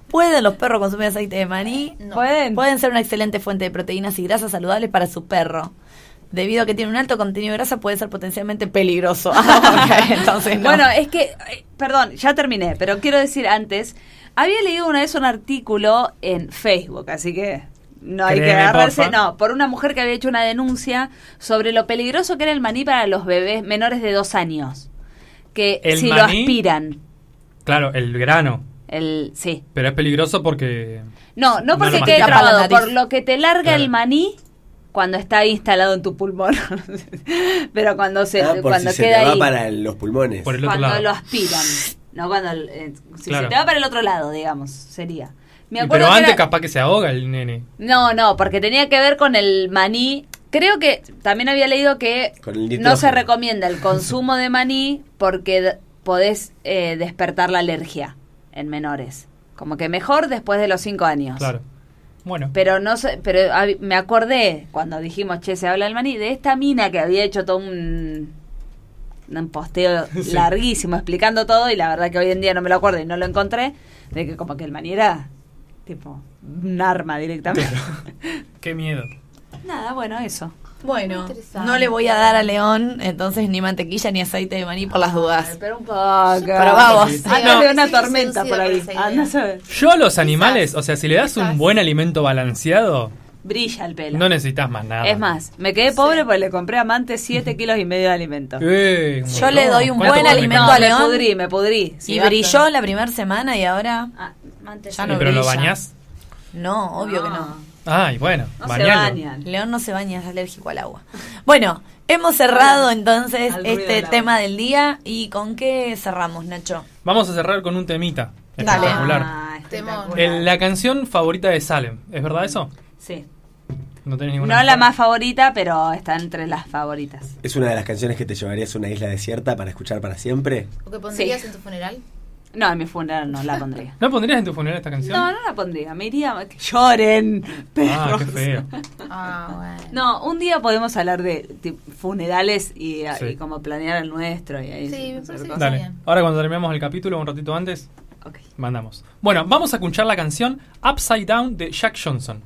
Speaker 4: ¿Pueden los perros consumir aceite de maní?
Speaker 5: No.
Speaker 8: ¿Pueden?
Speaker 4: Pueden ser una excelente fuente de proteínas y grasas saludables para su perro. Debido a que tiene un alto contenido de grasa, puede ser potencialmente peligroso. Ah, ok, entonces no.
Speaker 8: Bueno, es que, eh, perdón, ya terminé, pero quiero decir antes, había leído una vez un artículo en Facebook, así que no hay que
Speaker 3: Créeme,
Speaker 8: agarrarse,
Speaker 3: porfa.
Speaker 8: no, por una mujer que había hecho una denuncia sobre lo peligroso que era el maní para los bebés menores de dos años, que
Speaker 3: El
Speaker 8: si lo
Speaker 3: maní-
Speaker 8: aspiran,
Speaker 3: Claro, el grano.
Speaker 8: el, sí.
Speaker 3: Pero es peligroso porque.
Speaker 8: No,
Speaker 3: No
Speaker 8: no porque
Speaker 3: lo
Speaker 8: quede
Speaker 3: mastica.
Speaker 4: Tapa la
Speaker 8: trabado,
Speaker 4: nariz.
Speaker 8: por lo que te larga
Speaker 3: Claro.
Speaker 8: el maní cuando está instalado en tu pulmón, pero cuando se,
Speaker 6: Ah, por si
Speaker 8: cuando
Speaker 6: se
Speaker 8: queda
Speaker 6: te va
Speaker 8: ahí.
Speaker 6: para los pulmones.
Speaker 3: Por el otro
Speaker 8: cuando
Speaker 3: lado.
Speaker 8: lo aspiran. No, cuando. eh, si
Speaker 3: Claro.
Speaker 8: se te va para el otro lado, digamos, sería. Me
Speaker 3: Y
Speaker 8: acuerdo
Speaker 3: Pero
Speaker 8: que
Speaker 3: antes
Speaker 8: era-
Speaker 3: capaz que se ahoga el nene.
Speaker 8: No, no, porque tenía que ver con el maní. Creo que también había leído que
Speaker 6: Con el nitrógeno.
Speaker 8: no se recomienda el consumo de maní porque d- podés eh, despertar la alergia en menores. Como que mejor después de los cinco años.
Speaker 3: Claro. Bueno.
Speaker 8: Pero no sé, pero hab- me acordé cuando dijimos, che, se habla del maní, de esta mina que había hecho todo un, un posteo larguísimo explicando todo y la verdad que hoy en día no me lo acuerdo y no lo encontré, de que como que el maní era tipo un arma directamente.
Speaker 3: Qué miedo.
Speaker 8: Nada, bueno, eso.
Speaker 4: Bueno,
Speaker 7: Interesante.
Speaker 4: no le voy a dar a León, entonces ni mantequilla ni aceite de maní por las dudas.
Speaker 8: Pero un poco.
Speaker 4: Pero vamos.
Speaker 7: Ah, no.
Speaker 8: Anda una
Speaker 7: Estoy
Speaker 8: tormenta por
Speaker 7: seducida
Speaker 8: ahí. Ah,
Speaker 7: por esa idea.
Speaker 8: Anda a saber.
Speaker 3: Yo a los animales, o sea, si le das un
Speaker 7: Quizás.
Speaker 3: buen alimento balanceado,
Speaker 8: Brilla el pelo.
Speaker 3: no necesitas más nada.
Speaker 8: es más, me quedé pobre porque le compré a Mante 7 kilos y medio de alimento.
Speaker 3: Eh, un
Speaker 4: Yo le
Speaker 3: montón.
Speaker 4: doy un
Speaker 3: ¿Cuánto
Speaker 4: buen
Speaker 3: come?
Speaker 4: alimento
Speaker 8: No,
Speaker 4: a
Speaker 8: me
Speaker 4: León.
Speaker 8: pudrí, me pudrí.
Speaker 4: Y brilló la primera semana y ahora
Speaker 8: Ah, Mante
Speaker 4: ya
Speaker 3: Sí,
Speaker 4: no
Speaker 3: pero lo
Speaker 4: brilla.
Speaker 3: bañás.
Speaker 4: No, obvio que no.
Speaker 3: Ay, bueno,
Speaker 8: No
Speaker 3: bañalo.
Speaker 8: se bañan.
Speaker 4: León no se baña, es alérgico al agua. Bueno, hemos cerrado entonces
Speaker 8: Al ruido
Speaker 4: este
Speaker 8: del agua.
Speaker 4: tema del día. ¿Y con qué cerramos, Nacho?
Speaker 3: Vamos a cerrar con un temita.
Speaker 4: Dale.
Speaker 3: Espectacular.
Speaker 8: Ah, espectacular.
Speaker 3: El- la canción favorita de Salem, ¿es verdad eso?
Speaker 8: Sí.
Speaker 3: No tenés ninguna.
Speaker 8: No la
Speaker 3: mejor?
Speaker 8: más favorita, pero está entre las favoritas.
Speaker 6: ¿Es una de las canciones que te llevarías a una isla desierta para escuchar para siempre?
Speaker 7: ¿O que pondrías
Speaker 8: Sí.
Speaker 7: en tu funeral?
Speaker 8: No, en mi funeral no la pondría.
Speaker 3: ¿No pondrías en tu funeral esta canción?
Speaker 8: No, no la pondría. Me iría. Que lloren,
Speaker 3: Ah,
Speaker 8: perros.
Speaker 3: qué feo.
Speaker 7: Ah, bueno.
Speaker 8: No, un día podemos hablar de ti- funerales y,
Speaker 3: Sí.
Speaker 8: y cómo planear el nuestro. Y ahí
Speaker 7: Sí, me parece que-
Speaker 3: Dale.
Speaker 7: bien.
Speaker 3: Ahora cuando terminamos el capítulo, un ratito antes,
Speaker 8: Ok.
Speaker 3: mandamos. Bueno, vamos a escuchar la canción Upside Down de Jack Johnson.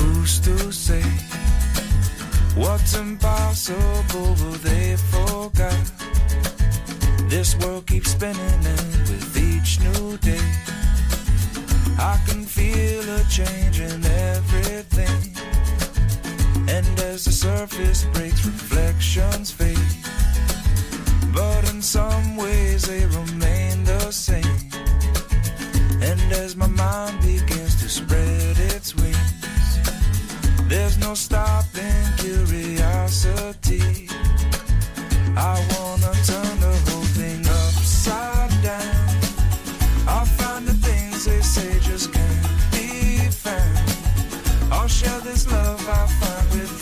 Speaker 11: Who's to say what's impossible? Well, they forgot. This world keeps spinning, and with each new day, I can feel a change in everything. And as the surface breaks, reflections fade. But in some ways, they remain the same. And as my mind begins to spread its wings. There's no stopping curiosity. I wanna turn the whole thing upside down. I'll find the things they say just can't be found. I'll share this love I find with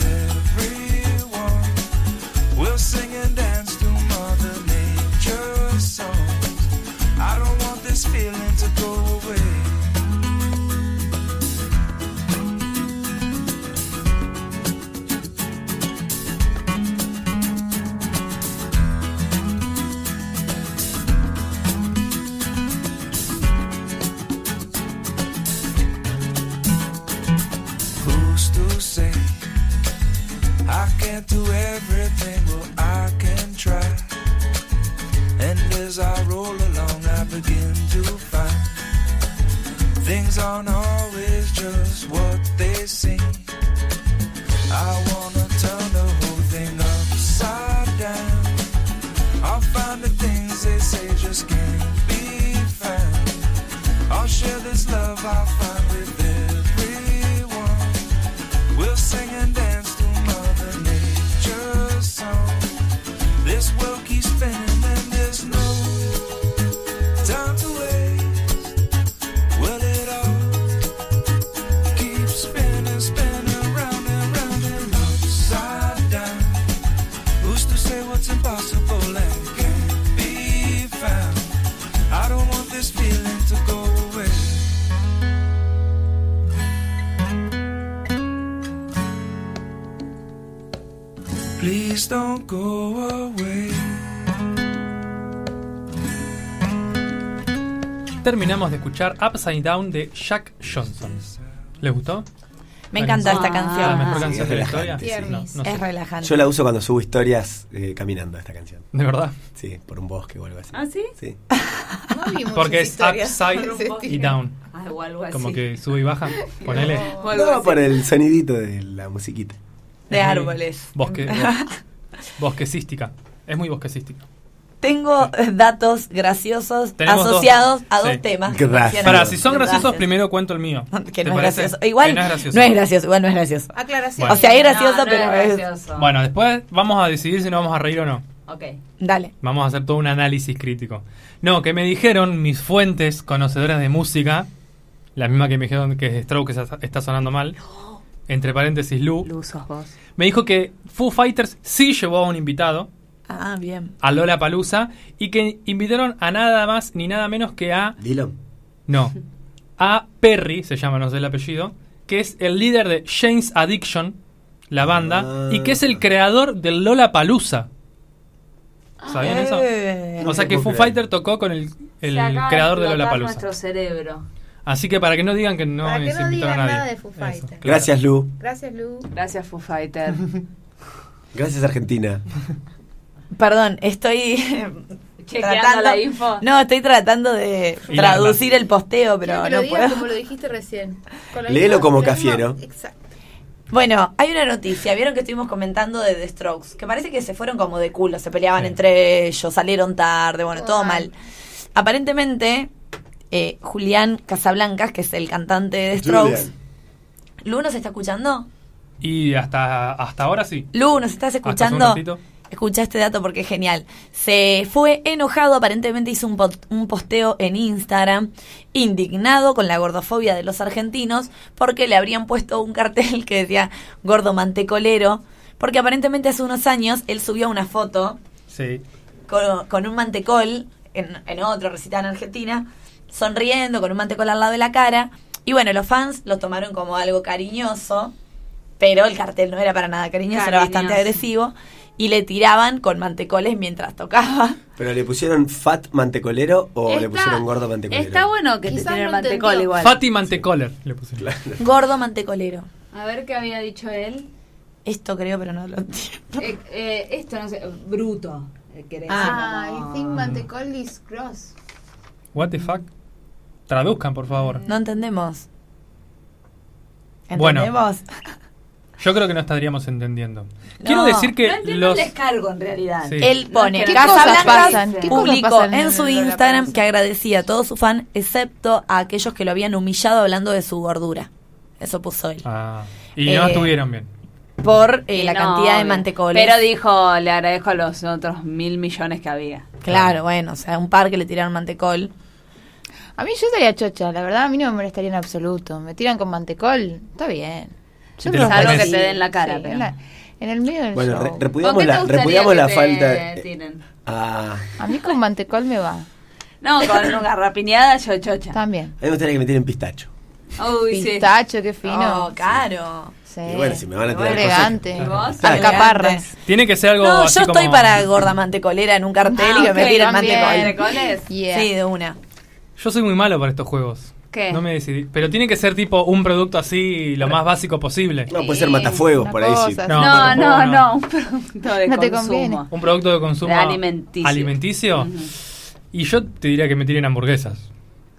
Speaker 11: can't do everything, well, I can try. And as I roll along, I begin to find things aren't always just what they seem. I wanna turn the whole thing upside down. I'll find the things they say just can't be found. I'll share this love I find with everyone. We'll sing and dance to Mother Nature's song. This world keeps spinning and there's no time to waste. Well, it all keeps spinning, spinning round and round and upside down. Who's to say what's impossible and can't be found? I don't want this feeling to go away. Please don't go away.
Speaker 3: Terminamos de escuchar Upside Down de Jack Johnson. ¿Les gustó?
Speaker 4: Me
Speaker 3: La
Speaker 4: encantó
Speaker 3: canción.
Speaker 4: esta canción.
Speaker 3: La mejor
Speaker 6: Ah, Sí,
Speaker 3: canción
Speaker 6: es
Speaker 3: de la historia.
Speaker 6: relajante, sí.
Speaker 3: No, no sé.
Speaker 4: Es relajante.
Speaker 6: Yo la uso cuando subo historias eh, caminando esta canción.
Speaker 3: ¿De verdad?
Speaker 6: Sí, por un bosque o algo así.
Speaker 8: ¿Ah, sí?
Speaker 6: Sí.
Speaker 3: Porque es upside y down.
Speaker 8: Ah, o algo así.
Speaker 3: Como que sube y baja. Ponele.
Speaker 8: O algo
Speaker 6: No,
Speaker 8: así.
Speaker 6: por el sonidito de la musiquita.
Speaker 4: De árboles.
Speaker 3: Bosque. bos- bosquecística. Es muy bosquecística.
Speaker 4: Tengo datos graciosos
Speaker 3: Tenemos dos-
Speaker 4: asociados a dos
Speaker 3: sí.
Speaker 4: temas. que
Speaker 6: Gracias.
Speaker 4: mencionaron.
Speaker 3: Para, si son graciosos,
Speaker 4: Gracias.
Speaker 3: primero cuento el mío. ¿Te
Speaker 4: Que no es
Speaker 3: parece?
Speaker 4: gracioso. Igual
Speaker 3: Que
Speaker 4: no es gracioso. igual no es gracioso.
Speaker 7: Aclaración.
Speaker 3: Bueno.
Speaker 4: O sea, es gracioso,
Speaker 8: No, no
Speaker 4: pero
Speaker 8: es
Speaker 4: es...
Speaker 8: gracioso.
Speaker 3: Bueno, después vamos a decidir si nos vamos a reír o no.
Speaker 8: Ok.
Speaker 4: Dale.
Speaker 3: Vamos a hacer todo un análisis crítico. No, que me dijeron mis fuentes conocedoras de música, la misma que me dijeron que Stroke está- está sonando mal, entre paréntesis Lu,
Speaker 8: Luzos vos.
Speaker 3: me dijo que Foo Fighters sí llevó a un invitado,
Speaker 4: Ah, bien.
Speaker 3: a Lola Palusa, y que invitaron a nada más ni nada menos que a.
Speaker 6: Dylan.
Speaker 3: No, a Perry, se llama, no sé el apellido, que es el líder de James Addiction, la banda,
Speaker 6: Ah.
Speaker 3: y que es el creador del Lola Palusa. ¿Sabían eso?
Speaker 4: Eh,
Speaker 3: O sea que
Speaker 6: No
Speaker 3: Foo
Speaker 6: creo.
Speaker 3: Fighter tocó con el, el
Speaker 8: Se acaba de
Speaker 3: creador de
Speaker 8: explotar
Speaker 3: Lollapalooza.
Speaker 8: nuestro cerebro.
Speaker 3: Así que para que no digan que no
Speaker 5: Para que
Speaker 3: se
Speaker 5: no
Speaker 3: invitaron a
Speaker 5: digan
Speaker 3: nadie.
Speaker 5: nada de Foo Fighter.
Speaker 3: claro.
Speaker 6: Gracias, Lu.
Speaker 5: Gracias, Lu.
Speaker 8: Gracias, Foo Fighter.
Speaker 6: Gracias, Argentina.
Speaker 4: Perdón, estoy
Speaker 8: Chequeando la info.
Speaker 4: No, estoy tratando de
Speaker 3: Hilarla.
Speaker 4: traducir el posteo, pero
Speaker 5: que
Speaker 4: no
Speaker 5: lo digas
Speaker 4: puedo.
Speaker 5: como lo dijiste recién. Con la
Speaker 6: Léelo
Speaker 5: misma-
Speaker 6: como
Speaker 5: la misma-
Speaker 6: Cafiero.
Speaker 5: Exacto.
Speaker 4: Bueno, hay una noticia. Vieron que estuvimos comentando de The Strokes, que parece que se fueron como de culo, se peleaban
Speaker 3: Sí.
Speaker 4: entre ellos, salieron tarde, bueno, todo
Speaker 5: Todo
Speaker 4: mal. Aparentemente, eh, Julián Casablancas, que es el cantante de The Strokes.
Speaker 6: Julian.
Speaker 4: Lu, ¿nos está escuchando?
Speaker 3: Y hasta, hasta ahora sí.
Speaker 4: Lu, ¿nos estás
Speaker 3: Hasta hace Ah, un
Speaker 4: escuchando?
Speaker 3: ratito.
Speaker 4: Escucha este dato porque es genial. Se fue enojado, aparentemente hizo un, pot- un posteo en Instagram, indignado con la gordofobia de los argentinos, porque le habrían puesto un cartel que decía gordo mantecolero, porque aparentemente hace unos años él subió una foto
Speaker 3: Sí.
Speaker 4: con, con un mantecol en, en otro recital en Argentina, sonriendo, con un mantecol al lado de la cara. Y bueno, los fans lo tomaron como algo cariñoso, pero el cartel no era para nada cariñoso, era bastante
Speaker 8: Cariñoso.
Speaker 4: agresivo. Y le tiraban con mantecoles mientras tocaba.
Speaker 6: ¿Pero le pusieron fat mantecolero o le
Speaker 8: Está-
Speaker 6: pusieron gordo mantecolero?
Speaker 8: Está bueno que te
Speaker 5: Quizás
Speaker 8: tiene el
Speaker 5: no entendió.
Speaker 8: mantecol igual.
Speaker 3: Fati Mantecoller le pusieron.
Speaker 4: Gordo mantecolero.
Speaker 8: A ver qué había dicho él.
Speaker 4: Esto creo, pero no lo entiendo.
Speaker 8: Eh, eh, esto no sé, bruto. eh, querés
Speaker 5: Ah,
Speaker 8: decir como-
Speaker 5: I think Mantecol is gross.
Speaker 3: What the fuck? Traduzcan, por favor.
Speaker 4: No entendemos.
Speaker 3: Bueno.
Speaker 4: ¿Entendemos?
Speaker 3: Yo creo que no estaríamos entendiendo. Quiero decir que
Speaker 8: No entiendo
Speaker 3: los.
Speaker 8: el descargo en realidad.
Speaker 3: Sí.
Speaker 4: Él pone,
Speaker 8: ¿Qué
Speaker 4: Casablancas
Speaker 8: cosas pasan?
Speaker 5: ¿Qué cosas
Speaker 4: publicó
Speaker 5: pasan en
Speaker 4: en
Speaker 5: el
Speaker 4: su
Speaker 5: Lollapalooza?
Speaker 4: Instagram que agradecía a todos sus fans, excepto a aquellos que lo habían humillado hablando de su gordura. Eso puso él.
Speaker 3: Ah, y no
Speaker 4: Eh,
Speaker 3: estuvieron bien.
Speaker 4: Por eh,
Speaker 8: Y
Speaker 4: la
Speaker 8: no,
Speaker 4: cantidad de mantecoles.
Speaker 8: Pero dijo, le agradezco a los otros mil millones que había.
Speaker 4: claro, bueno, o sea, un par que le tiraron mantecol.
Speaker 5: A mí yo estaría chocha, la verdad a mí no me molestaría en absoluto. Me tiran con mantecol, está bien.
Speaker 3: Si
Speaker 5: Yo
Speaker 3: te
Speaker 5: creo
Speaker 3: lo pones-
Speaker 8: Salvo que te den la cara, pero-
Speaker 5: en, la- en el medio del
Speaker 6: Bueno, re-
Speaker 5: show.
Speaker 6: repudiamos
Speaker 8: ¿Con qué te
Speaker 6: la,
Speaker 8: gustaría
Speaker 6: repudiamos
Speaker 8: que
Speaker 6: la
Speaker 8: te
Speaker 6: falta.
Speaker 8: tiren?
Speaker 6: Ah, a
Speaker 5: A mí con mantecol me va.
Speaker 8: No, con una garrapiñada yo chocha.
Speaker 5: También.
Speaker 6: mí me gustaría que me tiren pistacho.
Speaker 8: Uy, sí.
Speaker 5: Pistacho, qué
Speaker 4: No,
Speaker 5: fino.
Speaker 4: caro.
Speaker 5: Sí.
Speaker 6: Y bueno, si me van a tirar cosas-
Speaker 5: elegante.
Speaker 8: ¿Y vos?
Speaker 5: Alcaparras.
Speaker 3: Tiene que ser algo.
Speaker 4: No,
Speaker 3: así
Speaker 4: yo estoy
Speaker 3: como-
Speaker 4: para gorda mantecolera en un cartel
Speaker 5: Ah,
Speaker 4: y que me
Speaker 5: ok,
Speaker 4: tiren
Speaker 5: también.
Speaker 4: mantecol.
Speaker 8: ¿Mantecoles?
Speaker 5: Yeah.
Speaker 4: Sí, de una.
Speaker 3: Yo soy muy malo para estos juegos.
Speaker 8: ¿Qué?
Speaker 3: No me decidí. Pero tiene que ser tipo un producto así, lo más básico posible.
Speaker 6: No, puede ser matafuegos
Speaker 4: eh,
Speaker 6: por ahí sí.
Speaker 8: No, no, no, un producto de
Speaker 7: No te
Speaker 8: consumo.
Speaker 7: conviene.
Speaker 3: Un producto de consumo
Speaker 8: De alimenticio.
Speaker 3: alimenticio. Y yo te diría que me tiren hamburguesas.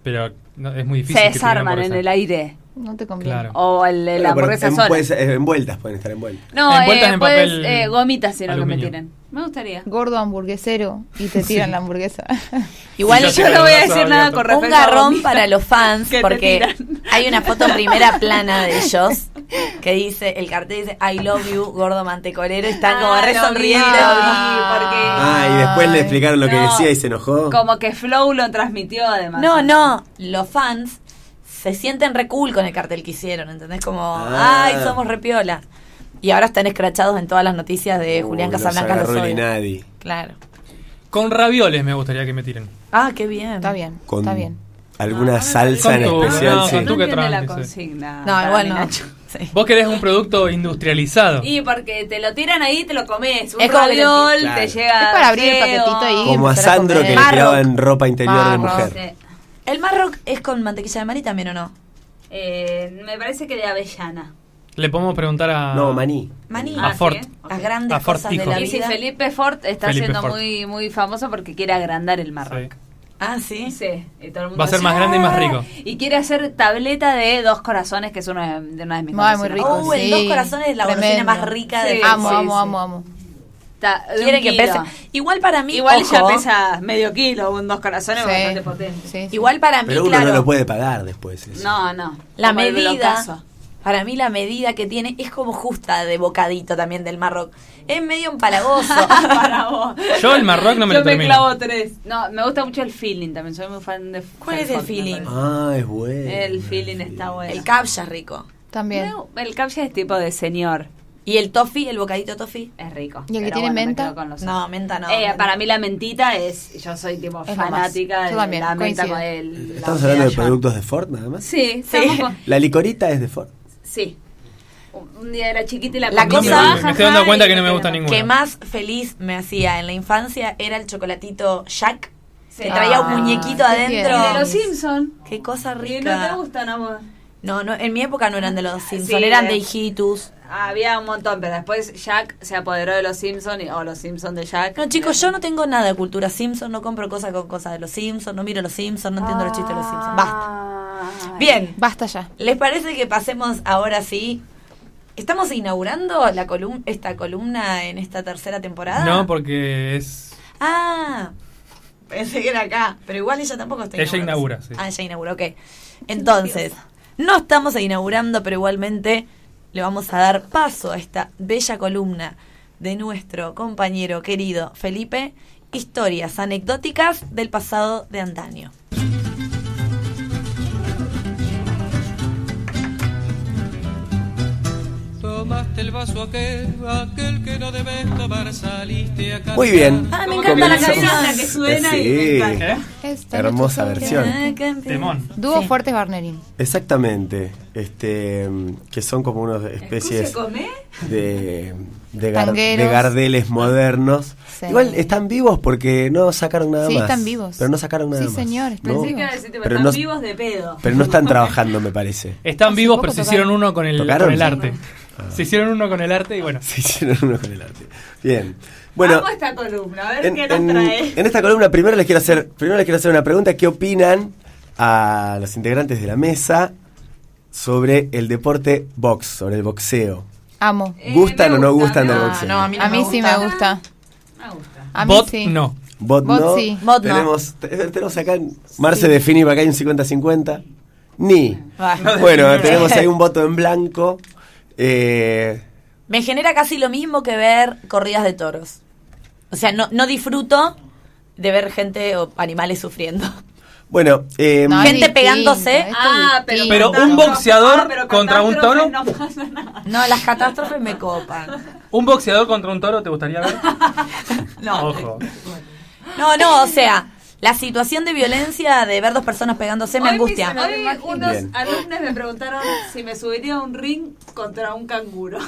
Speaker 3: Pero no, es muy difícil.
Speaker 8: Se
Speaker 3: que tiren
Speaker 8: desarman en el
Speaker 3: hamburguesas.
Speaker 8: aire.
Speaker 7: No te conviene.
Speaker 3: Claro.
Speaker 8: O el, el
Speaker 6: Claro, pero
Speaker 8: hamburguesa
Speaker 6: en-
Speaker 8: sola.
Speaker 6: puede ser- eh, envueltas pueden estar envueltas.
Speaker 8: no,
Speaker 3: Envueltas
Speaker 8: eh,
Speaker 3: en
Speaker 8: puedes,
Speaker 3: papel
Speaker 8: eh, gomitas, sino que me
Speaker 3: aluminio.
Speaker 8: tiren. Me gustaría.
Speaker 7: Gordo hamburguesero y te tiran
Speaker 3: Sí.
Speaker 7: la hamburguesa.
Speaker 4: Igual
Speaker 3: Sí, ya
Speaker 4: yo
Speaker 8: Yo
Speaker 3: tengo
Speaker 8: no voy a
Speaker 3: el brazo
Speaker 8: decir nada
Speaker 3: abierto.
Speaker 8: con respecto
Speaker 4: un
Speaker 8: a
Speaker 4: garrón
Speaker 8: gomitas.
Speaker 4: para los fans
Speaker 8: que te
Speaker 4: porque
Speaker 8: tiran.
Speaker 4: hay una foto en primera plana de ellos que dice, el cartel dice I love you, gordo mantecolero, están como
Speaker 8: Ah,
Speaker 4: re
Speaker 8: lo vi,
Speaker 4: sonriendo.
Speaker 8: lo vi, porque-
Speaker 6: Ah, y después le explicaron lo que
Speaker 8: No.
Speaker 6: decía y se enojó.
Speaker 8: Como que Flow lo transmitió además.
Speaker 4: No, no, los fans se sienten re cool con el cartel que hicieron, ¿entendés? Como,
Speaker 6: Ah.
Speaker 4: ay, somos repiolas. Y ahora están escrachados en todas las noticias de
Speaker 6: Uh,
Speaker 4: Julián
Speaker 6: los
Speaker 4: Casablancas
Speaker 6: agarró
Speaker 4: Lozoya.
Speaker 6: Linadi.
Speaker 4: Claro.
Speaker 3: Con ravioles me gustaría que me tiren.
Speaker 4: Ah, qué bien.
Speaker 7: Está bien,
Speaker 6: Con
Speaker 7: está bien.
Speaker 6: alguna salsa en
Speaker 3: Con tu-
Speaker 6: especial,
Speaker 3: no,
Speaker 6: sí.
Speaker 3: con
Speaker 8: No
Speaker 3: tú que
Speaker 8: entiende la
Speaker 3: tranqui, sí.
Speaker 8: consigna.
Speaker 4: No,
Speaker 8: para
Speaker 4: igual
Speaker 8: mí,
Speaker 4: no.
Speaker 8: Nacho.
Speaker 4: Sí.
Speaker 3: Vos querés un producto industrializado.
Speaker 8: Y porque te lo tiran ahí y te lo comes. Un
Speaker 4: Es como que te-
Speaker 8: raviol,
Speaker 6: Claro.
Speaker 8: te
Speaker 7: Es
Speaker 8: llega.
Speaker 7: para abrir el
Speaker 8: feo.
Speaker 7: paquetito ahí.
Speaker 6: Como a
Speaker 7: empezar a
Speaker 6: Sandro
Speaker 7: comer.
Speaker 6: que le
Speaker 4: Marroc.
Speaker 6: tiraban ropa interior de
Speaker 7: Marroc.
Speaker 6: mujer.
Speaker 8: Sí.
Speaker 4: ¿El Marroc es con mantequilla de maní también o no?
Speaker 8: Eh, me parece que de avellana.
Speaker 3: Le podemos preguntar a.
Speaker 6: No, maní.
Speaker 4: Maní.
Speaker 3: A
Speaker 8: Ah,
Speaker 3: Ford.
Speaker 8: sí, ¿eh?
Speaker 4: Las grandes
Speaker 3: A Fort
Speaker 4: cosas
Speaker 3: Hijo.
Speaker 4: de la
Speaker 8: Y
Speaker 4: vida.
Speaker 8: si Felipe Ford está
Speaker 3: Felipe
Speaker 8: siendo
Speaker 3: Ford.
Speaker 8: muy muy famoso porque quiere agrandar el Marroc.
Speaker 4: Ah, sí.
Speaker 8: Sí, y todo el mundo
Speaker 3: Va a ser
Speaker 8: dice,
Speaker 3: más grande y más
Speaker 8: "Ah".
Speaker 3: rico.
Speaker 8: Y quiere hacer tableta de dos corazones, que es uno de, de una de mis
Speaker 7: Ay, muy
Speaker 8: conocidas.
Speaker 7: rico.
Speaker 4: Oh, el
Speaker 7: sí.
Speaker 4: Dos Corazones es la golosina más rica
Speaker 8: de-
Speaker 7: Amo,
Speaker 8: sí,
Speaker 7: amo,
Speaker 8: sí.
Speaker 7: amo, amo.
Speaker 8: Ta- de un
Speaker 4: Quieren que
Speaker 8: kilo.
Speaker 4: pese. Igual para mí,
Speaker 8: Igual ya
Speaker 4: ojo,
Speaker 8: pesa medio kilo, un dos corazones
Speaker 7: Sí.
Speaker 8: bastante potente.
Speaker 7: Sí, sí.
Speaker 4: Igual para mí,
Speaker 6: Pero uno
Speaker 4: claro.
Speaker 6: no lo puede pagar después. eso.
Speaker 8: No, no.
Speaker 4: La
Speaker 8: como el
Speaker 4: medida.
Speaker 8: blocazo.
Speaker 4: Para mí la medida que tiene es como justa de bocadito también del Marroc. Es medio empalagoso.
Speaker 8: Para vos.
Speaker 3: Yo el Marroc no me
Speaker 8: Yo
Speaker 3: lo
Speaker 8: me
Speaker 3: termino.
Speaker 8: clavo tres. No, me gusta mucho el feeling también. Soy muy fan de.
Speaker 4: ¿Cuál es
Speaker 8: Firefox,
Speaker 4: el
Speaker 8: me
Speaker 4: feeling?
Speaker 8: parece.
Speaker 6: Ah, es bueno.
Speaker 8: El feeling está bueno.
Speaker 4: el capcha es rico.
Speaker 7: También.
Speaker 8: No, el captcha es tipo de señor.
Speaker 4: Y el toffee, el bocadito toffee.
Speaker 8: Es rico.
Speaker 7: ¿Y el que
Speaker 8: pero
Speaker 7: tiene
Speaker 8: bueno, me
Speaker 7: menta?
Speaker 8: quedo con los
Speaker 4: No, menta no.
Speaker 8: Eh,
Speaker 4: menta.
Speaker 8: para mí la mentita es. Yo soy tipo
Speaker 7: Es lo más.
Speaker 8: fanática de
Speaker 7: Yo también,
Speaker 8: la menta
Speaker 7: coincido.
Speaker 8: con el.
Speaker 6: Estamos
Speaker 8: la
Speaker 6: hablando de
Speaker 8: medalla.
Speaker 6: productos de Ford, nada más.
Speaker 8: Sí, estamos con-
Speaker 6: La licorita es de Ford.
Speaker 8: Sí. Un un día era chiquita y la,
Speaker 4: La
Speaker 8: comí
Speaker 4: cosa-
Speaker 8: toda,
Speaker 4: Me estoy
Speaker 8: jaja,
Speaker 3: dando cuenta
Speaker 8: y
Speaker 3: que no
Speaker 8: me
Speaker 3: me gusta
Speaker 8: quedé.
Speaker 3: ninguna.
Speaker 4: que
Speaker 3: Bueno.
Speaker 4: más feliz me hacía en la infancia era el chocolatito Jack.
Speaker 8: Sí.
Speaker 4: Que traía
Speaker 7: Ah,
Speaker 4: un muñequito
Speaker 7: qué bien.
Speaker 4: adentro.
Speaker 8: Y de los Simpsons.
Speaker 4: Qué cosa
Speaker 8: Y no te
Speaker 4: rica.
Speaker 8: gustan a vos.
Speaker 4: No, no, en mi época no eran de los Simpsons,
Speaker 8: Sí,
Speaker 4: eran
Speaker 8: eh.
Speaker 4: de hijitus.
Speaker 8: Había un montón, pero después Jack se apoderó de los Simpsons o los Simpsons de Jack.
Speaker 4: No, chicos, yo no tengo nada de cultura Simpson, no compro cosas con cosas de los Simpsons, no miro los Simpsons, no entiendo los chistes de los Simpsons. Basta.
Speaker 8: Ay.
Speaker 4: Bien,
Speaker 7: Basta ya.
Speaker 4: ¿les parece que pasemos ahora sí? ¿Estamos inaugurando la colum esta columna en esta tercera temporada?
Speaker 3: No, porque es.
Speaker 4: Ah, pensé que era acá, pero igual ella tampoco está
Speaker 3: Ella inaugura,
Speaker 4: inaugurando.
Speaker 3: sí.
Speaker 4: Ah, ella inaugura, ok. Entonces, no estamos inaugurando, pero igualmente le vamos a dar paso a esta bella columna de nuestro compañero querido Felipe, historias anecdóticas del pasado de antaño.
Speaker 12: Tomaste el vaso aquel, aquel que no debes tomar, saliste a
Speaker 6: Muy bien.
Speaker 4: Ah, me encanta la
Speaker 6: Comenzamos.
Speaker 4: canción, la
Speaker 8: que suena y
Speaker 6: Sí.
Speaker 8: me encanta.
Speaker 3: ¿Eh?
Speaker 7: Esta
Speaker 6: Hermosa
Speaker 7: noche
Speaker 6: versión.
Speaker 8: Ah,
Speaker 3: Temón.
Speaker 7: Dúo
Speaker 4: Sí.
Speaker 7: fuertes Barnerín.
Speaker 6: Exactamente. Este, mm, que son como unas especies
Speaker 8: ¿Come?
Speaker 6: de, de, gar-
Speaker 7: Tangueros.
Speaker 6: de gardeles modernos.
Speaker 7: Sí.
Speaker 6: Igual están vivos porque no sacaron nada
Speaker 7: Sí,
Speaker 6: más.
Speaker 7: están vivos.
Speaker 6: Pero no sacaron nada
Speaker 7: Sí,
Speaker 6: más.
Speaker 7: señor, están
Speaker 6: ¿no?
Speaker 7: vivos.
Speaker 8: Iba a decirte, pero
Speaker 6: Pero
Speaker 8: están
Speaker 6: no-
Speaker 8: vivos de pedo.
Speaker 6: Pero no están trabajando, me parece.
Speaker 3: Están
Speaker 7: Hace
Speaker 3: vivos,
Speaker 7: poco
Speaker 3: pero se
Speaker 7: tocaron.
Speaker 3: hicieron uno con el,
Speaker 6: ¿Tocaron?
Speaker 3: con el
Speaker 6: Sí. Ah.
Speaker 3: arte. Se hicieron uno con el arte y bueno.
Speaker 6: Se hicieron uno con el arte. Bien. Bueno,
Speaker 8: Amo esta columna, a ver
Speaker 6: en,
Speaker 8: qué nos
Speaker 6: en-
Speaker 8: trae.
Speaker 6: en esta columna primero les quiero hacer, primero les quiero hacer una pregunta. ¿Qué opinan a los integrantes de la mesa sobre el deporte box, sobre el boxeo?
Speaker 7: Amo.
Speaker 8: Eh,
Speaker 6: ¿Gustan
Speaker 8: me
Speaker 6: o no
Speaker 8: gusta,
Speaker 6: gustan del
Speaker 8: no,
Speaker 6: boxeo?
Speaker 4: no, a mí
Speaker 7: A mí sí me gusta.
Speaker 8: Me gusta.
Speaker 7: A mí
Speaker 3: Bot
Speaker 7: sí.
Speaker 3: no.
Speaker 6: Bot,
Speaker 7: Bot
Speaker 6: no.
Speaker 7: sí.
Speaker 4: Bot no.
Speaker 6: tenemos, te- tenemos acá, Marce define para acá hay un 50-50. Ni.
Speaker 3: Ah,
Speaker 6: Bueno, tenemos ahí un voto en blanco. Eh,
Speaker 4: Me genera casi lo mismo que ver corridas de toros. O sea, no, no disfruto de ver gente o animales sufriendo.
Speaker 6: bueno, eh,
Speaker 7: No, es
Speaker 4: Gente
Speaker 7: distinto,
Speaker 4: pegándose.
Speaker 7: esto es
Speaker 8: Ah, pero,
Speaker 7: distinto.
Speaker 3: Pero un
Speaker 8: catástrofes-
Speaker 3: boxeador
Speaker 8: ah, pero
Speaker 3: contra un toro.
Speaker 8: catástrofes No pasa nada.
Speaker 4: No, las catástrofes me copan.
Speaker 3: ¿Un boxeador contra un toro te gustaría ver?
Speaker 4: No,
Speaker 3: Ojo.
Speaker 4: no, no, o sea, La situación de violencia de ver dos personas pegándose me
Speaker 8: Hoy
Speaker 4: angustia.
Speaker 8: me- hoy unos
Speaker 4: Bien.
Speaker 8: alumnos me preguntaron si me subiría a un ring contra un canguro.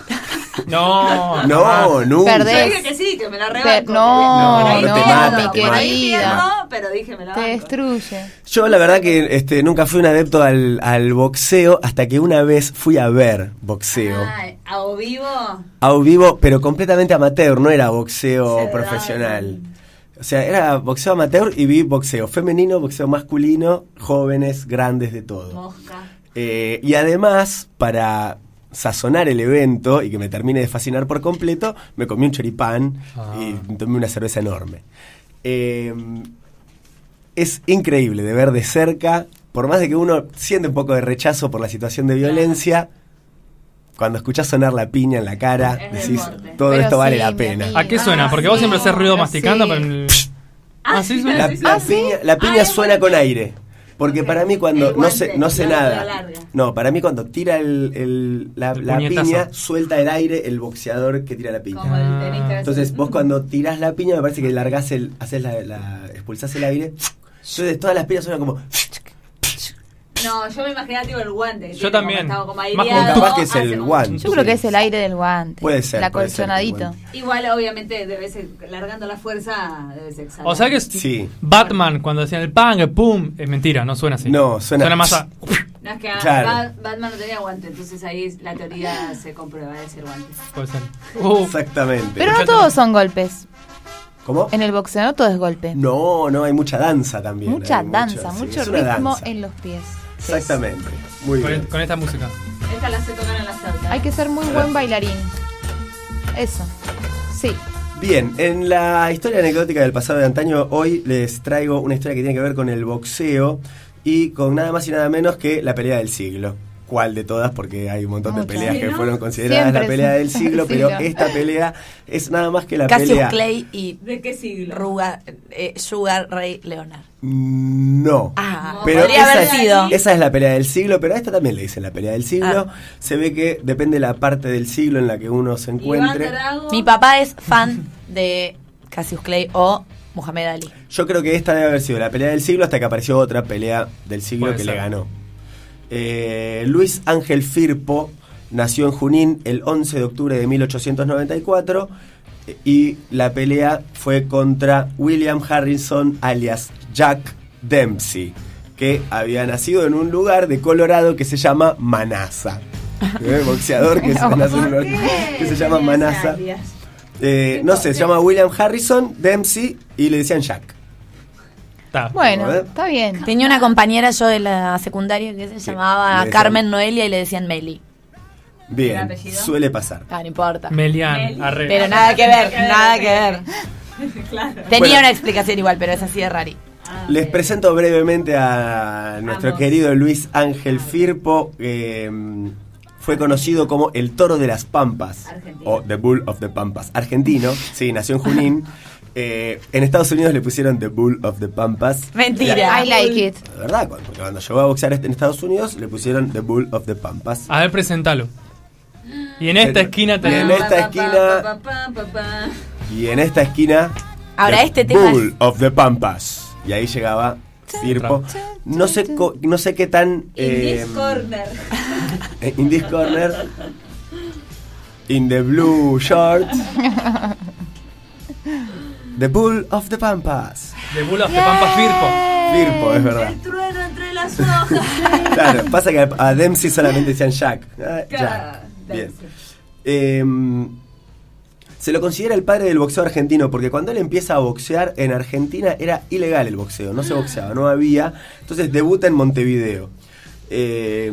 Speaker 3: No,
Speaker 6: No, nunca.
Speaker 8: Yo dije que sí, que me la rebanco.
Speaker 7: no,
Speaker 8: Por ahí
Speaker 6: no, te
Speaker 8: pierdo,
Speaker 6: mata, te
Speaker 8: por ahí
Speaker 7: mata.
Speaker 8: pierdo, pero dije me la
Speaker 7: Te destruye.
Speaker 6: Yo la verdad que este, nunca fui un adepto al, al boxeo hasta que una vez fui a ver boxeo.
Speaker 7: Ah.
Speaker 8: Ay, a o vivo.
Speaker 6: A un vivo, pero completamente amateur, no era boxeo profesional. O sea, era boxeo amateur y vi boxeo femenino, boxeo masculino, jóvenes, grandes, de todo. Eh, y además, para sazonar el evento y que me termine de fascinar por completo, me comí un choripán y tomé una cerveza enorme. Eh, es increíble de ver de cerca, por más de que uno siente un poco de rechazo por la situación de violencia, cuando escuchás sonar la piña en la cara, decís, todo
Speaker 3: Pero
Speaker 6: esto vale
Speaker 3: sí,
Speaker 6: la
Speaker 3: mi
Speaker 6: pena.
Speaker 3: ¿A qué suena? Porque vos siempre haces ruido masticando, pero... en el- Ah,
Speaker 6: La,
Speaker 3: sí, suena.
Speaker 6: la piña, la piña suena con aire. Porque para mí
Speaker 3: Ah,
Speaker 6: cuando no sé, no sé nada. No, para mí cuando tira el, el- la, la
Speaker 3: puñetazo.
Speaker 6: piña, suelta el aire el boxeador que tira la piña. Entonces vos cuando tirás la piña me parece que largás el, haces la, la- expulsás el aire. Entonces todas las piñas suenan como
Speaker 8: No, yo me imaginaba tipo el guante. que
Speaker 6: Yo
Speaker 8: tiene
Speaker 6: también.
Speaker 8: Como, estaba como
Speaker 6: Más
Speaker 8: aireado.
Speaker 6: capaz que es el guante.
Speaker 7: Yo creo que es el aire del guante.
Speaker 6: Puede ser,
Speaker 7: La
Speaker 6: puede ser que el
Speaker 7: colchonadito.
Speaker 8: Igual, obviamente, debes largando la fuerza, debes exhalar.
Speaker 3: O sea que es Batman cuando decían el pang, el pum, es mentira, no suena así. No,
Speaker 6: suena-
Speaker 3: más a...
Speaker 8: No es que a-
Speaker 3: Claro.
Speaker 8: Bat- Batman no tenía guante, entonces ahí es- la teoría se comprueba de ser guante.
Speaker 3: Puede ser.
Speaker 6: Exactamente.
Speaker 7: Pero no todos son golpes.
Speaker 6: ¿Cómo?
Speaker 7: En el boxeo no todo es golpe.
Speaker 6: No, no, hay mucha danza también.
Speaker 7: Mucha
Speaker 6: hay mucho,
Speaker 7: danza,
Speaker 6: sí,
Speaker 7: mucho
Speaker 6: es una
Speaker 7: ritmo
Speaker 6: danza.
Speaker 7: en los pies.
Speaker 6: Exactamente. Muy
Speaker 3: Con-
Speaker 6: bien.
Speaker 3: Con esta música.
Speaker 8: Esta la sé tocar en la salsa.
Speaker 7: Hay que ser muy buen bailarín. Eso. Sí.
Speaker 6: Bien, en la historia anecdótica del pasado de antaño, hoy les traigo una historia que tiene que ver con el boxeo y con nada más y nada menos que la pelea del siglo. ¿Cuál de todas? Porque hay un montón de
Speaker 13: Muchas.
Speaker 6: peleas
Speaker 13: Sí,
Speaker 6: que
Speaker 13: ¿no?
Speaker 6: fueron consideradas
Speaker 13: Siempre
Speaker 6: la pelea
Speaker 13: sí.
Speaker 6: del siglo,
Speaker 13: Sí,
Speaker 6: pero
Speaker 13: no.
Speaker 6: esta pelea es nada más que la
Speaker 4: Cassius
Speaker 6: pelea.
Speaker 4: Clay y Ruga- eh, Sugar Ray Leonard.
Speaker 6: No.
Speaker 4: Ah,
Speaker 6: Pero
Speaker 4: podría
Speaker 6: esa,
Speaker 4: haber
Speaker 6: es-
Speaker 4: sido. Ah.
Speaker 6: esa es la pelea del siglo, pero a esta también le dicen la pelea del siglo. Se ve que depende la parte del siglo en la que uno se encuentre.
Speaker 4: Mi papá es fan de Cassius Clay o Muhammad Ali.
Speaker 6: Yo creo que esta debe haber sido la pelea del siglo hasta que apareció otra pelea del siglo
Speaker 3: Puede
Speaker 6: que
Speaker 3: ser.
Speaker 6: le ganó. Eh, Luis Ángel Firpo nació en Junín el 11 de octubre de 1894 eh, y la pelea fue contra William Harrison alias Jack Dempsey, que había nacido en un lugar de Colorado que se llama Manassa. ¿Eh? Boxeador que, se- nace en un lugar que se llama Manassa. Eh, no sé, se llama William Harrison, Dempsey y le decían Jack.
Speaker 7: Bueno,
Speaker 6: A ver.
Speaker 7: está bien.
Speaker 4: Tenía una compañera yo de la secundaria que se
Speaker 6: le
Speaker 4: llamaba
Speaker 6: decían-
Speaker 4: Carmen Noelia y le decían Meli.
Speaker 6: Bien,
Speaker 4: ¿El apellido?
Speaker 6: suele pasar.
Speaker 4: Ah, no importa.
Speaker 3: Melian, arre.
Speaker 4: Pero nada que ver, nada que ver.
Speaker 8: Claro.
Speaker 4: Tenía
Speaker 6: Bueno.
Speaker 4: una explicación igual, pero es así de rari.
Speaker 6: Les presento brevemente a nuestro querido Luis Ángel Firpo, que mm, fue conocido como el Toro de las Pampas, o The Bull of the Pampas, argentino, sí, nació en Junín. Eh, en Estados Unidos le pusieron The Bull of the Pampas.
Speaker 7: I like it.
Speaker 6: La verdad, cuando, cuando llegó a boxear en Estados Unidos le pusieron The Bull of the Pampas.
Speaker 3: A ver, presentalo. Y en esta esquina
Speaker 6: Y en
Speaker 3: tenemos...
Speaker 6: esta esquina, y en esta esquina
Speaker 4: Ahora
Speaker 6: The
Speaker 4: este tema
Speaker 6: Bull of the Pampas. Y ahí llegaba Firpo. No sé, co- no sé qué tan. eh,
Speaker 8: Indies Corner.
Speaker 6: eh, in this corner. In the blue short. The Bull of the Pampas.
Speaker 3: De bulas de Pampas Firpo.
Speaker 6: Firpo, es verdad.
Speaker 8: Trueno entre las hojas.
Speaker 6: Claro, pasa que a a Dempsey solamente decían Jack. Ah, Jack. Bien. Eh, se lo considera el padre del boxeo argentino porque cuando él empieza a boxear en Argentina era ilegal el boxeo, no se boxeaba, no había. Entonces debuta en Montevideo. Eh,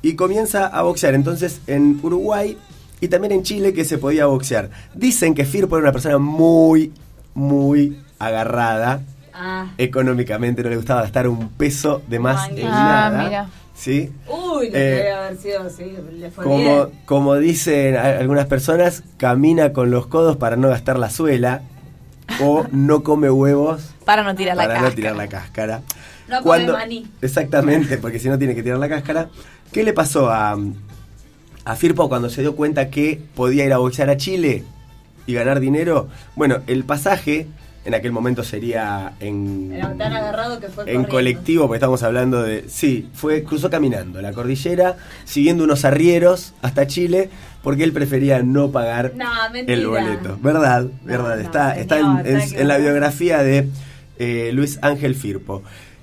Speaker 6: y comienza a boxear entonces en Uruguay y también en Chile que se podía boxear. Dicen que Firpo era una persona muy, muy agarrada.
Speaker 8: Ah.
Speaker 6: Económicamente no le gustaba gastar un peso de más en
Speaker 8: Ah,
Speaker 6: nada.
Speaker 8: mira.
Speaker 6: ¿Sí?
Speaker 8: Uy, no
Speaker 6: Eh,
Speaker 8: debe haber sido, sí, le fue
Speaker 6: Como,
Speaker 8: bien.
Speaker 6: como dicen a- algunas personas, camina con los codos para no gastar la suela o no come huevos
Speaker 4: Para no tirar la
Speaker 6: para
Speaker 4: cara.
Speaker 6: no tirar la cáscara.
Speaker 4: No come
Speaker 6: Cuando-
Speaker 4: maní.
Speaker 6: Exactamente, porque si no tiene que tirar la cáscara. ¿Qué le pasó a, a Firpo cuando se dio cuenta que podía ir a boxear a Chile y ganar dinero? Bueno, el pasaje en aquel momento sería en,
Speaker 8: Era tan agarrado que fue
Speaker 6: en
Speaker 8: corriendo.
Speaker 6: colectivo, porque estamos hablando de... Sí, fue cruzó caminando la cordillera, siguiendo unos arrieros hasta Chile, porque él prefería no pagar
Speaker 8: No, mentira.
Speaker 6: el boleto. ¿Verdad? ¿Verdad? está está en, en- en la biografía de eh, Luis Ángel Firpo.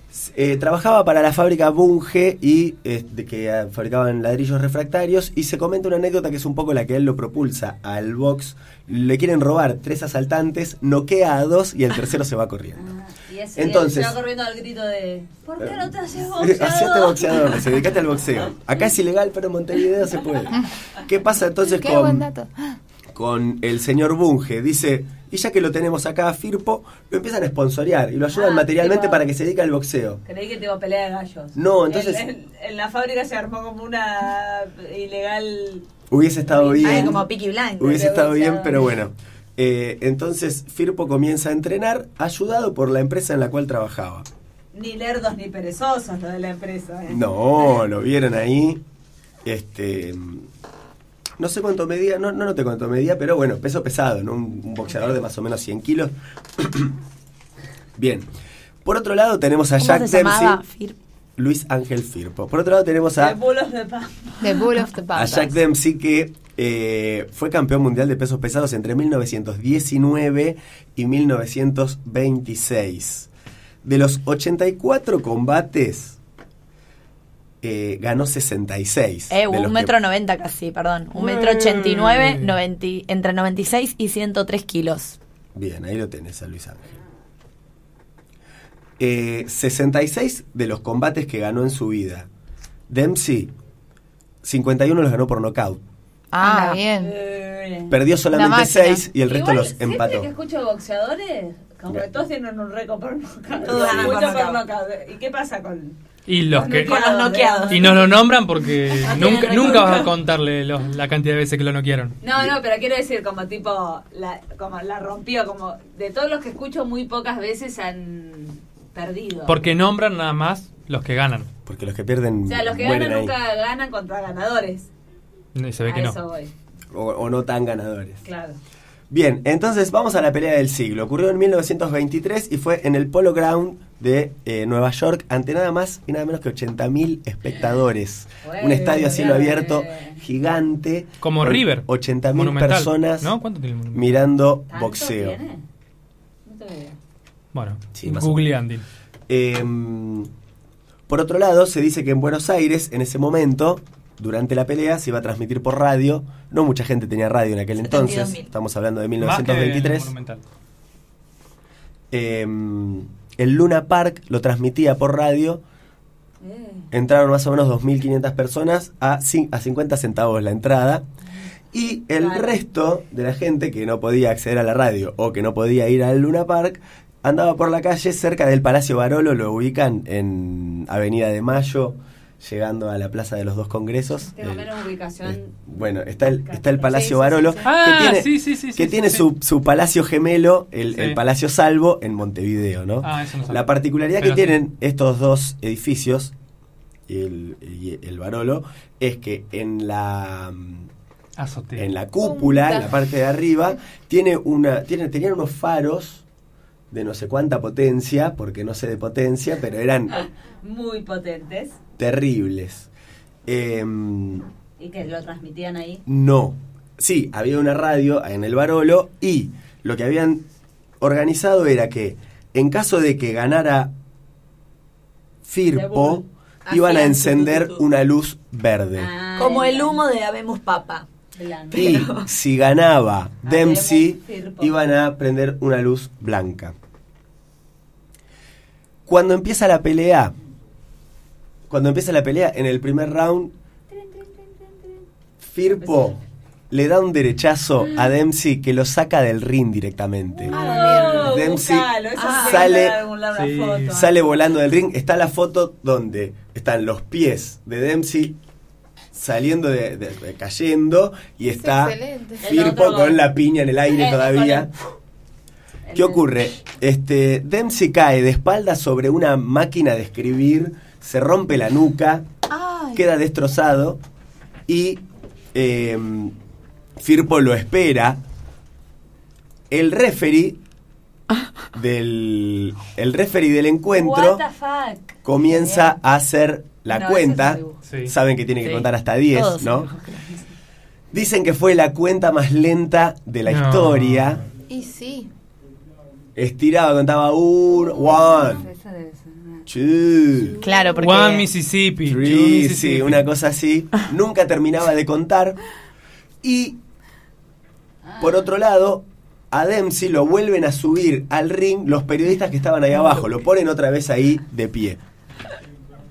Speaker 6: S- eh, trabajaba para la fábrica Bunge y eh, de que eh, fabricaban ladrillos refractarios y se comenta una anécdota que es un poco la que él lo propulsa al box. Le quieren robar tres asaltantes, noquea a dos y el tercero se va corriendo.
Speaker 8: Y ese
Speaker 6: Entonces-
Speaker 8: se
Speaker 6: Eh,
Speaker 8: va corriendo al grito de ¿Por qué no te haces
Speaker 6: Hacete
Speaker 8: boxeador?
Speaker 6: boxeador, se dedicate al boxeo. Acá es ilegal, pero en Montevideo se puede. ¿Qué pasa entonces
Speaker 7: Qué buen
Speaker 6: con,
Speaker 7: dato.
Speaker 6: con el señor Bunge? Dice, y ya que lo tenemos acá a Firpo, lo empiezan a sponsorear y lo ayudan
Speaker 8: Ah,
Speaker 6: materialmente
Speaker 8: tipo-
Speaker 6: para que se dedique al boxeo.
Speaker 8: Creí que te iba a pelear de gallos.
Speaker 6: No, entonces-
Speaker 8: En, en- en la fábrica se armó como una ilegal.
Speaker 6: Hubiese estado bien.
Speaker 8: Ay, como Peaky Blinders,
Speaker 6: Hubiese
Speaker 8: de
Speaker 6: estado bien,
Speaker 8: boxeador.
Speaker 6: pero bueno. Eh, entonces Firpo comienza a entrenar, ayudado por la empresa en la cual trabajaba.
Speaker 8: Ni lerdos ni perezosos lo de la empresa. ¿eh?
Speaker 6: No, lo vieron ahí. Este. No sé cuánto medía, no, no noté cuánto medía, pero bueno, peso pesado, ¿no? Un, un boxeador de más o menos 100 kilos. Bien. Por otro lado tenemos a
Speaker 4: ¿Cómo
Speaker 6: Jack
Speaker 4: se llamaba?
Speaker 6: Dempsey, Luis Ángel Firpo. Por otro lado tenemos
Speaker 8: De
Speaker 6: a,
Speaker 8: bulos de pan.
Speaker 7: The Bull of the
Speaker 6: a
Speaker 7: Pampas.
Speaker 6: Jack Dempsey que eh, fue campeón mundial de pesos pesados entre 1919 y 1926. De los 84 combates, eh, ganó 66.
Speaker 4: Eh,
Speaker 6: de los
Speaker 4: un
Speaker 6: que-
Speaker 4: metro noventa casi, perdón. Un metro ochenta y nueve, noventa y- entre 96 y 103 kilos.
Speaker 6: Bien, ahí lo tenés a Luis Ángel. Eh, 66 de los combates que ganó en su vida. Dempsey, 51 los ganó por nocaut.
Speaker 7: Ah, bien.
Speaker 6: Perdió
Speaker 7: Una
Speaker 6: solamente
Speaker 7: máquina.
Speaker 6: 6 y el resto
Speaker 8: Igual,
Speaker 6: los
Speaker 8: siempre que
Speaker 6: empató.
Speaker 8: escucho boxeadores, como que todos tienen un récord por knockout.
Speaker 4: Todos ganan por
Speaker 8: Mucho por
Speaker 4: knockout.
Speaker 8: knockout. ¿Y qué pasa con.?
Speaker 3: Y los que.
Speaker 4: Con los noqueados.
Speaker 3: Y nos lo nombran porque
Speaker 8: No tienen
Speaker 3: nunca,
Speaker 8: récord.
Speaker 3: nunca vas a contarle los- la cantidad de veces que lo noquearon.
Speaker 8: No, no, pero quiero decir, como tipo, la, como la rompió, como de todos los que escucho, muy pocas veces han perdido.
Speaker 3: Porque nombran nada más los que ganan.
Speaker 6: Porque los que pierden
Speaker 8: o sea, los que
Speaker 6: mueren
Speaker 8: ganan
Speaker 6: ahí.
Speaker 8: nunca ganan contra ganadores.
Speaker 3: Y se ve
Speaker 8: a
Speaker 3: que
Speaker 8: eso
Speaker 3: no.
Speaker 8: voy,
Speaker 6: O, o no tan ganadores.
Speaker 8: claro.
Speaker 6: Bien, entonces vamos a la pelea del siglo. Ocurrió en 1923 y fue en el Polo Ground de eh, Nueva York ante nada más y nada menos que 80.000 espectadores. Un
Speaker 8: Ué,
Speaker 6: estadio a cielo
Speaker 8: bien.
Speaker 6: abierto gigante.
Speaker 3: Como
Speaker 6: con
Speaker 3: River,
Speaker 6: 80.000
Speaker 3: Monumental.
Speaker 6: personas
Speaker 3: ¿No? ¿Cuánto tiene el Monumental?
Speaker 6: mirando
Speaker 8: ¿Tanto
Speaker 6: boxeo.
Speaker 8: tiene? No te veo.
Speaker 3: Bueno,
Speaker 6: Sí, más o
Speaker 3: Google Andy.
Speaker 6: Eh, por otro lado, se dice que en Buenos Aires, en ese momento, durante la pelea, se iba a transmitir por radio. No mucha gente tenía radio en aquel entonces.
Speaker 4: 72.000.
Speaker 6: Estamos hablando de
Speaker 3: Más que el
Speaker 6: 1923.
Speaker 3: Monumental.
Speaker 6: Eh, el Luna Park lo transmitía por radio. Entraron más o menos 2.500 personas a, cin- a 50 centavos la entrada. Y el
Speaker 8: Claro.
Speaker 6: resto de la gente que no podía acceder a la radio o que no podía ir al Luna Park andaba por la calle cerca del Palacio Barolo. Lo ubican en Avenida de Mayo, llegando a la Plaza de los Dos Congresos.
Speaker 8: Tengo
Speaker 6: El-
Speaker 8: menos
Speaker 6: eh,
Speaker 8: ubicación.
Speaker 6: bueno, está el, está el
Speaker 8: Sí,
Speaker 6: Palacio
Speaker 8: sí,
Speaker 6: Barolo,
Speaker 8: sí, sí.
Speaker 3: Ah,
Speaker 6: que tiene,
Speaker 3: sí, sí, sí,
Speaker 6: que
Speaker 3: sí,
Speaker 6: tiene
Speaker 3: sí.
Speaker 6: Su, su Palacio Gemelo, el,
Speaker 3: Sí.
Speaker 6: el Palacio Salvo, en Montevideo, ¿no?
Speaker 3: Ah, eso no sabía.
Speaker 6: La particularidad
Speaker 3: Pero
Speaker 6: que
Speaker 3: sí.
Speaker 6: tienen estos dos edificios, el, y el Barolo, es que en la
Speaker 3: Azotea.
Speaker 6: en la cúpula, en la parte de arriba, tiene una, tiene, tenían unos faros de no sé cuánta potencia, porque no sé de potencia, pero eran
Speaker 8: Muy potentes.
Speaker 6: terribles. Em,
Speaker 8: Y que lo transmitían ahí.
Speaker 6: no. Sí, había una radio en el Barolo y lo que habían organizado era que en caso de que ganara Firpo,
Speaker 4: Hacían
Speaker 6: iban a
Speaker 4: tu, tu,
Speaker 6: encender
Speaker 4: tu, tu.
Speaker 6: una luz verde.
Speaker 8: Ah,
Speaker 4: Como el
Speaker 8: blanco,
Speaker 4: humo de Habemos Papa.
Speaker 8: blanco.
Speaker 6: Y si ganaba Dempsey,
Speaker 8: Haremos Firpo.
Speaker 6: iban a prender una luz blanca. Cuando empieza la pelea, cuando empieza la pelea, en el primer round, Firpo le da un derechazo a Dempsey que lo saca del ring directamente.
Speaker 8: Oh,
Speaker 6: Dempsey
Speaker 8: buscalo, eso sí que
Speaker 6: sale-
Speaker 8: debe dar algún lado una
Speaker 3: Sí.
Speaker 8: foto. ¿eh?
Speaker 6: Sale volando del ring. Está la foto donde están los pies de Dempsey saliendo de, de- de- cayendo y está
Speaker 7: excelente.
Speaker 8: El
Speaker 6: Firpo
Speaker 8: otro gol.
Speaker 6: con la piña en el aire
Speaker 8: Eh,
Speaker 6: todavía.
Speaker 8: El-
Speaker 6: ¿Qué ocurre? Este, Dempsey cae de espalda sobre una máquina de escribir, se rompe la nuca, queda destrozado y eh, Firpo lo espera. El referee del el referee del encuentro
Speaker 4: What the fuck.
Speaker 6: comienza a hacer la
Speaker 4: No,
Speaker 6: cuenta.
Speaker 4: eso
Speaker 6: Saben que tiene que
Speaker 4: Sí.
Speaker 6: contar hasta 10,
Speaker 4: Todos
Speaker 6: ¿no?
Speaker 4: sabemos
Speaker 6: Dicen que fue la cuenta más lenta de la
Speaker 13: No.
Speaker 6: historia.
Speaker 7: Y sí.
Speaker 6: Estiraba, contaba uno, one, two,
Speaker 7: Claro,
Speaker 3: porque- One Mississippi,
Speaker 6: three,
Speaker 3: two
Speaker 6: sí,
Speaker 3: Mississippi.
Speaker 6: una cosa así. Nunca terminaba de contar. Y por otro lado, a Dempsey lo vuelven a subir al ring los periodistas que estaban ahí abajo. Lo ponen otra vez ahí de pie.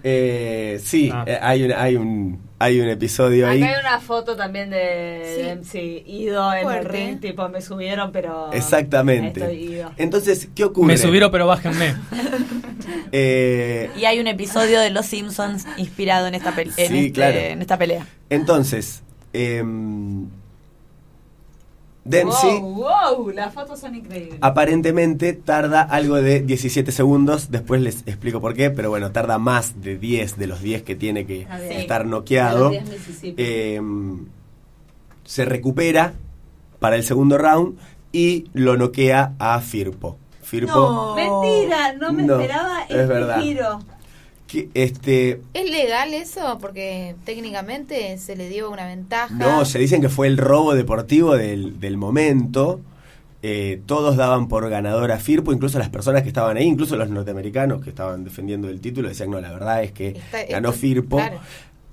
Speaker 6: Eh, sí, eh, hay un, hay un, hay un episodio ahí.
Speaker 10: Acá hay una foto también de MC ido en el
Speaker 7: Fuerte.
Speaker 10: ring, tipo me subieron, pero.
Speaker 6: Exactamente.
Speaker 10: Estoy ido.
Speaker 6: Entonces, ¿qué ocurre?
Speaker 3: Me subieron, pero bájenme.
Speaker 6: Eh,
Speaker 4: Y hay un episodio de Los Simpsons inspirado en esta, pel- en
Speaker 6: Sí,
Speaker 4: este-
Speaker 6: claro.
Speaker 4: en esta pelea.
Speaker 6: entonces, em, Dempsey
Speaker 10: Wow, wow, las fotos son increíbles.
Speaker 6: aparentemente tarda algo de 17 segundos. Después les explico por qué, pero bueno, tarda más de 10 de los 10 que tiene que
Speaker 10: Ah, bien.
Speaker 6: estar noqueado.
Speaker 10: De los 10 Mississippi.
Speaker 6: Em, se recupera para el segundo round y lo noquea a Firpo. Firpo
Speaker 10: Mentira, no me
Speaker 6: No,
Speaker 10: esperaba
Speaker 6: es
Speaker 10: este
Speaker 6: verdad.
Speaker 10: giro.
Speaker 6: que, este,
Speaker 7: ¿Es legal eso? Porque técnicamente se le dio una ventaja.
Speaker 6: No, se dicen que fue el robo deportivo del, del momento. Eh, todos daban por ganador a Firpo, incluso las personas que estaban ahí, incluso los norteamericanos que estaban defendiendo el título, decían, no, la verdad es que
Speaker 7: Está-
Speaker 6: ganó
Speaker 7: esto-
Speaker 6: Firpo.
Speaker 7: claro.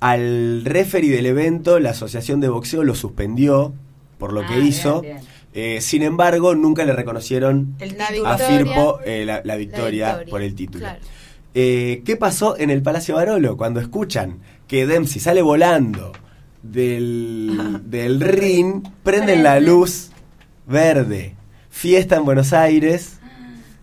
Speaker 6: Al referee del evento, la Asociación de Boxeo lo suspendió por lo
Speaker 7: Ah,
Speaker 6: que
Speaker 7: bien,
Speaker 6: hizo.
Speaker 7: bien.
Speaker 6: Eh, sin embargo, nunca le reconocieron
Speaker 7: El- la
Speaker 6: a
Speaker 7: victoria-
Speaker 6: Firpo eh, la, la victoria
Speaker 7: victoria,
Speaker 6: por el título.
Speaker 7: claro.
Speaker 6: Eh, ¿Qué pasó en el Palacio Barolo cuando escuchan que Dempsey sale volando del, del ring, prenden la luz verde, fiesta en Buenos Aires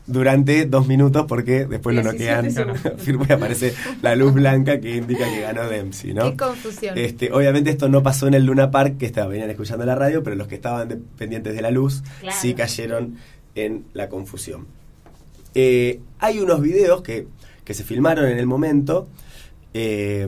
Speaker 6: durante dos minutos porque después lo
Speaker 7: 17
Speaker 6: noquean, firme y aparece la luz blanca que indica que ganó Dempsey, ¿no?
Speaker 7: Qué confusión.
Speaker 6: Este, obviamente esto no pasó en el Luna Park, que estaba, venían escuchando la radio, pero los que estaban de- pendientes de la luz
Speaker 7: Claro.
Speaker 6: sí cayeron en la confusión. Eh, hay unos videos que, que se filmaron en el momento, eh,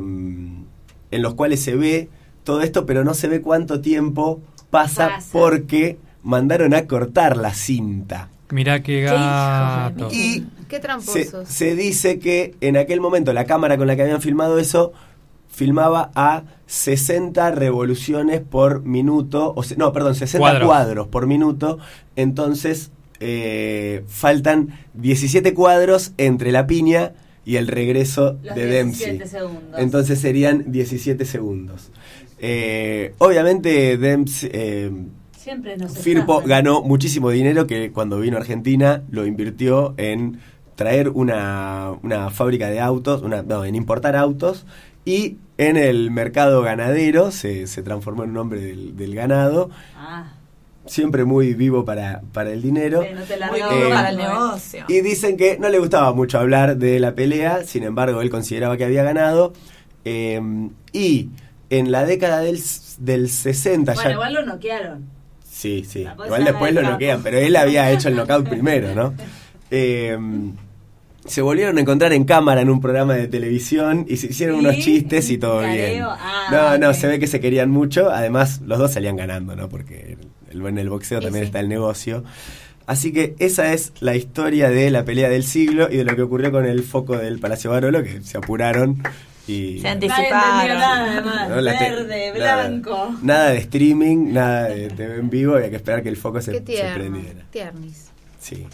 Speaker 6: en los cuales se ve todo esto, pero no se ve cuánto tiempo pasa,
Speaker 3: Pasa.
Speaker 6: porque mandaron a cortar la cinta.
Speaker 3: Mirá qué gato.
Speaker 6: Y
Speaker 7: Qué
Speaker 6: se,
Speaker 7: tramposos.
Speaker 6: se dice que en aquel momento la cámara con la que habían filmado eso filmaba a 60 revoluciones por minuto, o se- no, perdón, 60
Speaker 3: Cuadros.
Speaker 6: cuadros, por minuto, entonces eh, faltan 17 cuadros entre la piña y el regreso
Speaker 10: Los
Speaker 6: de
Speaker 10: 17
Speaker 6: Dempsey.
Speaker 10: segundos.
Speaker 6: Entonces serían 17 segundos. Eh, obviamente Dempsey... eh,
Speaker 10: Siempre nos
Speaker 6: Firpo
Speaker 10: estafan.
Speaker 6: ganó muchísimo dinero que cuando vino a Argentina lo invirtió en traer una, una fábrica de autos, una, no, en importar autos y en el mercado ganadero se, se transformó en un hombre del, del ganado,
Speaker 10: Ah,
Speaker 6: siempre muy vivo para, para el dinero.
Speaker 10: no te
Speaker 6: Muy
Speaker 10: largó
Speaker 6: duro
Speaker 10: para
Speaker 6: para
Speaker 10: el
Speaker 6: el
Speaker 10: negocio.
Speaker 6: Y dicen que no le gustaba mucho hablar de la pelea, sin embargo él consideraba que había ganado. eh, y en la década del, s- del 60
Speaker 10: Bueno,
Speaker 6: ya...
Speaker 10: igual lo noquearon.
Speaker 6: Sí, sí.
Speaker 10: La
Speaker 6: Igual
Speaker 10: cosa
Speaker 6: después
Speaker 10: de
Speaker 6: lo
Speaker 10: capo.
Speaker 6: noquean, pero él había hecho el knockout primero, ¿no? Eh, se volvieron a encontrar en cámara en un programa de televisión y se hicieron unos chistes y todo bien.
Speaker 10: Ah,
Speaker 6: No, no,
Speaker 10: ok.
Speaker 6: se ve que se querían mucho. Además, los dos salían ganando, ¿no? Porque el, en el boxeo también está el negocio. Así que esa es la historia de la pelea del siglo y de lo que ocurrió con el foco del Palacio Barolo, que se apuraron y...
Speaker 4: Se
Speaker 10: Nadie entendió
Speaker 4: anticiparon.
Speaker 10: nada, además.
Speaker 6: No, la te-
Speaker 10: Verde,
Speaker 6: nada.
Speaker 10: blanco.
Speaker 6: Nada de streaming, nada de TV en vivo, había que esperar que el foco se,
Speaker 7: Qué
Speaker 6: se
Speaker 7: tierno.
Speaker 6: prendiera.
Speaker 7: Tiernis.
Speaker 6: Sí.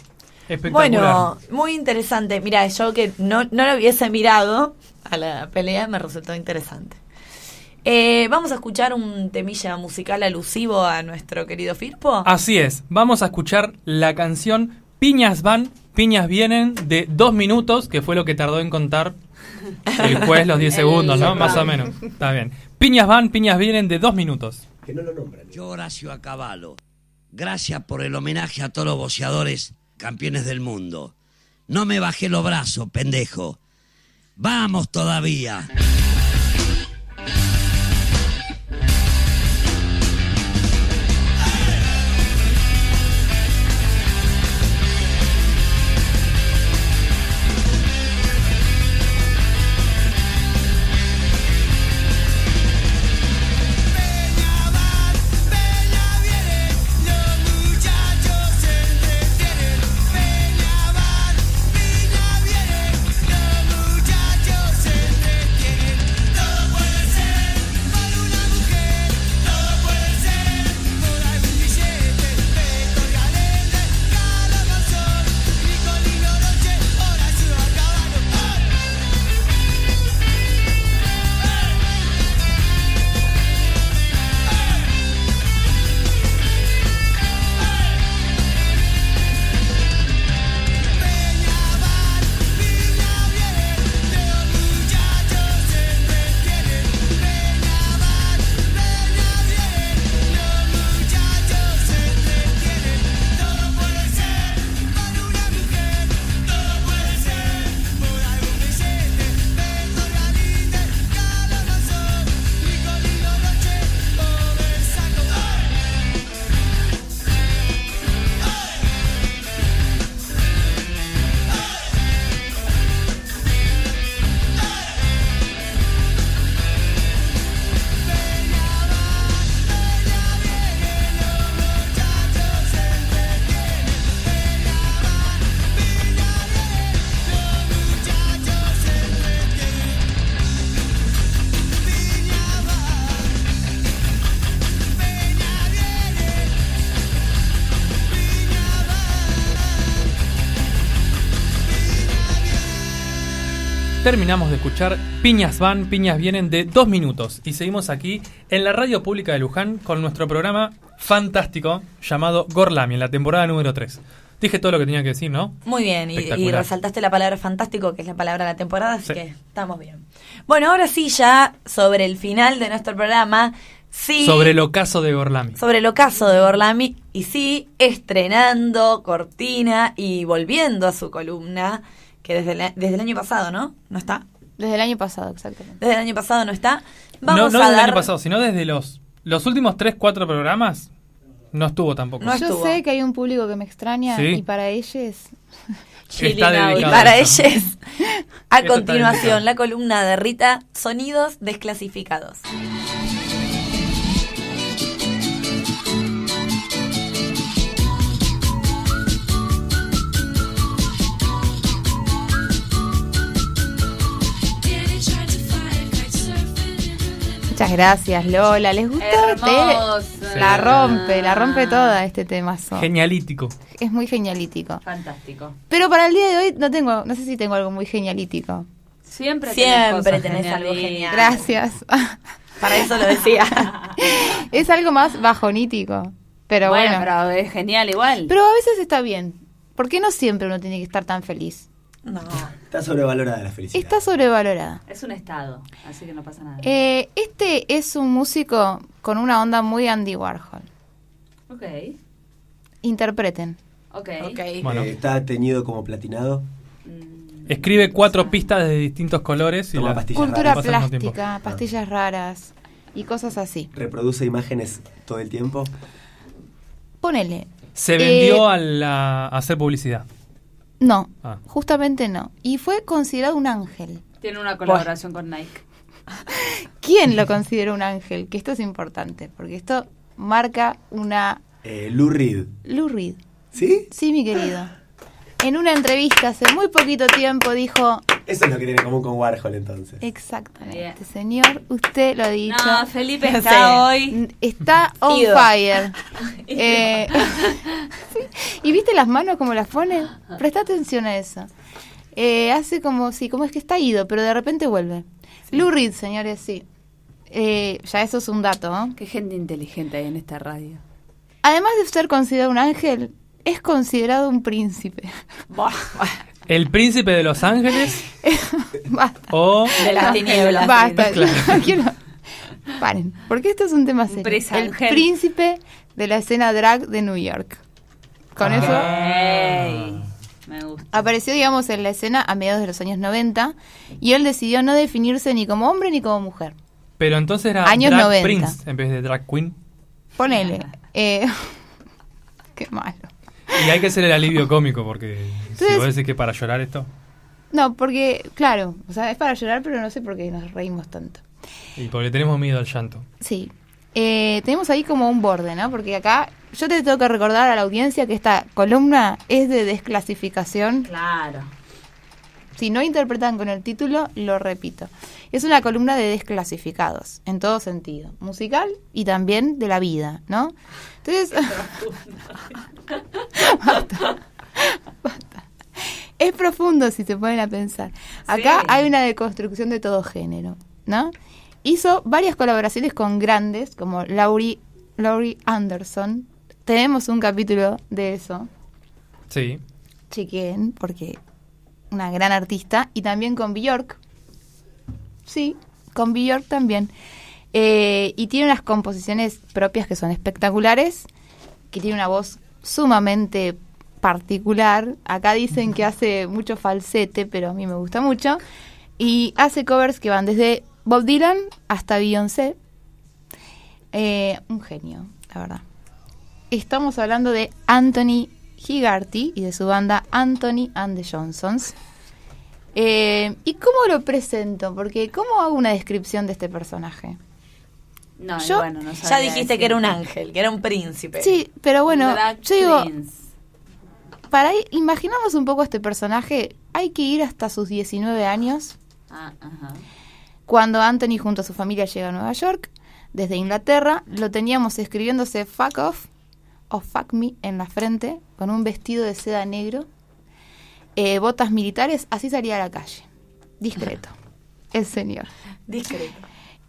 Speaker 4: Bueno, muy interesante. Mira, yo que no, no lo hubiese mirado a la pelea me resultó interesante. Eh, vamos a escuchar un temilla musical alusivo a nuestro querido Firpo.
Speaker 3: Así es, vamos a escuchar la canción Piñas van, piñas vienen de dos minutos, que fue lo que tardó en contar el juez los 10 segundos, ¿no? Más o menos. Está bien. Piñas van, piñas vienen de dos minutos.
Speaker 6: Que no lo nombran.
Speaker 14: Yo, Horacio Acabalo, gracias por el homenaje a todos los boxeadores campeones del mundo. No me bajé los brazos, pendejo. Vamos todavía.
Speaker 9: Los muchachos se entretienen,
Speaker 3: terminamos de escuchar Piñas van, Piñas vienen de dos minutos. Y seguimos aquí en la radio pública de Luján con nuestro programa fantástico llamado Gorlami, en la temporada número 3. Dije todo lo que tenía que decir, ¿no?
Speaker 4: Muy bien, y, y
Speaker 3: Espectacular.
Speaker 4: resaltaste la palabra fantástico, que es la palabra de la temporada, así
Speaker 3: Sí.
Speaker 4: que estamos bien. Bueno, ahora sí, ya sobre el final de nuestro programa, sí.
Speaker 3: Sobre el ocaso de Gorlami.
Speaker 4: sobre el ocaso de Borlami, y sí, estrenando Cortina y volviendo a su columna, que desde, el a- desde el año pasado, ¿no? ¿No está?
Speaker 7: Desde el año pasado, exactamente.
Speaker 4: Desde el año pasado no está.
Speaker 3: no
Speaker 4: Vamos
Speaker 3: no
Speaker 4: a
Speaker 3: desde el
Speaker 4: dar...
Speaker 3: año pasado, sino desde los, los últimos 3, 4 programas. No estuvo tampoco.
Speaker 7: Yo sé que hay un público que me extraña
Speaker 3: Sí.
Speaker 7: y para ellos...
Speaker 3: Está dedicado
Speaker 4: y
Speaker 3: a
Speaker 4: para
Speaker 3: eso.
Speaker 4: ellas, a
Speaker 3: Esto está dedicado.
Speaker 4: continuación, la columna de Rita, sonidos desclasificados.
Speaker 7: Muchas gracias, Lola. ¿Les gustó?
Speaker 8: Hermosa.
Speaker 7: Te- La rompe, la rompe toda este temazo.
Speaker 3: Genialítico.
Speaker 7: Es muy genialítico.
Speaker 8: Fantástico.
Speaker 7: Pero para el día de hoy no tengo, no sé si tengo algo muy genialítico.
Speaker 8: Siempre,
Speaker 4: Siempre
Speaker 8: tenés, cosas
Speaker 4: tenés algo
Speaker 8: geniales.
Speaker 4: genial.
Speaker 7: Gracias.
Speaker 4: Para eso lo decía.
Speaker 7: es algo más bajonítico. Pero
Speaker 8: Bueno,
Speaker 7: bueno.
Speaker 8: pero es genial igual.
Speaker 7: Pero a veces está bien. Porque no siempre uno tiene que estar tan feliz.
Speaker 4: No.
Speaker 6: Está sobrevalorada la felicidad.
Speaker 7: Está sobrevalorada.
Speaker 8: Es un estado, así que no pasa nada.
Speaker 7: Eh, este es un músico con una onda muy Andy Warhol.
Speaker 8: Ok,
Speaker 7: Interpreten.
Speaker 8: ok.
Speaker 3: Bueno. Mm.
Speaker 6: Eh, está teñido como platinado.
Speaker 3: Escribe cuatro pistas de distintos colores y
Speaker 6: Toma
Speaker 3: la
Speaker 6: pastillas
Speaker 7: Cultura
Speaker 3: pasan al mismo tiempo.
Speaker 7: plástica, pastillas raras y cosas así.
Speaker 6: Reproduce imágenes todo el tiempo.
Speaker 7: Ponele.
Speaker 3: Se vendió
Speaker 7: Eh,
Speaker 3: a, la- a hacer publicidad.
Speaker 7: No,
Speaker 3: Ah.
Speaker 7: justamente no. Y fue considerado un ángel.
Speaker 8: Tiene una colaboración con Nike.
Speaker 7: ¿Quién lo considera un ángel? Que esto es importante, porque esto marca una...
Speaker 6: Eh, Lou Reed.
Speaker 7: Lou Reed.
Speaker 6: ¿Sí?
Speaker 7: Sí, mi querido. En una entrevista hace muy poquito tiempo dijo,
Speaker 6: Eso es lo que tiene en común con Warhol entonces.
Speaker 7: exactamente, señor, usted lo ha dicho.
Speaker 8: No, Felipe está hoy.
Speaker 7: Está on
Speaker 8: Ido.
Speaker 7: fire. Eh, y viste las manos como las pone. Presta atención a eso. Eh, hace como, sí, como es que está ido, pero de repente vuelve. Lou Reed, señores, sí. Eh, ya eso es un dato. ¿no?
Speaker 8: Qué gente inteligente hay en esta radio.
Speaker 7: Además de ser considerado un ángel, es considerado un príncipe.
Speaker 3: ¿El príncipe de Los Ángeles
Speaker 7: Basta.
Speaker 3: o
Speaker 8: De las tinieblas.
Speaker 7: Ah, Basta.
Speaker 3: Claro.
Speaker 7: no quiero- Paren, porque esto es un tema serio. El
Speaker 8: presángel.
Speaker 7: príncipe de la escena drag de New York. Con
Speaker 10: Ah.
Speaker 7: eso
Speaker 8: Ey, me gusta.
Speaker 7: apareció, digamos, en la escena a mediados de los años 90 y él decidió no definirse ni como hombre ni como mujer.
Speaker 3: Pero entonces era
Speaker 7: Años
Speaker 3: Drag
Speaker 7: 90.
Speaker 3: Prince en vez de Drag Queen.
Speaker 7: Ponele. eh, qué malo.
Speaker 3: Y hay que hacer el alivio cómico porque si
Speaker 7: Entonces-
Speaker 3: vos decís que para llorar esto.
Speaker 7: No, porque, claro, o sea, es para llorar, pero no sé por qué nos reímos tanto.
Speaker 3: Y porque tenemos miedo al llanto.
Speaker 7: Sí. Eh, tenemos ahí como un borde, ¿no? Porque acá yo te tengo que recordar a la audiencia que esta columna es de desclasificación.
Speaker 8: Claro.
Speaker 7: Si no interpretan con el título, lo repito. Es una columna de desclasificados, en todo sentido, musical y también de la vida, ¿no? Entonces... Basta. Basta. Es profundo si se ponen a pensar. Acá
Speaker 8: Sí.
Speaker 7: hay una deconstrucción de todo género, ¿no? Hizo varias colaboraciones con grandes, como Laurie, Laurie Anderson. Tenemos un capítulo de eso
Speaker 3: Sí.
Speaker 7: chequen porque una gran artista y también con Bjork. Sí, con Bjork también. Eh, y tiene unas composiciones propias que son espectaculares, que tiene una voz sumamente particular. Acá dicen que hace mucho falsete, pero a mí me gusta mucho. Y hace covers que van desde Bob Dylan hasta Beyoncé. Eh, un genio, la verdad. Estamos hablando de Anthony Higarty y de su banda Anthony and the Johnsons. Eh, ¿Y cómo lo presento? Porque ¿cómo hago una descripción de este personaje?
Speaker 8: No,
Speaker 7: Yo-
Speaker 8: bueno, no
Speaker 4: Ya
Speaker 8: sabría
Speaker 4: dijiste
Speaker 8: decirte.
Speaker 4: que era un ángel, que era un príncipe.
Speaker 7: Sí, pero bueno,
Speaker 8: Drag
Speaker 7: yo digo,
Speaker 8: queens.
Speaker 7: para i- imaginarnos un poco a este personaje, hay que ir hasta sus 19 años,
Speaker 8: Ah,
Speaker 9: Uh-uh.
Speaker 8: ajá.
Speaker 7: cuando Anthony junto a su familia llega a Nueva York, desde Inglaterra, lo teníamos escribiéndose fuck off o fuck me en la frente, con un vestido de seda negro, eh, botas militares, así salía a la calle. Discreto. El señor.
Speaker 10: Discreto.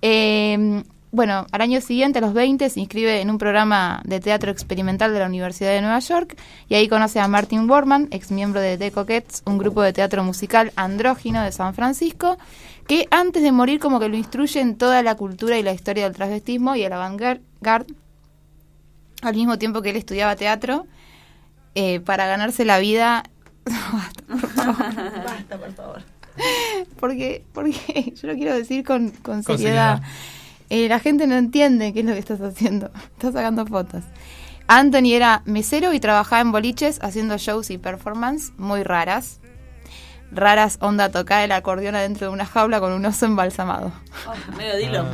Speaker 7: Eh, bueno, al año siguiente, a los 20, se inscribe en un programa de teatro experimental de la Universidad de Nueva York y ahí conoce a Martin Borman, ex miembro de The Coquettes, un grupo de teatro musical andrógino de San Francisco, que antes de morir como que lo instruye en toda la cultura y la historia del transvestismo y el avant-garde, al mismo tiempo que él estudiaba teatro, eh, para ganarse la vida... Basta, por favor.
Speaker 10: Basta, por favor.
Speaker 7: porque, porque yo lo quiero decir con, con
Speaker 10: Con
Speaker 7: seriedad. Eh, la gente no entiende qué es lo que estás haciendo. Estás sacando fotos. Anthony era mesero y trabajaba en boliches haciendo shows y performance muy raras. Raras onda tocar el acordeón adentro de una jaula con un oso embalsamado.
Speaker 8: Oh, medio dilo.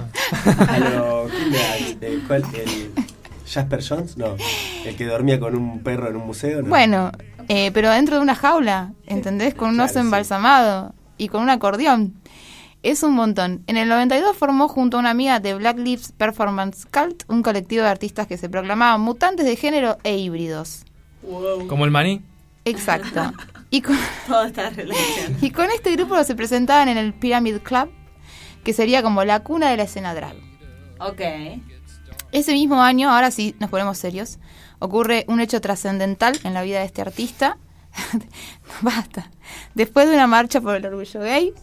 Speaker 6: Ah, lo- ¿quién era? Este, ¿cuál? ¿El Jasper Jones? No. El que dormía con un perro en un museo. ¿no?
Speaker 7: Bueno, eh, pero dentro de una jaula, ¿entendés? Con un oso embalsamado y con un acordeón. Es un montón. En el 92 formó junto a una amiga de Black Lives Performance Cult un colectivo de artistas que se proclamaban mutantes de género e híbridos.
Speaker 3: Como el maní.
Speaker 7: Exacto. Y con,
Speaker 10: Todo está relacionado.
Speaker 7: y con este grupo se presentaban en el Pyramid Club, que sería como la cuna de la escena drag.
Speaker 8: Ok.
Speaker 7: Ese mismo año, ahora sí nos ponemos serios, ocurre un hecho trascendental en la vida de este artista. Basta. Después de una marcha por el orgullo gay,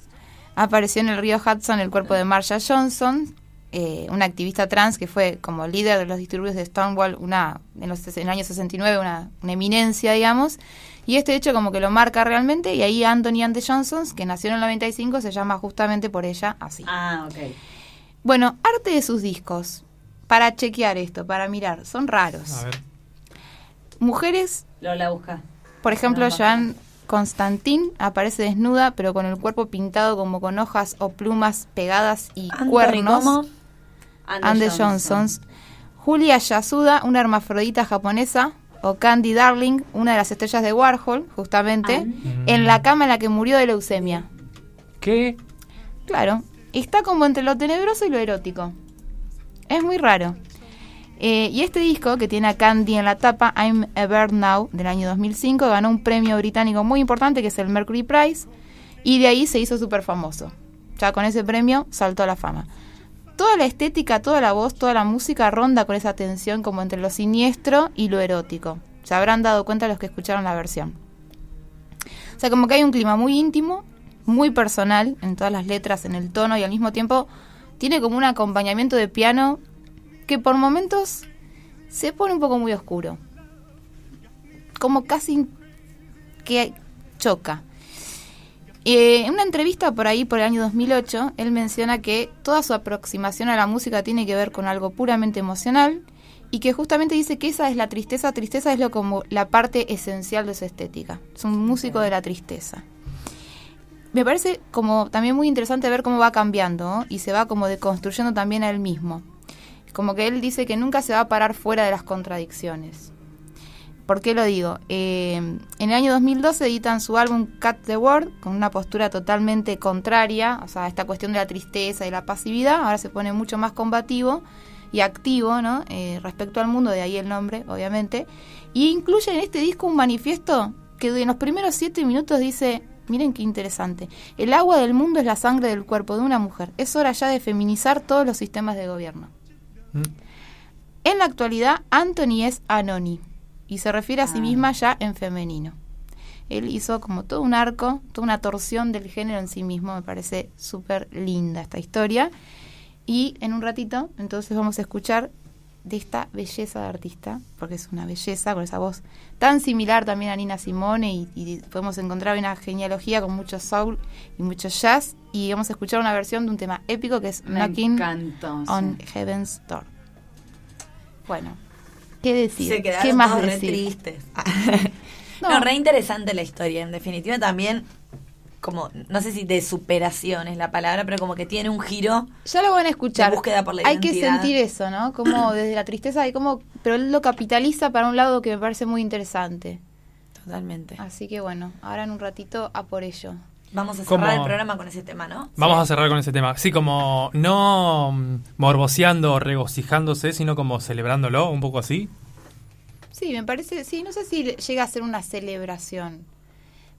Speaker 7: apareció en el río Hudson el cuerpo de Marsha Johnson, eh, una activista trans que fue como líder de los disturbios de Stonewall una, en, los, ses- en el año 69, una, una eminencia, digamos. Y este hecho como que lo marca realmente y ahí Anthony Ante Johnson, que nació en el 95, se llama justamente por ella así.
Speaker 8: Ah, ok.
Speaker 7: Bueno, arte de sus discos. Para chequear esto, para mirar, son raros.
Speaker 8: A ver.
Speaker 7: Mujeres,
Speaker 8: Lola busca.
Speaker 7: por ejemplo,
Speaker 8: No, no.
Speaker 7: Joan Constantin aparece desnuda, pero con el cuerpo pintado como con hojas o plumas pegadas y cuernos.
Speaker 10: ¿cómo?
Speaker 8: Ande
Speaker 7: Ande
Speaker 8: Johnson.
Speaker 7: Johnsons. Julia Yasuda, una hermafrodita japonesa. O Candy Darling, una de las estrellas de Warhol, justamente, en la cama en la que murió de leucemia.
Speaker 3: ¿Qué?
Speaker 7: Claro, está como entre lo tenebroso y lo erótico. Es muy raro. Eh, y este disco, que tiene a Candy en la tapa, I'm a Bird Now, del año 2005, ganó un premio británico muy importante, que es el Mercury Prize, y de ahí se hizo súper famoso. Ya con ese premio saltó a la fama. Toda la estética, toda la voz, toda la música ronda con esa tensión como entre lo siniestro y lo erótico. Se habrán dado cuenta los que escucharon la versión. O sea, como que hay un clima muy íntimo, muy personal en todas las letras, en el tono y al mismo tiempo tiene como un acompañamiento de piano que por momentos se pone un poco muy oscuro. Como casi que choca. Eh, en una entrevista por ahí, por el año 2008, él menciona que toda su aproximación a la música tiene que ver con algo puramente emocional y que justamente dice que esa es la tristeza. Tristeza es lo como la parte esencial de su estética. Es un músico de la tristeza. Me parece como también muy interesante ver cómo va cambiando ¿no? y se va como deconstruyendo también a él mismo. Como que él dice que nunca se va a parar fuera de las contradicciones. ¿Por qué lo digo? Eh, en el año 2012 editan su álbum Cat the World con una postura totalmente contraria, o sea, esta cuestión de la tristeza y la pasividad, ahora se pone mucho más combativo y activo, ¿no? Eh, respecto al mundo, de ahí el nombre, obviamente. Y incluye en este disco un manifiesto que en los primeros siete minutos dice, miren qué interesante, el agua del mundo es la sangre del cuerpo de una mujer, es hora ya de feminizar todos los sistemas de gobierno.
Speaker 3: Mm.
Speaker 7: En la actualidad, Anthony es Anoni y se refiere a
Speaker 8: Ah.
Speaker 7: sí misma ya en femenino. Él hizo como todo un arco, toda una torsión del género en sí mismo, me parece súper linda esta historia. Y en un ratito, entonces vamos a escuchar de esta belleza de artista, porque es una belleza con esa voz tan similar también a Nina Simone y, y podemos encontrar una genealogía con mucho soul y mucho jazz y vamos a escuchar una versión de un tema épico que es
Speaker 8: Me
Speaker 7: Knocking
Speaker 8: encantó, sí.
Speaker 7: on Heaven's Door. Bueno, ¿qué decir?
Speaker 10: Se quedaron
Speaker 7: ¿Qué más
Speaker 10: todos re
Speaker 7: decir?
Speaker 10: tristes. no. re interesante la historia. En definitiva, también, como, no sé si de superación es la palabra, pero como que tiene un giro.
Speaker 7: Ya lo van a escuchar.
Speaker 10: De búsqueda por la
Speaker 7: hay que
Speaker 10: identidad.
Speaker 7: sentir eso, ¿no? Como desde la tristeza y como, pero él lo capitaliza para un lado que me parece muy interesante.
Speaker 10: Totalmente.
Speaker 7: Así que bueno, ahora en un ratito a por ello.
Speaker 10: Vamos a
Speaker 3: Como-
Speaker 10: cerrar el programa con ese tema, ¿no?
Speaker 3: Vamos a cerrar con ese tema. Sí, como no mm, morboseando o regocijándose, sino como celebrándolo, un poco así.
Speaker 7: Sí, me parece, sí, no sé si llega a ser una celebración,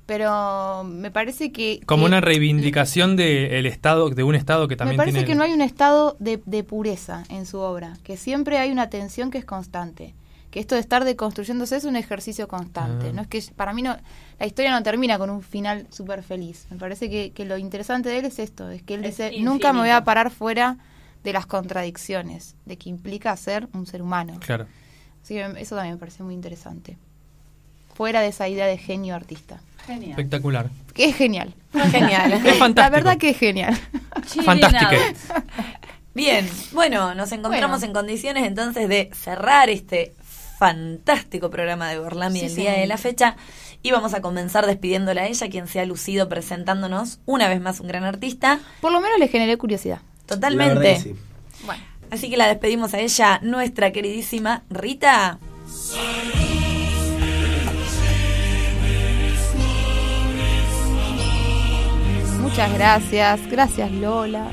Speaker 7: pero me parece que...
Speaker 3: Como
Speaker 7: que-
Speaker 3: una reivindicación de, el estado, de un Estado que también
Speaker 7: me parece
Speaker 3: tiene...
Speaker 7: que no hay un estado de, de pureza en su obra, que siempre hay una tensión que es constante, que esto de estar deconstruyéndose es un ejercicio constante.
Speaker 3: Ah.
Speaker 7: No es que para mí no, la historia no termina con un final súper feliz. Me parece que, que lo interesante de él es esto, es que él
Speaker 4: Es
Speaker 7: dice
Speaker 4: infinito.
Speaker 7: nunca me voy a parar fuera de las contradicciones, de que implica ser un ser humano.
Speaker 3: Claro.
Speaker 7: Así que eso también me parece muy interesante. Fuera de esa idea de genio artista.
Speaker 8: Genial.
Speaker 3: Espectacular.
Speaker 7: Que es genial.
Speaker 4: Genial. Es
Speaker 7: La
Speaker 4: fantástico.
Speaker 7: verdad que es genial.
Speaker 3: Fantástica.
Speaker 4: Bien, bueno, nos encontramos
Speaker 7: Bueno.
Speaker 4: en condiciones entonces de cerrar este fantástico programa de Gorlami
Speaker 7: Sí,
Speaker 4: el día
Speaker 7: señor.
Speaker 4: de la fecha y vamos a comenzar despidiéndola a ella, quien se ha lucido presentándonos una vez más un gran artista.
Speaker 7: Por lo menos le generé curiosidad.
Speaker 4: Totalmente.
Speaker 7: La verdad que sí. Bueno.
Speaker 4: Así que la despedimos a ella, nuestra queridísima Rita.
Speaker 7: Muchas gracias, gracias Lola.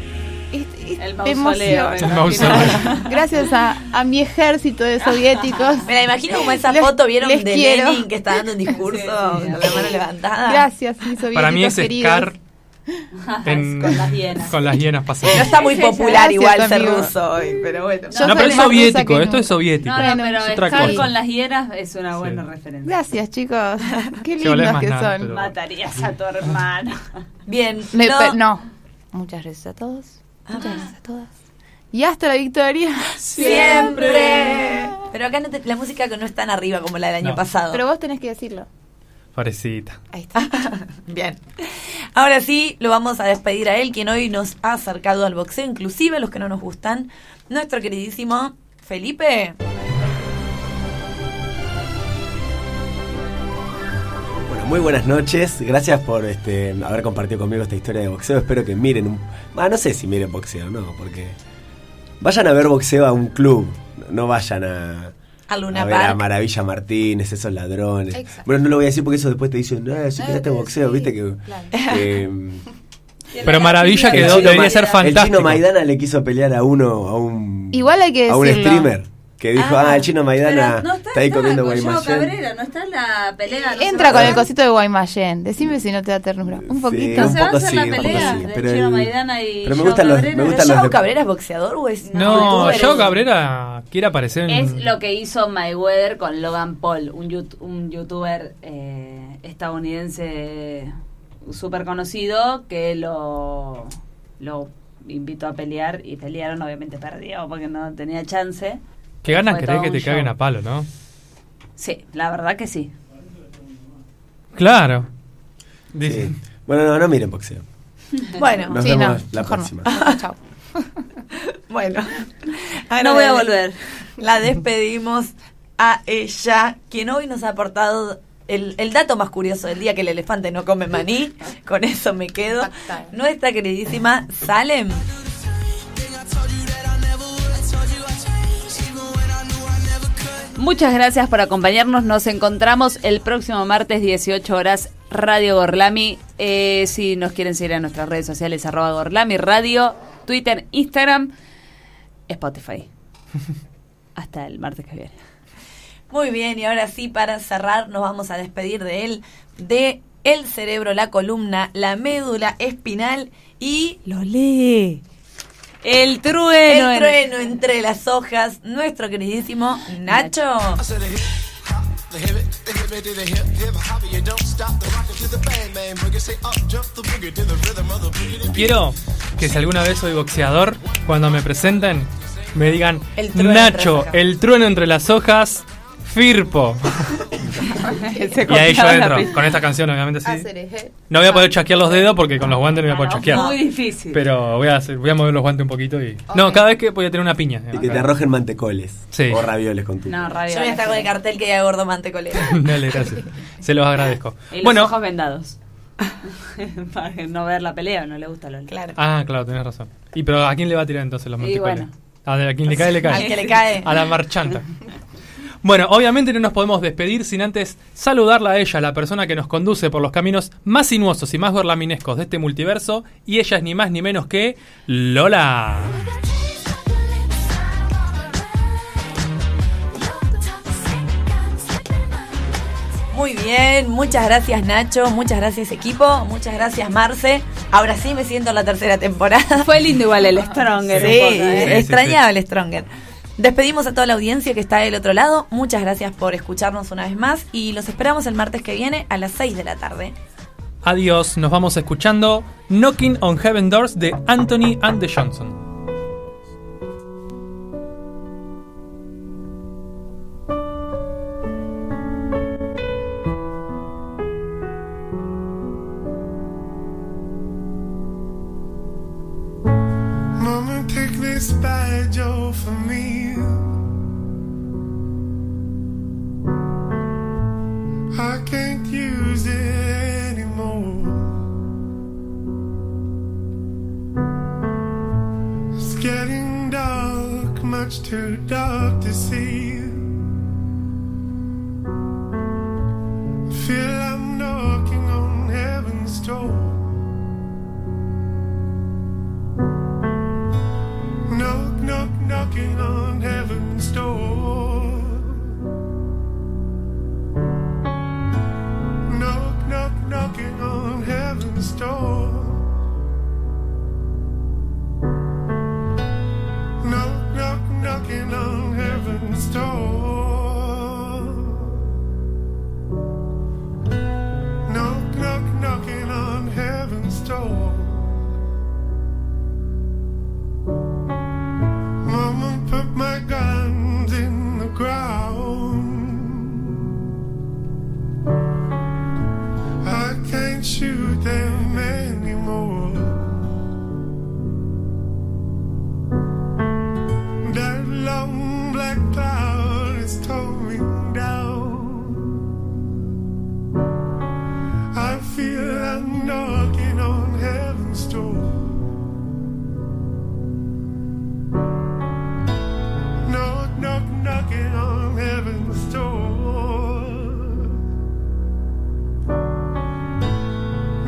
Speaker 7: Es- es-
Speaker 8: El
Speaker 7: me
Speaker 8: mausoleo.
Speaker 7: emociona.
Speaker 8: me imagino.
Speaker 7: Gracias a, a mi ejército de soviéticos.
Speaker 4: Me la imagino como esa
Speaker 7: Les-
Speaker 4: foto vieron
Speaker 7: les
Speaker 4: de
Speaker 7: quiero.
Speaker 4: Lenin que está dando un discurso con la mano levantada.
Speaker 7: Gracias, mis soviéticos
Speaker 3: Para mí es
Speaker 7: queridos.
Speaker 3: Scar en-
Speaker 8: Con las hienas. Eh,
Speaker 3: con las hienas
Speaker 4: No
Speaker 3: pasadas.
Speaker 4: está muy
Speaker 7: Gracias,
Speaker 4: popular igual ser
Speaker 7: amigo.
Speaker 4: ruso hoy, pero bueno.
Speaker 7: Yo
Speaker 3: No,
Speaker 7: soy
Speaker 3: pero es
Speaker 7: más rusa
Speaker 3: soviético,
Speaker 7: que
Speaker 3: esto es soviético.
Speaker 8: No, no, pero
Speaker 3: Es otra
Speaker 8: estar
Speaker 3: cosa.
Speaker 8: con las hieras es una buena referencia.
Speaker 7: Gracias, chicos. Qué
Speaker 3: Sí, vale, es
Speaker 7: lindos
Speaker 3: más
Speaker 7: que
Speaker 3: nada,
Speaker 7: son.
Speaker 3: pero-
Speaker 8: Matarías a tu hermano.
Speaker 4: Bien,
Speaker 7: Me-
Speaker 4: no,
Speaker 7: pe- no. Muchas gracias a todos. Muchas gracias a todas. Y hasta la victoria.
Speaker 4: siempre. Pero acá no te- la música no es tan arriba como la del año
Speaker 3: No.
Speaker 4: pasado.
Speaker 7: Pero vos tenés que decirlo.
Speaker 3: Parecita.
Speaker 7: Ahí está.
Speaker 4: Bien. Ahora sí, lo vamos a despedir a él, quien hoy nos ha acercado al boxeo, inclusive a los que no nos gustan. Nuestro queridísimo Felipe.
Speaker 6: Bueno, muy buenas noches. Gracias por este, haber compartido conmigo esta historia de boxeo. Espero que miren. un- Ah, no sé si miren boxeo, no, porque. Vayan a ver boxeo a un club. No vayan a.
Speaker 4: A Luna
Speaker 6: a ver a
Speaker 4: Park.
Speaker 6: Maravilla Martínez, esos ladrones.
Speaker 4: Exacto.
Speaker 6: Bueno, no lo voy a decir porque eso después te dicen, no, si miraste boxeo, viste que. que,
Speaker 3: Pero Maravilla
Speaker 6: que el
Speaker 3: quedó,
Speaker 6: chino
Speaker 3: debería
Speaker 6: Ma-
Speaker 3: ser
Speaker 6: El chino
Speaker 3: fantástico.
Speaker 6: Maidana le quiso pelear a uno, a un.
Speaker 7: Igual hay que
Speaker 6: a
Speaker 7: decirlo.
Speaker 6: un streamer. Que dijo, ah, el chino Maidana
Speaker 8: no
Speaker 6: está, ahí comiendo guaymallén.
Speaker 8: no está la pelea.
Speaker 7: Entra con el cosito de Guaymallén. Decime si no te da ternura. Un poquito.
Speaker 6: un
Speaker 8: se va a
Speaker 6: poco
Speaker 8: hacer la
Speaker 6: sí, un poco
Speaker 8: pelea
Speaker 6: sí,
Speaker 8: de
Speaker 6: pero
Speaker 8: Chino
Speaker 6: el-
Speaker 8: Maidana y
Speaker 6: pero me
Speaker 8: Joao
Speaker 6: gustan los-
Speaker 8: Cabrera.
Speaker 6: me
Speaker 4: ¿Pero
Speaker 6: gustan los
Speaker 4: Joao
Speaker 6: de-
Speaker 4: Cabrera es boxeador o es.?
Speaker 3: No,
Speaker 4: youtuber?
Speaker 3: yo Cabrera quiere aparecer
Speaker 8: Es
Speaker 3: en...
Speaker 8: lo que hizo Mayweather con Logan Paul, un, yout- un youtuber eh, estadounidense súper conocido que lo, lo invitó a pelear y pelearon, obviamente perdió porque no tenía chance.
Speaker 3: Que ganas
Speaker 8: Fue
Speaker 3: querés
Speaker 8: todo
Speaker 3: que
Speaker 8: un
Speaker 3: te
Speaker 8: show.
Speaker 3: caguen a palo, ¿no?
Speaker 8: Sí, la verdad que sí.
Speaker 3: Claro.
Speaker 6: Sí. Bueno, no, no miren boxeo.
Speaker 4: Bueno,
Speaker 6: Nos
Speaker 7: Sí, no,
Speaker 6: vemos la
Speaker 7: mejor no.
Speaker 6: próxima.
Speaker 7: Chao.
Speaker 4: bueno.
Speaker 8: No voy a volver.
Speaker 4: La despedimos a ella, quien hoy nos ha aportado el, el dato más curioso del día, que el elefante no come maní. Con eso me quedo. Nuestra queridísima Salem.
Speaker 8: Muchas gracias por acompañarnos. Nos encontramos el próximo martes 18 horas Radio Gorlami. Eh, si nos quieren seguir en nuestras redes sociales, arroba Gorlami Radio, Twitter, Instagram, Spotify. Hasta el martes que viene.
Speaker 4: Muy bien, y ahora sí, para cerrar, nos vamos a despedir de él, de el cerebro, la columna, la médula espinal y
Speaker 8: Lo lee. El trueno.
Speaker 4: el trueno entre las hojas, nuestro queridísimo Nacho.
Speaker 10: The hip, it, the hip, it, the hip, hip, hobby, you don't stop the rocket to the bang, bang, boogie, say "Oh, up, jump the boogie to the rhythm of the boogie.
Speaker 3: Quiero que si alguna vez soy boxeador, cuando me presenten, me digan
Speaker 4: El trueno entre
Speaker 3: Nacho,
Speaker 4: las hojas".
Speaker 3: el trueno entre las hojas, Firpo. Y ahí yo entro, con esta canción obviamente
Speaker 4: Ah.
Speaker 3: sí. No voy a poder chasquear los dedos porque con los guantes no voy a poder chasquear.
Speaker 8: Muy difícil.
Speaker 3: Pero voy a, hacer, voy a mover los guantes un poquito y... No, cada vez que voy a tener una piña.
Speaker 6: Y que te arrojen mantecoles.
Speaker 3: Sí.
Speaker 6: O ravioles con tu.
Speaker 8: No, radio.
Speaker 4: Yo voy a estar con el cartel que diga gordo mantecolero.
Speaker 3: Dale, gracias. Se los agradezco.
Speaker 8: Y los
Speaker 3: Bueno.
Speaker 8: ojos vendados. Para no ver la pelea, no le gusta lo
Speaker 4: Claro.
Speaker 3: Ah, claro, tenés razón. ¿Y pero a quién le va a tirar entonces los
Speaker 8: Y
Speaker 3: mantecoles?
Speaker 8: bueno.
Speaker 3: A, a quien le cae, le cae.
Speaker 4: Al que le cae.
Speaker 3: A la marchanta. Bueno, obviamente no nos podemos despedir sin antes saludarla a ella, la persona que nos conduce por los caminos más sinuosos y más gorlaminescos de este multiverso. Y ella es ni más ni menos que Lola.
Speaker 4: Muy bien, Bien, muchas gracias Nacho, muchas gracias equipo, muchas gracias Marce. Ahora sí me siento en la tercera temporada.
Speaker 8: Fue lindo igual el Stronger.
Speaker 4: Sí,
Speaker 8: un poco, ¿eh? Sí, sí,
Speaker 4: extrañaba el Stronger. Despedimos a toda la audiencia que está del otro lado. Muchas gracias por escucharnos una vez más y los esperamos el martes que viene a las 6 de la tarde.
Speaker 3: Adiós, nos vamos escuchando Knocking on Heaven Doors de Anthony and the Johnson.
Speaker 15: Mama, take this by Joe for me. I can't use it anymore. It's getting dark, much too dark to see. I feel I'm knocking on heaven's door. Knock, knock, knocking on heaven's door. Knock, knock, knocking on heaven's door. Knock, knock, knocking on heaven's door. Knock, knock, knocking on heaven's door. Mama put my guns in the ground. I can't shoot them anymore. That long black cloud is coming down. I feel I'm knocking on heaven's door. knock, knock, knocking on heaven's door.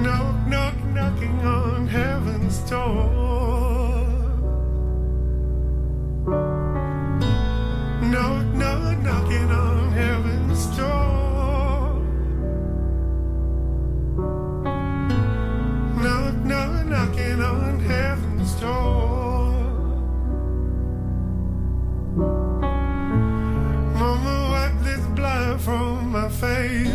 Speaker 15: Knock, knock, knocking on heaven's door. Knock, knock, knocking on heaven's door. Knock, knock, knocking on heaven's door. Mama, wipe this blood from my face.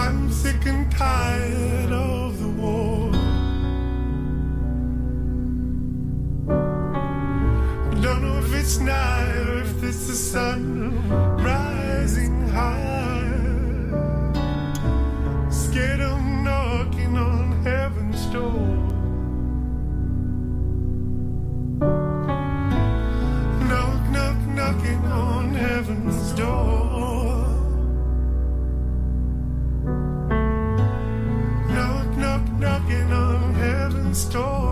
Speaker 15: I'm sick and tired of the war. Don't know if it's night or if it's the sun rising high. Scared of knocking on heaven's door. knock, knock, knocking on heaven's door. Knock, knock, knocking on heaven's door.